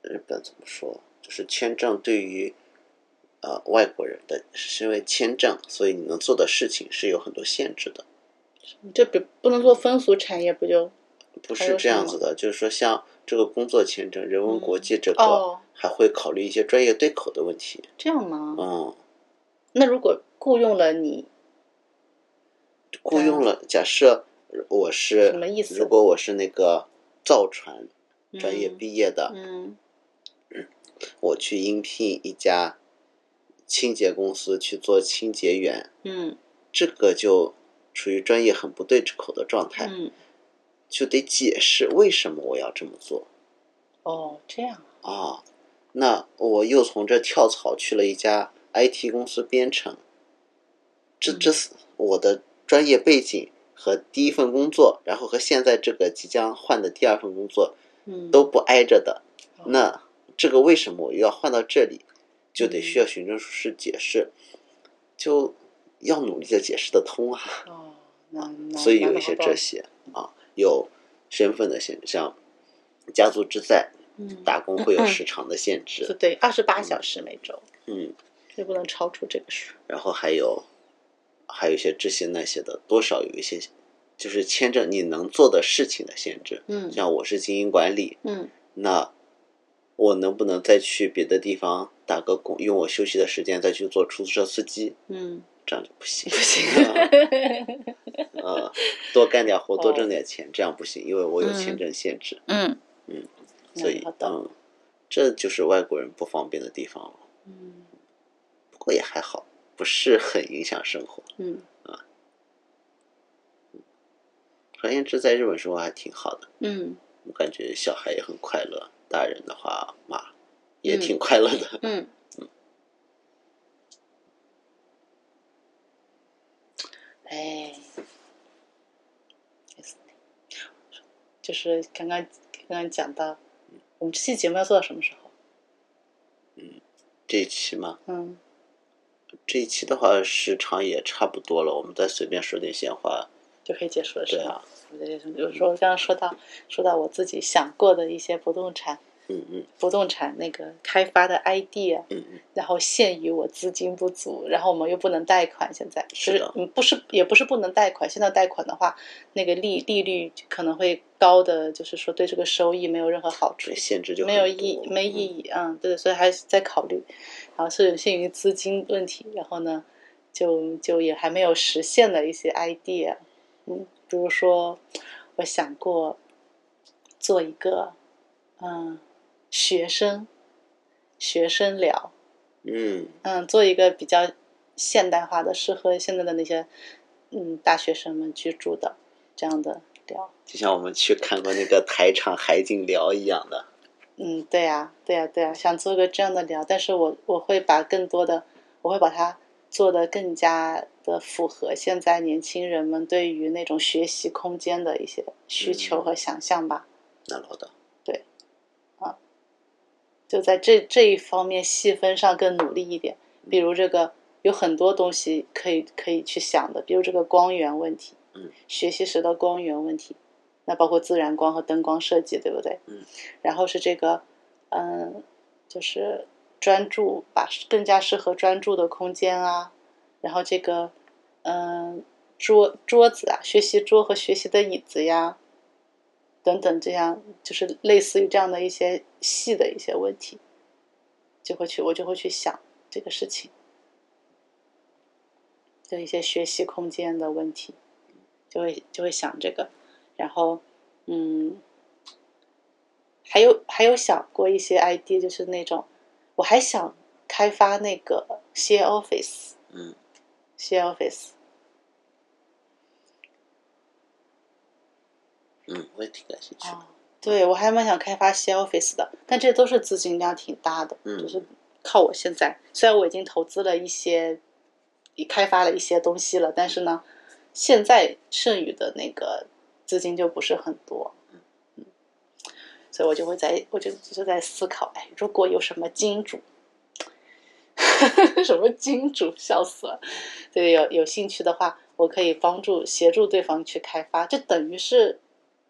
Speaker 1: 日本怎么说，就是签证对于呃外国人的，是因为签证，所以你能做的事情是有很多限制的。
Speaker 2: 这不不能做风俗产业不就
Speaker 1: 不
Speaker 2: 还
Speaker 1: 是
Speaker 2: 有
Speaker 1: 这
Speaker 2: 什
Speaker 1: 样
Speaker 2: 么
Speaker 1: 子的，就是说像这个工作签证、人文国
Speaker 2: 嗯
Speaker 1: 际这个，
Speaker 2: 哦
Speaker 1: 还会考虑一些专业对口的问题。
Speaker 2: 这样吗？
Speaker 1: 嗯，
Speaker 2: 那如果雇佣了你，
Speaker 1: 雇佣
Speaker 2: 嗯
Speaker 1: 了，假设我是
Speaker 2: 什么意思
Speaker 1: 如果我是那个造船专业
Speaker 2: 嗯
Speaker 1: 毕业的，
Speaker 2: 嗯
Speaker 1: 我去应聘一家清洁公司去做清洁员，
Speaker 2: 嗯
Speaker 1: 这个就处于专业很不对口的状态，
Speaker 2: 嗯，
Speaker 1: 就得解释为什么我要这么做。
Speaker 2: 哦这样，
Speaker 1: 啊，那我又从这跳槽去了一家 IT 公司编程，
Speaker 2: 嗯
Speaker 1: 这这是我的专业背景和第一份工作，然后和现在这个即将换的第二份工作
Speaker 2: 嗯
Speaker 1: 都不挨着的，
Speaker 2: 哦
Speaker 1: 那这个为什么我又要换到这里，就得
Speaker 2: 嗯
Speaker 1: 需要循证述事解释，就要努力的解释得通啊。
Speaker 2: 哦，那
Speaker 1: 所以有一些这，些啊，有身份的限制，像家族之在，
Speaker 2: 那那好吧
Speaker 1: 打工会有时长的限
Speaker 2: 嗯，就
Speaker 1: 制，
Speaker 2: 对，二十八小时每周，
Speaker 1: 嗯，
Speaker 2: 就不能超出这个数。
Speaker 1: 然后还有还有一些这些那些的，多少有一些就是牵着你能做的事情的限制。
Speaker 2: 嗯
Speaker 1: 像我是经营管理，
Speaker 2: 嗯
Speaker 1: 那我能不能再去别的地方打个工，用我休息的时间再去做出租车司机？
Speaker 2: 嗯，
Speaker 1: 这样就不行
Speaker 2: 不，行，
Speaker 1: 呃，多干点活，
Speaker 2: 哦
Speaker 1: 多挣点钱，这样不行，因为我有签证限制，
Speaker 2: 嗯
Speaker 1: 嗯，所以
Speaker 2: 好的，
Speaker 1: 嗯，这就是外国人不方便的地方了。
Speaker 2: 嗯
Speaker 1: 不过也还好，不是很影响生活。
Speaker 2: 嗯
Speaker 1: 总而言之，在日本生活还挺好的，
Speaker 2: 嗯
Speaker 1: 我感觉小孩也很快乐，大人的话嘛也挺快乐的。
Speaker 2: 嗯，哎，就是刚刚刚刚讲到，我们这期节目要做到什么时候？
Speaker 1: 这一期嘛，
Speaker 2: 嗯
Speaker 1: 这一期的话时长也差不多了，我们再随便说点闲话。
Speaker 2: 就可以结束了，是
Speaker 1: 对
Speaker 2: 吧
Speaker 1: 啊？
Speaker 2: 有时候刚刚说到说到我自己想过的一些不动产
Speaker 1: 嗯嗯
Speaker 2: 不动产那个开发的 idea，
Speaker 1: 嗯嗯，
Speaker 2: 然后限于我资金不足，然后我们又不能贷款，现在就是
Speaker 1: 的
Speaker 2: 嗯不是也不是不能贷款，现在贷款的话，那个利利率可能会高的，就是说对这个收益没有任何好处
Speaker 1: 这，限制就
Speaker 2: 没
Speaker 1: 很
Speaker 2: 有意
Speaker 1: 多
Speaker 2: 没意。义，嗯，对，所以还是在考虑，然后是有限于资金问题，然后呢，就就也还没有实现的一些 idea，嗯，比如说我想过做一个嗯学生学生聊，
Speaker 1: 嗯
Speaker 2: 嗯，做一个比较现代化的，适合现在的那些嗯大学生们居住的这样的聊。
Speaker 1: 就像我们去看过那个台场海景聊一样的。
Speaker 2: 嗯，对呀、对呀、对呀、想做个这样的聊，但是我我会把更多的，我会把它做的更加的符合现在年轻人们对于那种学习空间的一些需求
Speaker 1: 嗯
Speaker 2: 和想象吧。
Speaker 1: 那老道，
Speaker 2: 就在这这一方面细分上更努力一点。比如这个有很多东西可以可以去想的，比如这个光源问题，
Speaker 1: 嗯，
Speaker 2: 学习时的光源问题，那包括自然光和灯光设计，对不对？
Speaker 1: 嗯，
Speaker 2: 然后是这个，嗯，就是专注，把更加适合专注的空间啊，然后这个，嗯，桌桌子啊，学习桌和学习的椅子呀。等等，这样就是类似于这样的一些细的一些问题，就会去我就会去想这个事情，就一些学习空间的问题，就会就会想这个，然后嗯，还有还有想过一些 ID，就是那种我还想开发那个 share office
Speaker 1: 嗯，
Speaker 2: share office，
Speaker 1: 嗯，我也挺感兴趣的。
Speaker 2: 啊，对我还蛮想开发 share office 的，但这都是资金量挺大的，
Speaker 1: 嗯
Speaker 2: 就是靠我现在，虽然我已经投资了一些，也开发了一些东西了，但是呢，现在剩余的那个资金就不是很多，嗯，所以我就会在，我就就在思考，哎，如果有什么金主。 什么金主，笑死了！对，有有兴趣的话，我可以帮助协助对方去开发，这等于是，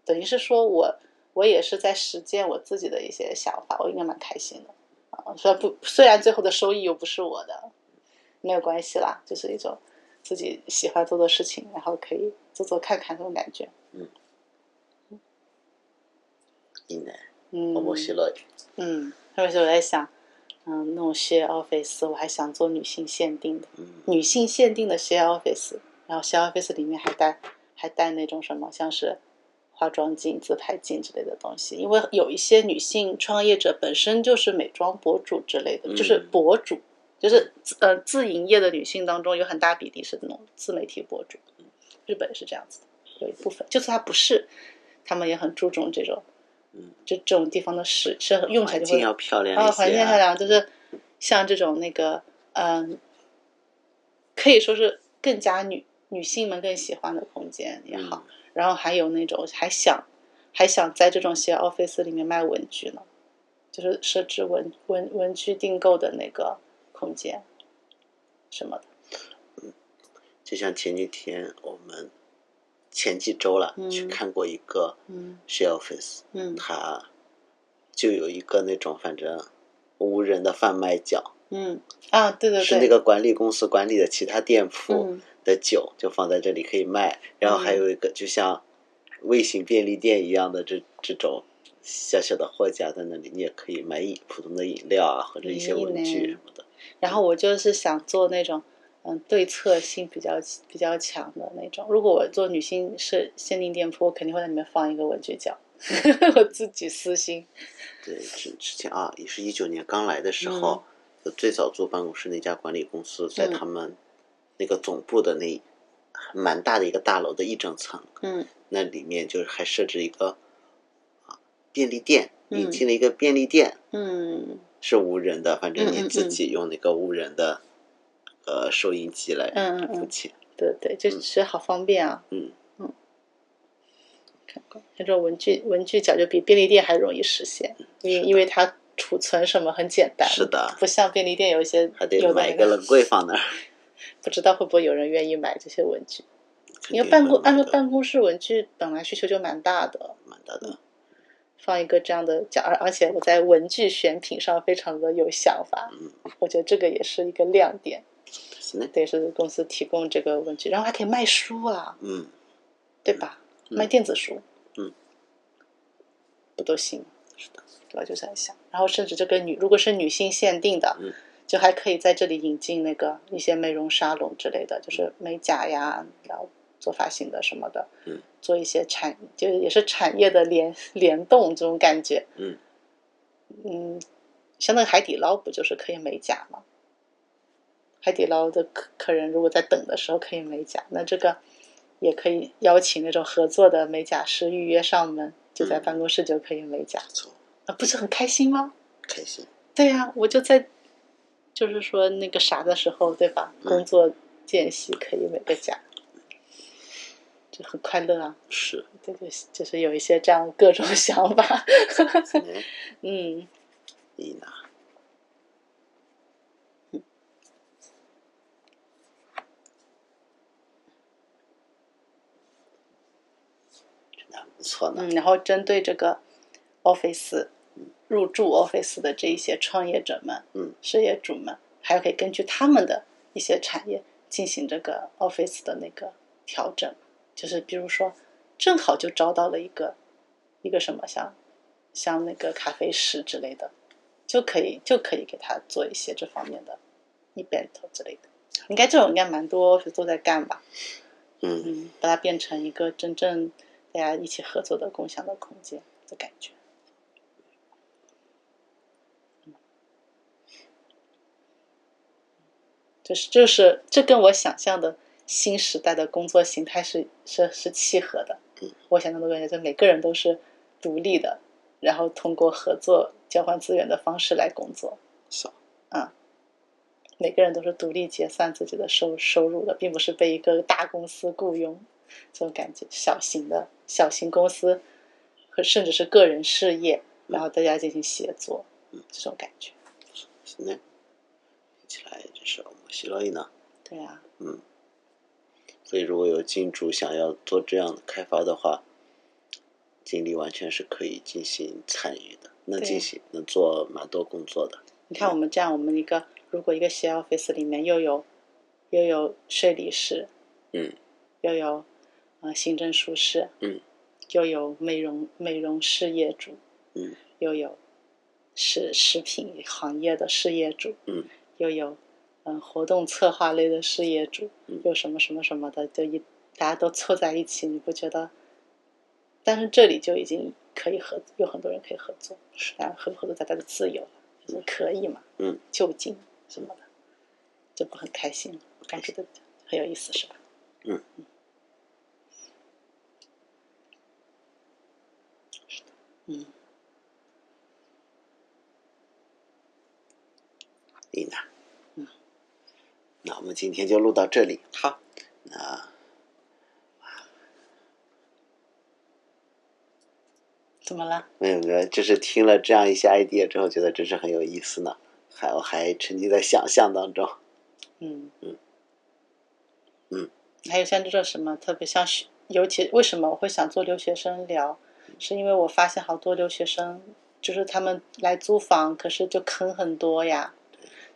Speaker 2: 等于是说我我也是在实践我自己的一些想法，我应该蛮开心的啊。虽然不，虽然最后的收益又不是我的，没有关系啦，就是一种自己喜欢做的事情，然后可以做做看看那种感觉。
Speaker 1: いいね。
Speaker 2: 嗯，
Speaker 1: 面白い。
Speaker 2: 嗯，特别是我在想，嗯，那种 share office，我还想做女性限定的。
Speaker 1: 嗯
Speaker 2: 女性限定的 share office，然后 share office 里面还带还带那种什么，像是化妆镜、自拍镜之类的东西。因为有一些女性创业者本身就是美妆博主之类的，
Speaker 1: 嗯
Speaker 2: 就是博主，就是自呃自营业的女性当中有很大比例是那种自媒体博主。
Speaker 1: 嗯
Speaker 2: 日本是这样子的，有一部分，就算她不是，他们也很注重这种，
Speaker 1: 嗯，
Speaker 2: 就这种地方的使是很用起来
Speaker 1: 环
Speaker 2: 就会
Speaker 1: 境啊要漂亮
Speaker 2: 然后
Speaker 1: 一
Speaker 2: 环境
Speaker 1: 些
Speaker 2: 漂
Speaker 1: 啊。
Speaker 2: 亮，就是像这种那个，嗯，可以说是更加女女性们更喜欢的空间也好。
Speaker 1: 嗯
Speaker 2: 然后还有那种还想还想在这种 share office 里面卖文具呢，就是设置文文文具订购的那个空间什么的。
Speaker 1: 就像前几天我们前几周了、
Speaker 2: 嗯
Speaker 1: 去看过一个
Speaker 2: 嗯
Speaker 1: share office，
Speaker 2: 嗯
Speaker 1: 它就有一个那种反正无人的贩卖角，
Speaker 2: 嗯啊，对对对，
Speaker 1: 是那个管理公司管理的其他店铺
Speaker 2: 嗯
Speaker 1: 的酒，就放在这里可以卖。然后还有一个就像微型便利店一样的这这种小小的货架在那里，你也可以买饮普通的饮料啊，或者一些文具什么的。
Speaker 2: 然后我就是想做那种，嗯，对策性比较比较强的那种。如果我做女性是限定店铺，我肯定会在里面放一个文具角， 我自己私心。
Speaker 1: 对，之之前啊，也是一九年刚来的时候，就最早做办公室那家管理公司，在
Speaker 2: 嗯
Speaker 1: 他们那个总部的那蛮大的一个大楼的一整层，
Speaker 2: 嗯
Speaker 1: 那里面就是还设置一个啊便利店，
Speaker 2: 嗯
Speaker 1: 引进了一个便利店，
Speaker 2: 嗯
Speaker 1: 是无人的，反正
Speaker 2: 嗯嗯
Speaker 1: 你自己用那个无人的呃收音机来
Speaker 2: 嗯嗯
Speaker 1: 付
Speaker 2: 嗯，
Speaker 1: 钱，
Speaker 2: 对对，就
Speaker 1: 嗯
Speaker 2: 觉得好方便啊。
Speaker 1: 嗯
Speaker 2: 嗯，看过，那种文具文具角就比便利店还容易实现，因
Speaker 1: 是
Speaker 2: 为
Speaker 1: 的
Speaker 2: 因为它储存什么很简单，
Speaker 1: 是的
Speaker 2: 不像便利店有一些
Speaker 1: 还得
Speaker 2: 有的
Speaker 1: 买一
Speaker 2: 那
Speaker 1: 个
Speaker 2: 个
Speaker 1: 冷柜放那儿。
Speaker 2: 不知道会不会有人愿意买这些文具。
Speaker 1: 肯
Speaker 2: 因为
Speaker 1: 定
Speaker 2: 办
Speaker 1: 会
Speaker 2: 公
Speaker 1: 买
Speaker 2: 按照
Speaker 1: 的
Speaker 2: 办嗯公室文具本来需求就蛮大的，
Speaker 1: 蛮大的，
Speaker 2: 放一个这样的角，而而且我在文具选品上非常的有想法，
Speaker 1: 嗯，
Speaker 2: 我觉得这个也是一个亮点，
Speaker 1: 是呢，
Speaker 2: 对，是公司提供这个文具，然后还可以卖书啊，
Speaker 1: 嗯，
Speaker 2: 对吧？
Speaker 1: 嗯
Speaker 2: 卖电子书，
Speaker 1: 嗯，
Speaker 2: 不都行？
Speaker 1: 是的，
Speaker 2: 对吧？就是在想，然后甚至这个女，如果是女性限定的，
Speaker 1: 嗯
Speaker 2: 就还可以在这里引进那个一些美容沙龙之类的，就是美甲呀，然后做发型的什么的，
Speaker 1: 嗯，
Speaker 2: 做一些产，就是也是产业的联联动这种感觉，
Speaker 1: 嗯
Speaker 2: 嗯，像那个海底捞不就是可以美甲吗？海底捞的客客人如果在等的时候可以美甲，那这个也可以邀请那种合作的美甲师预约上门，就在
Speaker 1: 嗯
Speaker 2: 办公室就可以美甲。
Speaker 1: 不错，
Speaker 2: 啊，不是很开心吗？
Speaker 1: 开心，
Speaker 2: 对呀、我就在，就是说那个啥的时候，对吧？
Speaker 1: 嗯
Speaker 2: 工作间隙可以美个甲，就很快乐啊。
Speaker 1: 是，
Speaker 2: 对，就是就是有一些这样各种 想法，
Speaker 1: 哎
Speaker 2: 嗯，
Speaker 1: 你呢？真的很不错呢，
Speaker 2: 嗯，然后针对这个 Office 入驻 Office 的这一些创业者们、
Speaker 1: 嗯
Speaker 2: 事业主们，还可以根据他们的一些产业进行这个 Office 的那个调整，就是比如说，正好就招到了一个一个什么像像那个咖啡师之类的，就可以就可以给他做一些这方面的 event 之类的。应该这种应该蛮多 office 都在干吧？
Speaker 1: 嗯，
Speaker 2: 嗯，把它变成一个真正大家一起合作的共享的空间的感觉。就是就是这跟我想象的新时代的工作形态是是是契合的
Speaker 1: 嗯。
Speaker 2: 我想象的感觉就是每个人都是独立的，然后通过合作交换资源的方式来工作。
Speaker 1: 少，
Speaker 2: 每个人都是独立结算自己的收收入的，并不是被一个大公司雇佣，这种感觉。小型的小型公司，和甚至是个人事业，然后大家进行协作，
Speaker 1: 嗯
Speaker 2: 这种感觉。
Speaker 1: 是呢，听起来这是面白い呢。
Speaker 2: 对啊，
Speaker 1: 嗯，所以如果有金主想要做这样的开发的话，精力完全是可以进行参与的，能
Speaker 2: 对
Speaker 1: 进行能做蛮多工作的。
Speaker 2: 你看我们这样，我们一个如果一个 share office 里面又有又有税理师，
Speaker 1: 嗯，
Speaker 2: 又有呃行政书室，
Speaker 1: 嗯，
Speaker 2: 又有美容美容事业主，
Speaker 1: 嗯，
Speaker 2: 又有食食品行业的事业主，
Speaker 1: 嗯，
Speaker 2: 又有嗯、呃活动策划类的事业主，
Speaker 1: 嗯
Speaker 2: 有什么什么什么的，就一大家都凑在一起，你不觉得？但是这里就已经可以合，有很多人可以合作，是但合不合作大家的自由了，就是可以嘛，
Speaker 1: 嗯，
Speaker 2: 就近什么的，就不很开心，感觉的很有意思，是吧？嗯，
Speaker 1: 丽娜。
Speaker 2: 嗯，
Speaker 1: 那我们今天就录到这里。好，那
Speaker 2: 怎么了？
Speaker 1: 没有没有，就是听了这样一些 idea 之后，觉得真是很有意思呢，还我还沉浸在想象当中。
Speaker 2: 嗯嗯
Speaker 1: 嗯，
Speaker 2: 还有像这种什么特别像学，尤其为什么我会想做留学生聊，是因为我发现好多留学生就是他们来租房，可是就坑很多呀，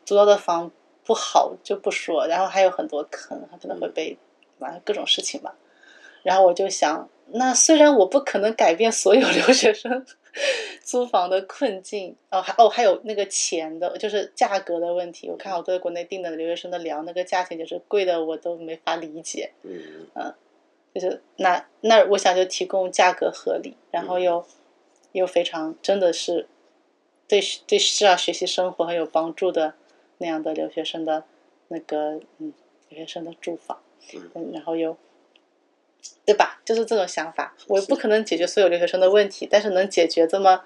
Speaker 2: 租到的房不好就不说，然后还有很多坑，他可能会被反正各种事情吧。然后我就想，那虽然我不可能改变所有留学生 租房的困境，哦，还哦还有那个钱的，就是价格的问题。我看好多国内订的留学生的聊那个价钱，就是贵的我都没法理解。
Speaker 1: 嗯
Speaker 2: 就是那那我想就提供价格合理，然后又、又非常真的是对对需要学习生活很有帮助的那样的留学生的那个嗯留学生的住房
Speaker 1: 嗯，
Speaker 2: 嗯，然后又对吧？就是这种想法，我不可能解决所有留学生的问题，但是能解决这么。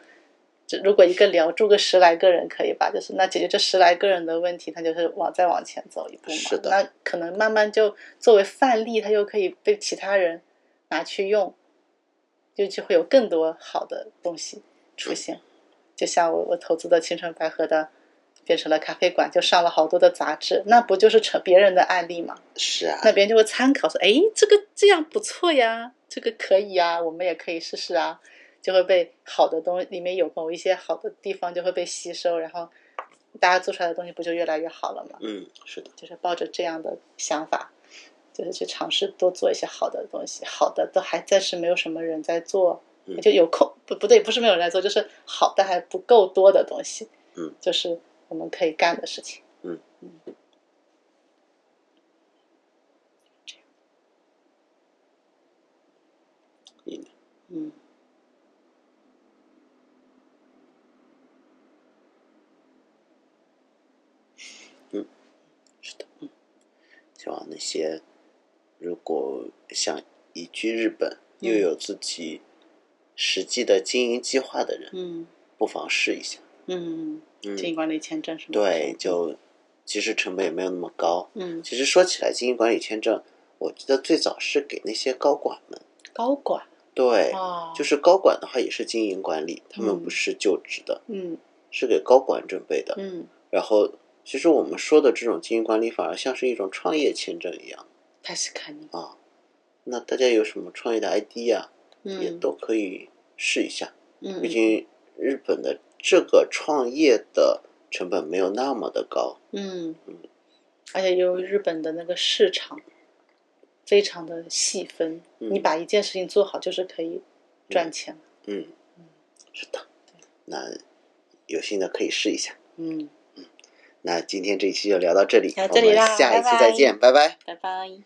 Speaker 2: 就如果一个聊住个十来个人可以吧，就是那解决这十来个人的问题，他就是往再往前走一步嘛。
Speaker 1: 是的
Speaker 2: 那可能慢慢就作为范例，它又可以被其他人拿去用，就就会有更多好的东西出现。就像我我投资的青城白河的，变成了咖啡馆，就上了好多的杂志，那不就是成别人的案例嘛？
Speaker 1: 是啊，
Speaker 2: 那别人就会参考说，哎，这个这样不错呀，这个可以呀，我们也可以试试啊，就会被好的东里面有某一些好的地方就会被吸收，然后大家做出来的东西不就越来越好了吗？
Speaker 1: 嗯是的，
Speaker 2: 就是抱着这样的想法，就是去尝试多做一些好的东西，好的都还暂时没有什么人在做，
Speaker 1: 嗯
Speaker 2: 就有空不不对，不是没有人在做，就是好但还不够多的东西，
Speaker 1: 嗯，
Speaker 2: 就是我们可以干的事情，
Speaker 1: 嗯
Speaker 2: 嗯
Speaker 1: 你呢
Speaker 2: 嗯，
Speaker 1: 希望那些如果想移居日本又
Speaker 2: 嗯
Speaker 1: 有自己实际的经营计划的人，
Speaker 2: 嗯
Speaker 1: 不妨试一下。
Speaker 2: 嗯，经
Speaker 1: 嗯，
Speaker 2: 营管理签证是吗？
Speaker 1: 对，就其实成本也没有那么高。
Speaker 2: 嗯，
Speaker 1: 其实说起来，经营管理签证，我记得最早是给那些高管们，
Speaker 2: 高管
Speaker 1: 对，
Speaker 2: 啊，
Speaker 1: 就是高管的话也是经营管理，他们
Speaker 2: 嗯
Speaker 1: 不是就职的，
Speaker 2: 嗯
Speaker 1: 是给高管准备的。
Speaker 2: 嗯，
Speaker 1: 然后，其实我们说的这种经营管理，反而像是一种创业签证一样。
Speaker 2: 他是看你，
Speaker 1: 那大家有什么创业的 ID 啊，也
Speaker 2: 嗯
Speaker 1: 都可以试一下。
Speaker 2: 嗯，
Speaker 1: 毕竟日本的这个创业的成本没有那么的高。
Speaker 2: 嗯，而且由于日本的那个市场非常的细分，
Speaker 1: 嗯
Speaker 2: 你把一件事情做好，就是可以赚钱了。
Speaker 1: 嗯，是的。那有幸的可以试一下。
Speaker 2: 嗯，
Speaker 1: 那今天这一期就聊到这里，
Speaker 2: 聊这里
Speaker 1: 我
Speaker 2: 啦
Speaker 1: 们下一期
Speaker 2: 拜拜
Speaker 1: 再见，拜拜
Speaker 2: 拜拜。